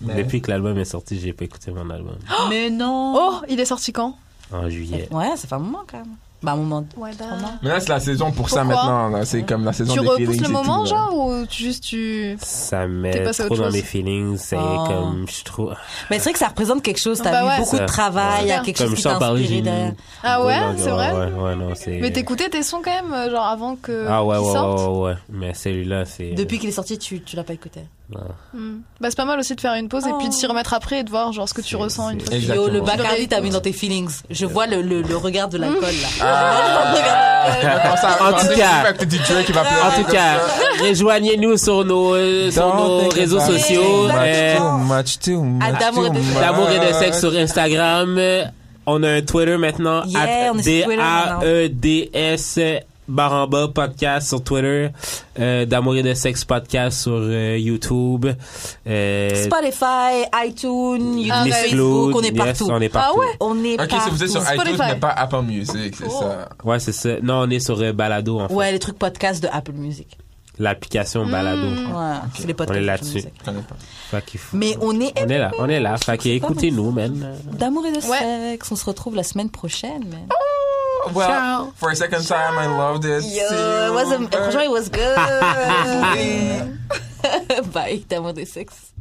mais-
Depuis que l'album est sorti, j'ai pas écouté mon album
Ah!
Mais non!
Oh, il est sorti quand
en juillet.
Ouais, ça fait un moment quand même. Bah, un moment.
Ouais, bah.
Mais là, c'est la saison pour ça
Pourquoi
maintenant. là. C'est comme la saison
Tu
des
repousses
feelings
le
et
moment
tout, là.
genre ou tu- juste tu.
Ça met
T'es passé à
trop
autre
dans
chose. Ah.
mes feelings. C'est
Oh.
comme je trouve.
Mais c'est vrai que ça représente quelque chose. T'as
Bah
eu
ouais.
beaucoup
Ça-
de travail, il y a
ouais.
quelque
Comme
chose qui
je t'en
t'a
parlais, j'ai
inspiré
une-
derrière.
Ah ouais,
Ouais,
c'est vrai
Ouais, ouais, non, c'est.
Mais t'écoutais tes sons quand même, euh, genre avant que.
Ah ouais, ouais,
qu'ils
ouais,
sortent
ouais, ouais. Mais celui-là, c'est.
Depuis qu'il est sorti, tu, tu l'as pas écouté.
Non.
Hmm. Bah, c'est pas mal aussi de faire une pause et puis de s'y remettre après et de voir genre ce que tu
C'est-
ressens une
c'est-
fois.
Exactement.
Yo, le Bacardi t'a mis dans tes feelings. Je vois le, le, le regard de l'alcool, là.
Ah.
Ah. En tout cas. euh, En
en
tout
*laughs*
cas, rejoignez-nous sur nos, euh, sur nos réseaux sociaux. euh,
much, too
Ah, d'amour et de-
D'amour et de sexe sur Instagram. Euh, On a un Twitter maintenant.
Yeah, on est sur Twitter maintenant.
E D-A-E-D-S barre en bas podcast sur Twitter. Euh, D'amour et de sexe podcast sur euh, YouTube. Euh,
Spotify, iTunes, YouTube,
Miss
Facebook, on
Claude.
est
Yes,
partout. Ah
on est partout.
ouais?
On est
Ok, si
partout.
vous êtes sur iTunes,
Spotify.
mais pas Apple Music, c'est ça.
Oh.
Ouais, c'est ça. Non, on est sur euh, Balado, en fait.
Ouais, les trucs podcasts de Apple Music.
L'application Balado.
Ouais, c'est les podcasts
Mm. On est
d'Apple
là-dessus.
Music.
Je connais pas.
Fait qu'il faut-
Mais on est
On est là, on est là. Fait que écoutez-nous, man.
d'amour et de
Ouais.
sexe. On se retrouve la semaine prochaine. man.
Well, for a second time, I loved it.
Yo,
See you.
it was a- *laughs*
Bye.
franchement, it was good. Bye, d'amour et de sexe.